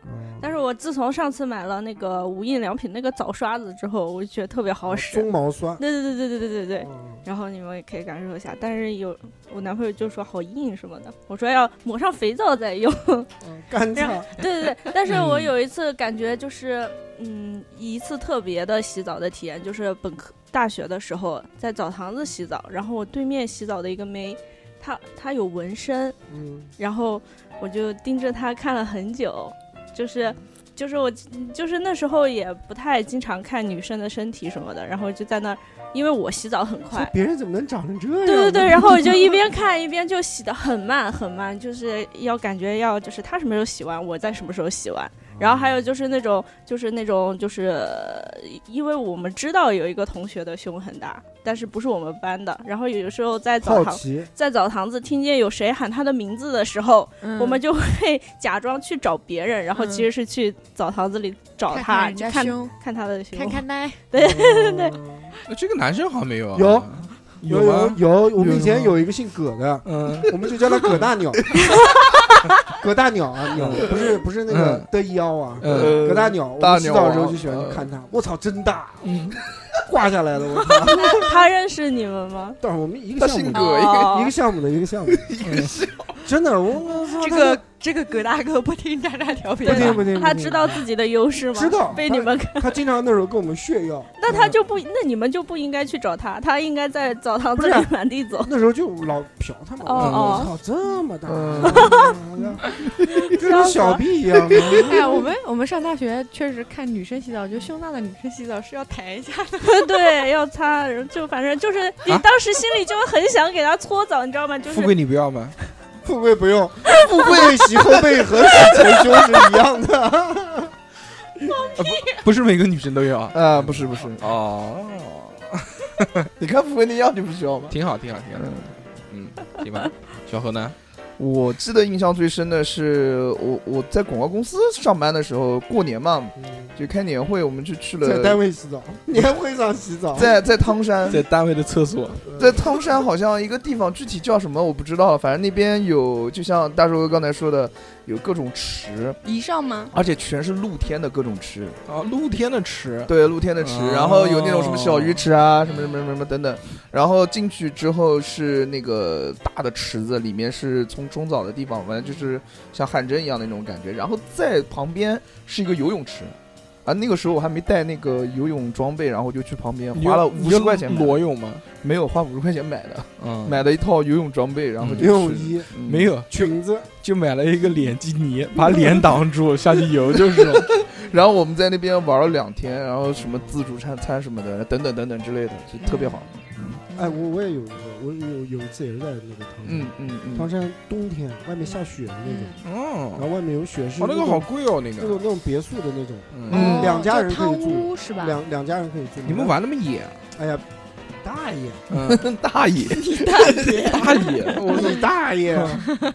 但是我自从上次买了那个无印良品那个澡刷子之后，我就觉得特别
哦
好使。
鬃嗯毛刷，
对对对对对对对对。
嗯
然后你们也可以感受一下，但是有我男朋友就说好硬什么的，我说要抹上肥皂再用。
嗯干
然
燥
后，对对对，但是我有一次感觉就是，嗯，一次特别的洗澡的体验，就是本科大学的时候在澡堂子洗澡，然后我对面洗澡的一个妹，她她有纹身，
嗯，
然后我就盯着她看了很久，就是。就是我，就是那时候也不太经常看女生的身体什么的，然后就在那儿，因为我洗澡很快
说，别人怎么能长成这样？
对对对，然后我就一边看一边就洗的很慢很慢，就是要感觉要就是他什么时候洗完，我在什么时候洗完。
哦
然后还有就是那种就是那种就是，呃因为我们知道有一个同学的胸很大，但是不是我们班的。然后有时候 在澡
好
堂
奇，
在澡堂子听见有谁喊他的名字的时候，
嗯
我们就会假装去找别人，然后其实是去澡堂子里找
啊看
他，
人
去
家
看
胸，
看他的胸。
看看奶，
对
对对，
呃这个男生好像没有啊，
有有
有吗？
有，我们
有
以前
吗
有一个姓葛的，
嗯，
我们就叫他葛大鸟。葛大鸟啊，鸟
嗯
不是不是那个的妖啊，
嗯，
葛大鸟，我
大
们洗
鸟
澡
啊
的时候就喜欢去
嗯
看它，我操，真大，啊
嗯
挂下来了，我操！
他认识你们吗？
但是我们一
他
个项
姓
目
葛，一个
哦
一个项目的一个项目，真的，我我操，
这个这个 葛大哥不听渣渣调皮啊
不听
了，
不听，不
啊他
听
知道自己的优势吗？
知道
被你们看，
他经常那时候跟我们炫耀，
那他就不，那你们就不应该去找他，他应该在澡堂
不
子
是
里满地 走。
那时候就老瞟他们，
哦
我
哦
操，这么大
嗯，
跟个小臂一样啊的，
哎，我们 我们上大学确实看女生洗澡，就胸大的女生洗澡是要抬一下的。
对，要擦，就反正就是你
啊
当时心里就很想给他搓澡，你知道吗？就
富
是
贵你不要 吗？
富贵不用，富贵洗后背和洗前胸是一样的。
不是每个女生都要啊。
啊，不是不是，
哦，
你看富贵那样，你不需要吗？
挺好，挺好，挺好
嗯。
嗯，行吧。小何呢？
我记得印象最深的是我我在广告公司上班的时候，过年嘛，就开年会，我们就去
在单
了。
位洗澡，年会上洗澡，
在在汤山，
在单位的厕所，
在汤山好像一个地方，具体叫什么我不知道，反正那边有，就像大叔哥刚才说的，有各种池，
以上吗？
而且全是露天的各种池，
啊，露天的吃，
对，露天的池，
哦
然后有那种什么小鱼池啊，什么什么什么什么等等，然后进去之后是那个大的池子，里面是从冲澡的地方，反正就是像汗蒸一样的那种感觉，然后在旁边是一个游泳池。啊，那个时候我还没带那个游泳装备，然后就去旁边
你就
花了五
你
十
就
块钱买的，
裸泳吗？
没有花五十块钱买的，
嗯，
买了一套游泳装备，然后
嗯
就去
游泳衣、
嗯
没有，就
裙子，
就买了一个脸基尼， 把脸挡住下去游就是了。
然后我们在那边玩了两天，然后什么自助餐餐什么的，等等等等之类的，就特别好。
哎，我我也有一个，我有有一次也是在那个唐
嗯
山，
嗯嗯，
唐山冬天外面下雪的那
嗯
种，
哦
然后外面有雪是
哦，那个好
种
贵哦，那
那种
个。
那种别墅的那种，
嗯，
哦
两家人
叫
可以
汤
住
屋是吧？
两两家人可以住。
你们？玩那么野啊？
哎呀，大爷，
嗯，
大爷，
大野，
我你大爷！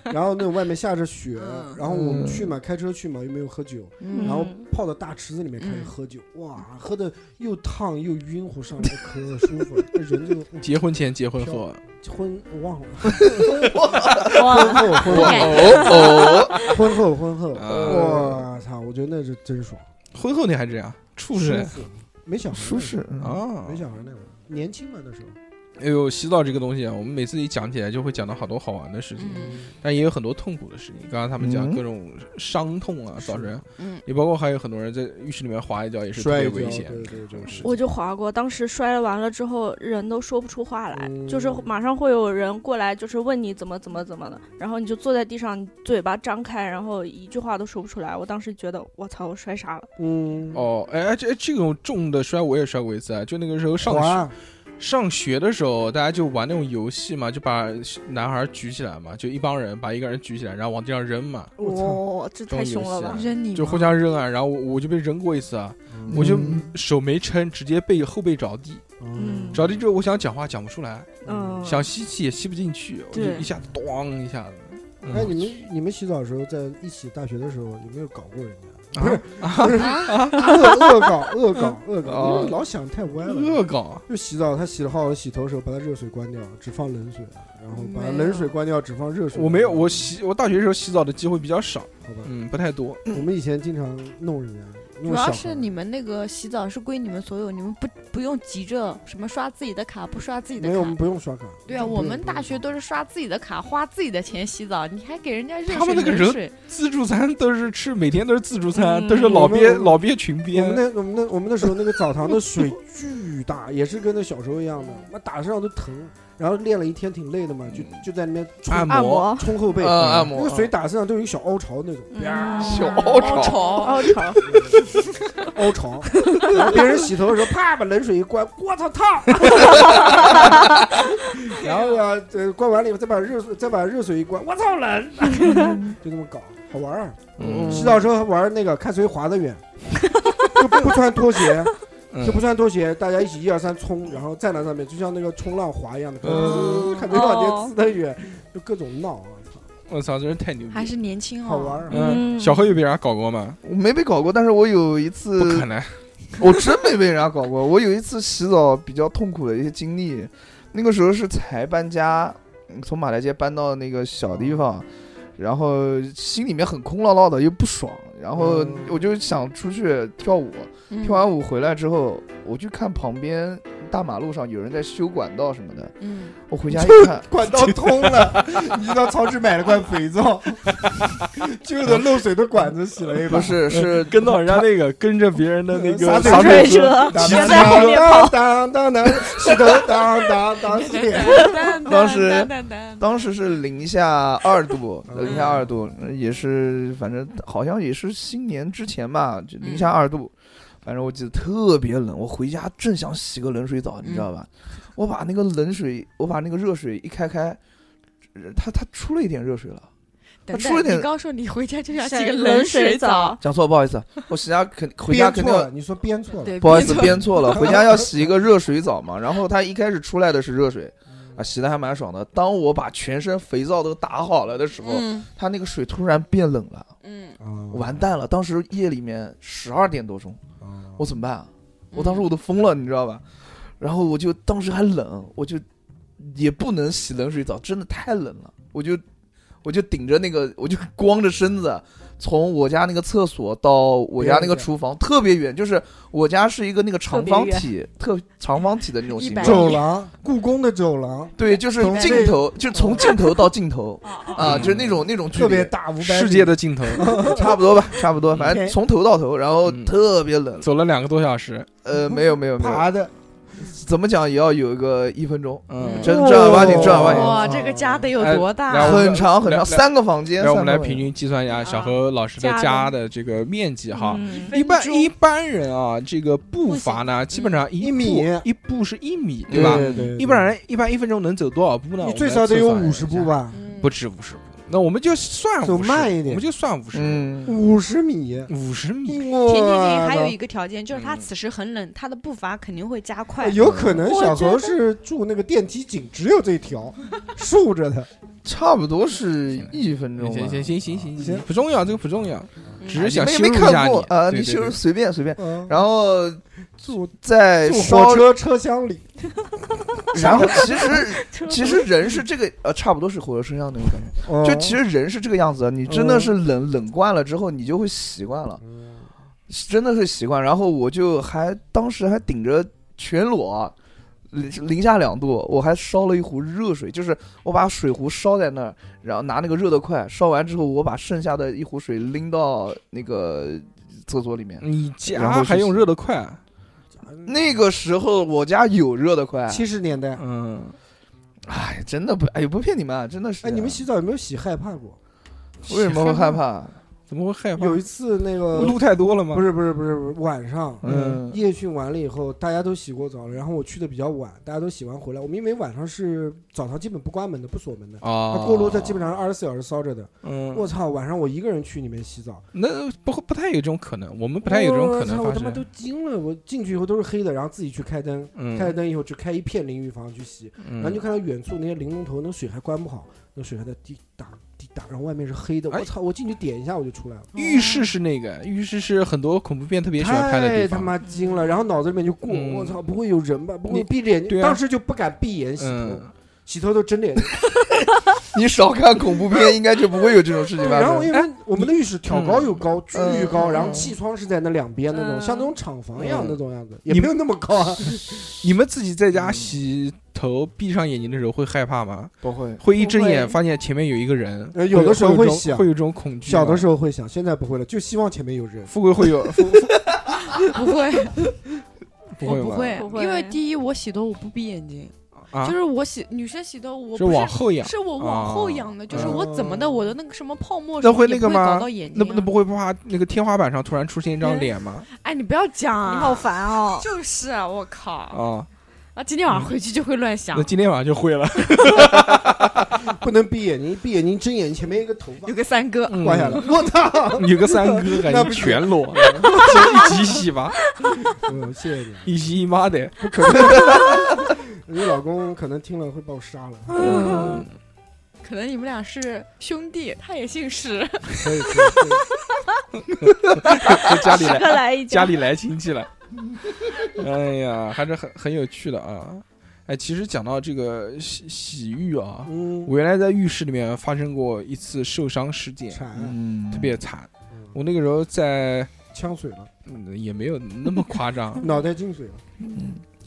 然后那种外面下着雪
嗯，
然后我们去嘛，开车去嘛，又没有喝酒，
嗯
然后
嗯
泡到大池子里面开始喝酒，哇，喝的又烫又晕乎，上来可舒服了，这人就 嗯
结婚前结婚后啊，
婚我 忘了，
哇
婚后婚后
哦哦，
婚后婚后，
啊
我操，我觉得那是真爽，
婚后你还这样，畜生
舒服，没小孩
舒适。
啊！哦
没小孩那会儿，年轻嘛那时候，
哎呦，洗澡这个东西啊，我们每次一讲起来就会讲到好多好玩的事情，
嗯
但也有很多痛苦的事情。刚刚他们讲
嗯
各种伤痛啊，造成
嗯，
也包括还有很多人在浴室里面滑一跤也是特别
一
危
跤
险。
对对对，
是
我就滑过，当时摔了完了之后，人都说不出话来，
嗯
就是马上会有人过来，就是问你怎么怎么怎么的，然后你就坐在地上，你嘴巴张开，然后一句话都说不出来。我当时觉得，我操，我摔傻了。
嗯，
哦，哎哎，这这种重的摔我也摔过一次啊，就那个时候上学
滑
上学的时候，大家就玩那种游戏嘛，就把男孩举起来嘛，就一帮人把一个人举起来，然后往地上扔嘛，
我
哇、
操
这
这种
太凶
游
了
戏啊
吧！
嗯扔你
就
吗
互相扔啊。然后我我就被扔过一次啊，
嗯
我就手没撑，直接被后背着地，
嗯
着地之后我想讲话讲不出来，
嗯，
想吸气也吸不进去，我就
对
一下子咣一下子。
哎，你们你们洗澡的时候，在一起大学的时候，有没有搞过人家？
啊
不是， 恶恶搞恶搞恶搞，
哦
因为老想太歪了。
恶搞，
就洗澡，他洗的好，洗头的时候把他热水关掉，只放冷水，啊然后把
没有
冷水关掉，只放热水。
我没有，我洗我大学时候洗澡的机会比较少，
好吧。
嗯，不太多。
我们以前经常弄人家，弄
主要
小
是
孩
你们那个洗澡是归你们所有，你们不不用急着什么刷自己的卡，不刷自己的
没有，我嗯们
卡。
不用刷卡。
对啊，
不
我
用
们
不
大
用
学都是刷自己的卡，花自己的钱洗澡，你还给人家热水
他们那个
冷
人
水，
自助餐都是吃，每天都是自助餐，
嗯
都是老
我们
鳖老鳖群
我们
鳖。
那我们那我们那时候那个澡堂的水巨大，也是跟那小时候一样的，那打身上都疼。然后练了一天挺累的嘛，就就在那边
嗯
冲
按
按摩，
冲后背，
呃
嗯按摩
那个水打身上都有一个小凹槽那种，
嗯
小凹
好
槽，
吵，
凹槽，
凹槽。然后别人洗头的时候，啪把冷水一关，我操烫。 然后呀，这关完了以后，再把热水再把热水一关，我操冷。 就这么搞，好玩儿。
嗯
洗澡时候还玩那个看谁滑得远，就不穿拖鞋，
嗯
就不穿拖鞋，大家一起一二三冲，然后站在上面，就像那个冲浪滑一样的，
嗯
看谁往前呲得远，就各种闹啊，
我操，真是太牛逼！
还是年轻哦，
好玩。儿。啊
嗯，
嗯
小何有被人家搞过吗？
我没被搞过，但是我有一
不
次
可，能，
我真没被人家搞过。我有一次洗澡比较痛苦的一些经历，那个时候是才搬家，嗯从马来街搬到那个小地方，然后心里面很空落落的，又不爽，然后
嗯，
我就想出去跳舞，
嗯
跳完舞回来之后，我就看旁边大马路上有人在修管道什么的，
嗯，
我回家一看
管道通 了，你到超市买了罐肥皂，旧的漏水的管子洗了一把。
不是 是
跟到人家那个跟着别人的那个
洒水
车
当
骑自
当
行车
啊
当当当当，石头当当当洗 脸。
当时当时是零下二度，
嗯
零下二度也是，反正好像也是新年之前吧，
嗯
就零下二度，反正我记得特别冷。我回家正想洗个冷水澡，你知道吧？
嗯
我把那个冷水，我把那个热水一开开，呃它它出了一点热水了。
等
出了
等，
点
你刚说你回家就想洗
晒
个
冷水
澡
澡，
讲错了，不好意思，我回家肯回家
编错
肯定
了，
要。
你说编错了。
对，
不好意
别
思，
走
编错了，回家要洗一个热水澡嘛。然后它一开始出来的是热水，
嗯
啊，洗的还蛮爽的。当我把全身肥皂都打好了的时候，
嗯
它那个水突然变冷了。
嗯，
啊
完蛋了！当时夜里面十二点多钟，
啊
我怎么办、啊？我当时我都疯了，你知道吧？然后我就当时还冷，我就也不能洗冷水澡，真的太冷了。我就我就顶着那个，我就光着身子，从我家那个厕所到我家那个厨房特别远，就是我家是一个那个长方体，特长方体的那种形
一百
状
米。
走廊，故宫的走廊
对，就是
从
尽
这
头，就从尽头到尽头啊，就是那种那种距离，
特别大，五百
世界的尽头，
差不多吧，差不多，反正
OK
从头到头，然后
嗯
特别冷，
走了两个多小时，
呃，没有没有没有，
爬的，
怎么讲也要有一个一分钟，
嗯，
真正
哦
儿八经正儿八经，
哇，这个家得有多
哎
大？啊
然后
很长很
来
长，三个房间，
让我们
三个
来
房
平
间
均计算一下小何老师的
家的
家的这个面积哈。
嗯
一般一般人啊，这个步伐呢，基本上一
嗯一米
步一步是一米，对吧？
对对，
一般人一般一分钟能走多少步呢？
对
我
你
们
最少得有
测算一
五
下
十步？吧，
嗯
不止五十步，那我们就算
走
50
慢一点
我们就算五十，
嗯，
五十米。
五十米。
停
停停停，还有一个条件就是
嗯
他此时很冷，他的步伐肯定会加
哎
快。
有可能
我
小
觉
何
得
是住那个电梯井，只有这一 条竖着的，
差不多是一分钟吧。
行行行行行行
行，
不重要，这个不重要，
嗯
只是
哎你
想
们也
羞
没
辱一下
看
你
过啊，
对
你
对
就是
对
随便随便。
嗯，
然后
住
再
住
稍
火，车车厢里，
然后 其实其实人是这个呃，差不多是火车车厢那种感觉。
嗯
就其实人是这个样子的，你真
哦
的是冷冷惯了之后，你就会习惯了。真的是习惯。然后我就还当时还顶着全裸，零零下两度，我还烧了一壶热水，就是我把水壶烧在那儿，然后拿那个热的快烧完之后，我把剩下的一壶水拎到那个厕所里面。
嗯
你
然后
家
是
还用热得快？
那个时候我家有热的快，
七十年代，
嗯，
哎，真的不，哎，不骗你们，啊，真的是。
哎，你们洗澡有没有洗害怕过？
为什么会害怕？
怎么会害怕？
有一次那个
路太多了吗？
不是不是不是不是晚上。
嗯
夜训完了以后，大家都洗过澡了，然后我去的比较晚，大家都洗完回来。我们因为晚上是澡堂基本不关门的，不锁门的，
啊
它，锅炉它基本上是二十四小时烧着的。我
嗯，
操，晚上我一个人去里面洗澡，
那不不太有这种可能，我们不太有这种可能
哦我操我
发
他妈都
生。
惊了，我进去以后都是黑的，然后自己去开灯，
嗯
开了灯以后只开一片淋浴房去洗，然后就
嗯，
看到远处那些淋龙头，那水还关不好，那水还在滴答滴答，然后外面是黑的，
哎
我操！我进去点一下我就出来了，
浴室是那个浴室是很多恐怖片特别喜欢拍的
太
地
他
方。
妈惊了，然后脑子里面就过，
嗯
我操，不会有人吧？不
你
会闭着眼睛，
对啊
当时就不敢闭眼洗头，
嗯，
洗头都睁着眼睛。
你少看恐怖片，应该就不会有这种事情发
然后
生。
因为我们的浴
嗯
室挑高又高，巨
嗯
高，
嗯
然后气窗是在那两边那种，
嗯
像那种厂房一样那种样子，也
嗯你
没有那么高啊。
你们自己在家洗头闭上眼睛的时候会害怕吗？
不会，
会一睁眼
不会
发现前面有一个人？
呃 有的时候
会有
会
这种
想
会有这种恐惧吗。
小的时候会想，现在不会了，就希望前面有 人。
富贵会 有，富
不会，
不
我
会
不
吗？
会
不，会
因为第一我洗头我不闭眼睛，
啊
就，是我洗女生洗头我
是
不是
往后仰，哦
是我往后仰的，就是我怎么的，我的那个什么泡沫
那
什么
会
也
那个
不
吗
搞到眼睛
那
啊
不那不会怕那个天花板上突然出现一张脸吗？
哎，你不要讲啊，
你好烦 哦！
就是啊，我靠
啊，
啊！今天晚上回去就会乱想
那，今天晚上就会了，
不能闭眼睛，一闭眼睛睁眼睛前面一个头发
有个三哥，
嗯
刮下来， 我操！
有个三哥，感觉
那不行
全裸， 就一起洗吧，
嗯，谢谢 你啊，
一起妈的，
不可能，你老公可能听了会把我杀 了。
嗯，
可能你们俩是兄弟，他也姓史，
可以，可以可以
就家里
时
来
刻来一
家
家，
里来亲戚了，哎呀，还是很很有趣的啊。哎，其实讲到这个洗洗浴啊，
嗯，
我原来在浴室里面发生过一次受伤事件，
馋，
嗯，
特别惨。
嗯
我那个时候在，
呛水了，，
嗯也没有那么夸张
脑袋进水了，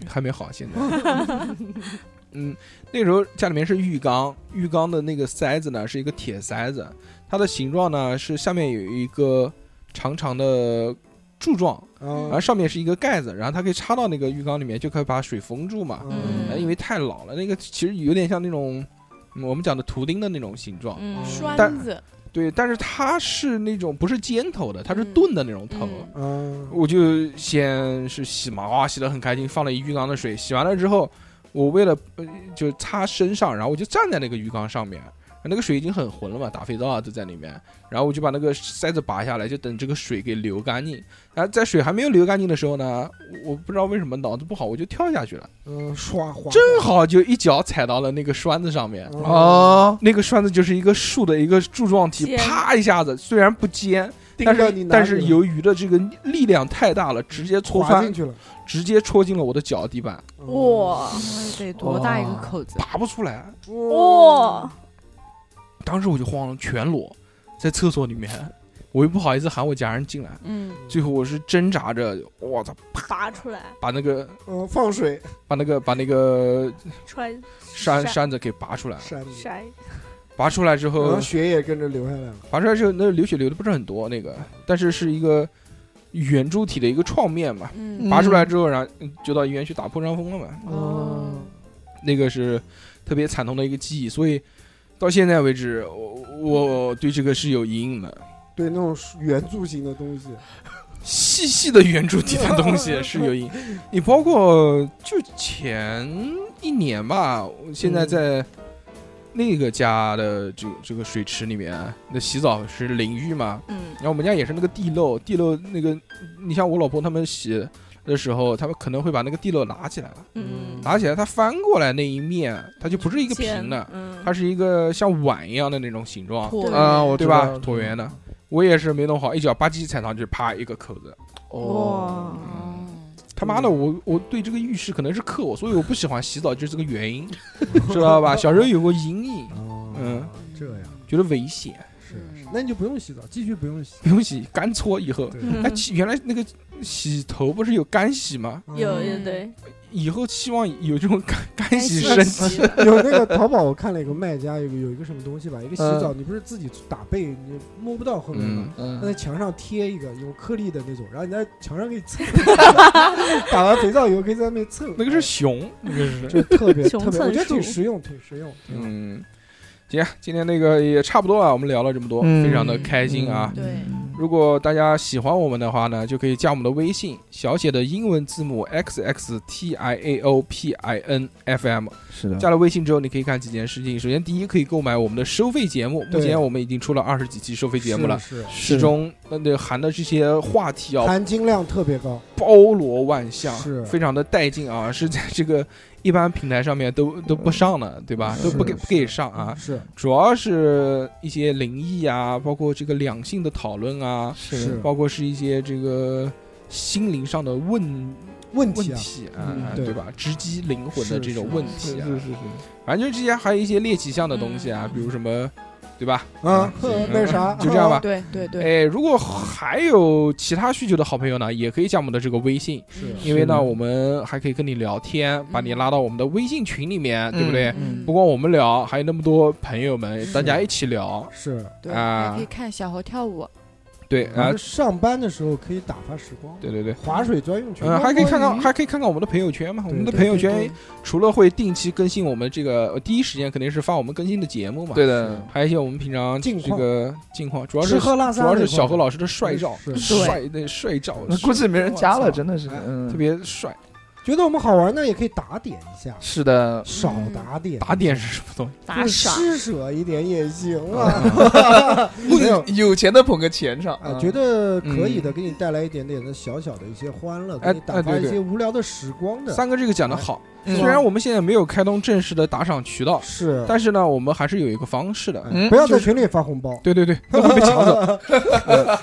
还没好，现在。 嗯，那时候家里面是浴缸，浴缸的那个塞子呢是一个铁塞子，它的形状呢是下面有一个长长的柱状，然后
啊，
上面是一个盖子，然后它可以插到那个浴缸里面，就可以把水封住嘛。
嗯
哎因为太老了，那个其实有点像那种、嗯我们讲的图钉的那种形状。
嗯，
栓
但
子，
对，但是它是那种不是尖头的，它是
嗯
钝的那种头。
嗯
嗯，
我就先是洗嘛，哇，洗得很开心，放了一浴缸的水。洗完了之后，我为了、呃、就擦身上，然后我就站在那个浴缸上面，那个水已经很浑了嘛，打肥皂啊都在里面。然后我就把那个塞子拔下来，就等这个水给流干净。然后在水还没有流干净的时候呢，我我不知道为什么脑子不好，我就跳下去了，
嗯，刷滑，
正好就一脚踩到了那个栓子上面。
哦，
那个栓子就是一个树的一个柱状体，
尖
啪一下子，虽然不尖，
盯
但
着你
是
哪
但
里
是
了
由于的这个力量太大了，直接戳
滑哦
翻
进，去了，
直接戳进了我的脚底板，
哇
嗯得多大一个口子？
拔不出来。
哇，
当时我就慌了，全裸在厕所里面，我又不好意思喊我家人进来。
嗯，
最后我是挣扎着，我操，
拔出来
把那个
嗯，放水
把那个把那个
穿
栓栓子给拔出来。
扇子，
筛，
拔出来之
然
后
后，血也跟着流下来了，
拔出来之后，那个流血流的不是很多，那个但是是一个圆柱体的一个创面嘛。
嗯
拔出来之后，然后嗯就到医院去打破伤风了嘛。
哦，
那个是特别惨痛的一个记忆，所以到现在为止，我我对这个是有阴影的。
对，那种圆柱形的东 西，
细细的圆柱体的东 西是有阴影，你包括就前一年吧，我现在
嗯
在那个家的这个这个水池里面，啊那洗澡是淋浴嘛，
嗯
然后我们家也是那个地漏，地漏那个，你像我老婆他们洗的时候，他们可能会把那个地漏拿起来了。
嗯，
拿起来，它翻过来那一面，它就不是一个平的，
嗯，
它是一个像碗一样的那种形状，
对
啊，我
对
知
吧？
道，
椭圆的。我也是没弄好，一脚吧唧踩上去，啪一个口子。
哦
哇，
哦
嗯
他妈的，我我对这个浴室可能是克我，所以我不喜欢洗澡，就是这个原 因，知道吧？小时候有过阴影，
哦
嗯，
这样
觉得危 险，
嗯
是，是那你就不用洗澡，继续不用洗，
不用洗，干搓以后。
对，
嗯
哎，其原来那个洗头不是有干洗吗？
嗯
有有对，
以后希望有这种干 干洗身
升
体，
级，
有那个淘宝，我看了有个卖家，有个有一个什么东西吧，一个洗澡，你不是自己打背，你摸不到后面
嗯
嘛，，他
嗯
在墙上贴一个有颗粒的那种，然后你在墙上可以蹭， 打完肥皂以后可以在那边蹭，
那个是熊，那个是
就特别
熊
特别，我觉得
蹭
挺
树
实用，挺实用，挺好
嗯，行，今天那个也差不多了，我们聊了这么多，
嗯
非常的开心
嗯
啊。
对，
如果大家喜欢我们的话呢，就可以加我们的微信，小写的英文字母 x x t i a o p i n f m。
是的，
加了微信之后，你可以干几件事情。首先，第一，可以购买我们的收费节目，目
对
前我们已经出了二十几期收费节目了，
是是
其中那那含的这些话题啊，
含金量特别高，
包罗万象，
是
非常的带劲啊，是在这个一般平台上面都都不上的，对吧？
是
都不给
是
不给上啊。
嗯是
主要是一些灵异啊，包括这个两性的讨论啊，
是的
包括是一些这个心灵上的问问
问题啊，
题啊，
嗯
对
对
吧？直击灵魂的
是
这种
是
问
是
题啊，
是是是，
反正就这些，还有一些猎奇向的东西啊，
嗯
比如什么，对吧？
啊
嗯
呵 那啥，
就这样吧。
哦对对对，
哎，如果还有其他需求的好朋友呢，也可以加我们的这个微信，
是
因为
是啊
呢，
的
我们还可以跟你聊天，把你
嗯
拉到我们的微信群里面，对不对？
嗯
不光我们聊，还有那么多朋友们，
是
大家一起聊，
是，
对，
啊
还可以看小猴跳舞，
对
我
啊
们，上班的时候可以打发时光，
对对对，
划水专用区，
嗯，还可以看看，
鱼
还可以看看我们的朋友圈嘛。我
对
们的
对
朋友
对
圈除了会定期更新我们这个呃第一时间肯定是发我们更新的节目嘛，
对的，嗯
还有一些我们平常
近
这
况
个近况，主要
吃
是
喝拉
主
撒那
要
块儿，
是小何老师的帅照，
是
是
帅那帅照，
那估计没人加
我操
了，真的是，
哎
嗯，
啊特别帅。
觉得我们好玩呢，也可以打点一下，
是的，
少打点，
打点是什么东西？
打
就是
赏，
施舍一点也行啊。没有
有有钱的捧个钱场
啊，觉得可以的，
嗯
给你带来一点点的小小的一些欢乐，
哎
给你打
哎
发
对对
一些无聊的时光的。
三哥这个讲的好，
嗯
虽然我们现在没有开通正式的打赏渠道，
啊是，
但是呢，我们还是有一个方式的。
哎
嗯
不要
就
在
是
群里发红包。
对对对，那会被抢走。呃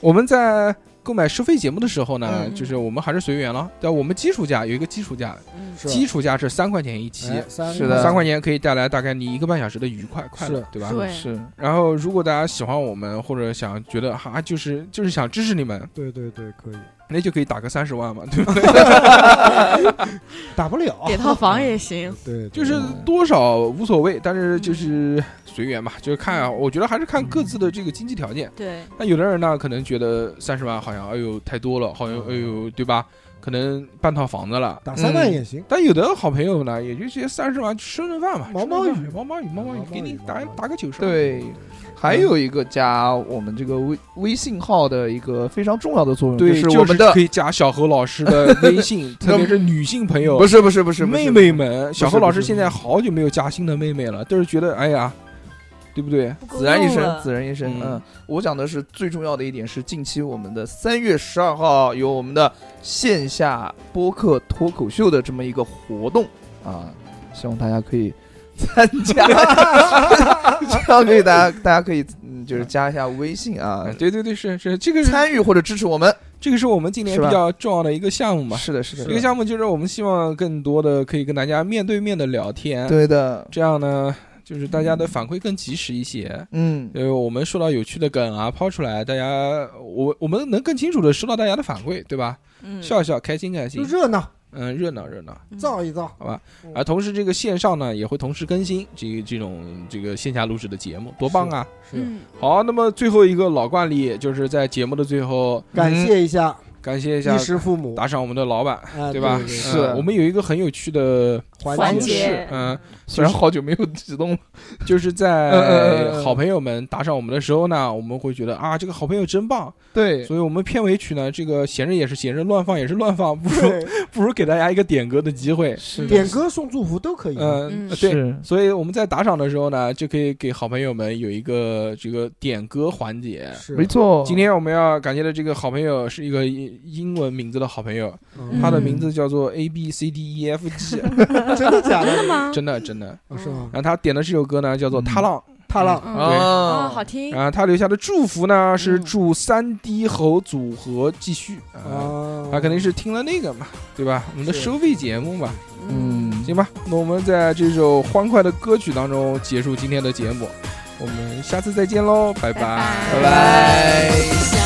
我们在。购买收费节目的时候呢，
嗯
就是我们还是随缘了，但我们基础价有一个基础价，
嗯
是
基础价是三块钱一期，
哎三
是的
三块钱可以带来大概你一个半小时的愉快快乐
是，
对吧？
对
是
然后，如果大家喜欢我们，或者想觉得哈、就是就是想支持你们，
对对对，可以
那就可以打个三十万嘛，对吧？
打不了，
哦
给套房也 行，
对，对
就是多少无所谓，但是就是随缘吧，就是看、啊，我觉得还是看各自的这个经济条件。
对，
那有的人呢，可能觉得三十万好像哎呦太多了，好像哎呦对吧？可能半套房子了。
打三万也行，
但有的好朋友呢，也就这些三十万吃顿饭吧，
毛毛
吃顿
雨
饭毛毛雨，毛毛雨
毛，毛
给你
雨
打
毛毛雨
打个九十。
对。还有一个加我们这个微微信号的一个非常重要的作用，
对，
是
就
我们的
可以加小何老师的微信，特别是女性朋友，
不是不是不是不是
妹妹们。
是
小何老师
不是
现在好久没有加新的妹妹了，都是觉得哎呀，对不对？啊
不够
子然一
用
身，
了
子然一身。
嗯
嗯，我讲的是最重要的一点是，近期我们的三月十二号有我们的线下播客脱口秀的这么一个活动啊，希望大家可以参加，希望可以大家大家可以嗯就是加一下微信啊
啊，，对对对，是是，这个是
参与或者支持我们。
这个是我们今年
是吧
比较重要的一个项目嘛。
是的，是的，
这个项目嗯就是我们希望更多的可以跟大家面对面的聊天，
对的，
这样呢，就是大家的反馈更及时一些。
嗯，
呃，我们说到有趣的梗啊，抛出来，大家我我们能更清楚的收到大家的反馈，对吧？
嗯，
笑一笑，开心开
就
心，
热闹
嗯，热闹热闹。
嗯
造一造，
啊，同时这个线上呢也会同时更新这这种这个线下录制的节目，多棒啊！
是
嗯，
好，那么最后一个老惯例，就是在节目的最后
感谢一下
嗯感谢一下
衣食父母，
打赏我们的老板，
哎
对吧？
是
嗯我们有一个很有趣的，
环
环
节
节
嗯、
虽然好久没有启动了，
就是
嗯嗯嗯
在
嗯
好朋友们打赏我们的时候呢，我们会觉得啊，这个好朋友真棒，
对，
所以我们片尾曲呢，这个闲着也是闲着，乱放也是嗯乱放，不如
对
不如给大家一个点歌的机会，
是的
点歌送祝福都可以，
嗯，
嗯
对，
是
所以我们在打赏的时候呢，就可以给好朋友们有一个这个点歌环节。
是
没，错，
今天我们要感谢的这个好朋友是一个英英文名字的好朋友，
嗯
他的名字叫做 A B C D E F G，
真的假的？
真的吗？
真的真的。
哦是吗？
然后他点的这首歌呢
嗯
叫做《踏浪
踏浪，
嗯啊，
啊，
好听》，，
然后他留下的祝福呢是
嗯
祝三 D 猴组合继续啊，
啊
他肯定是听了那个嘛，对吧？我们的
是
收费节目嘛，
嗯，
行吧，那我们在这首欢快的歌曲当中结束今天的节目，我们下次再见喽，拜
拜
拜拜。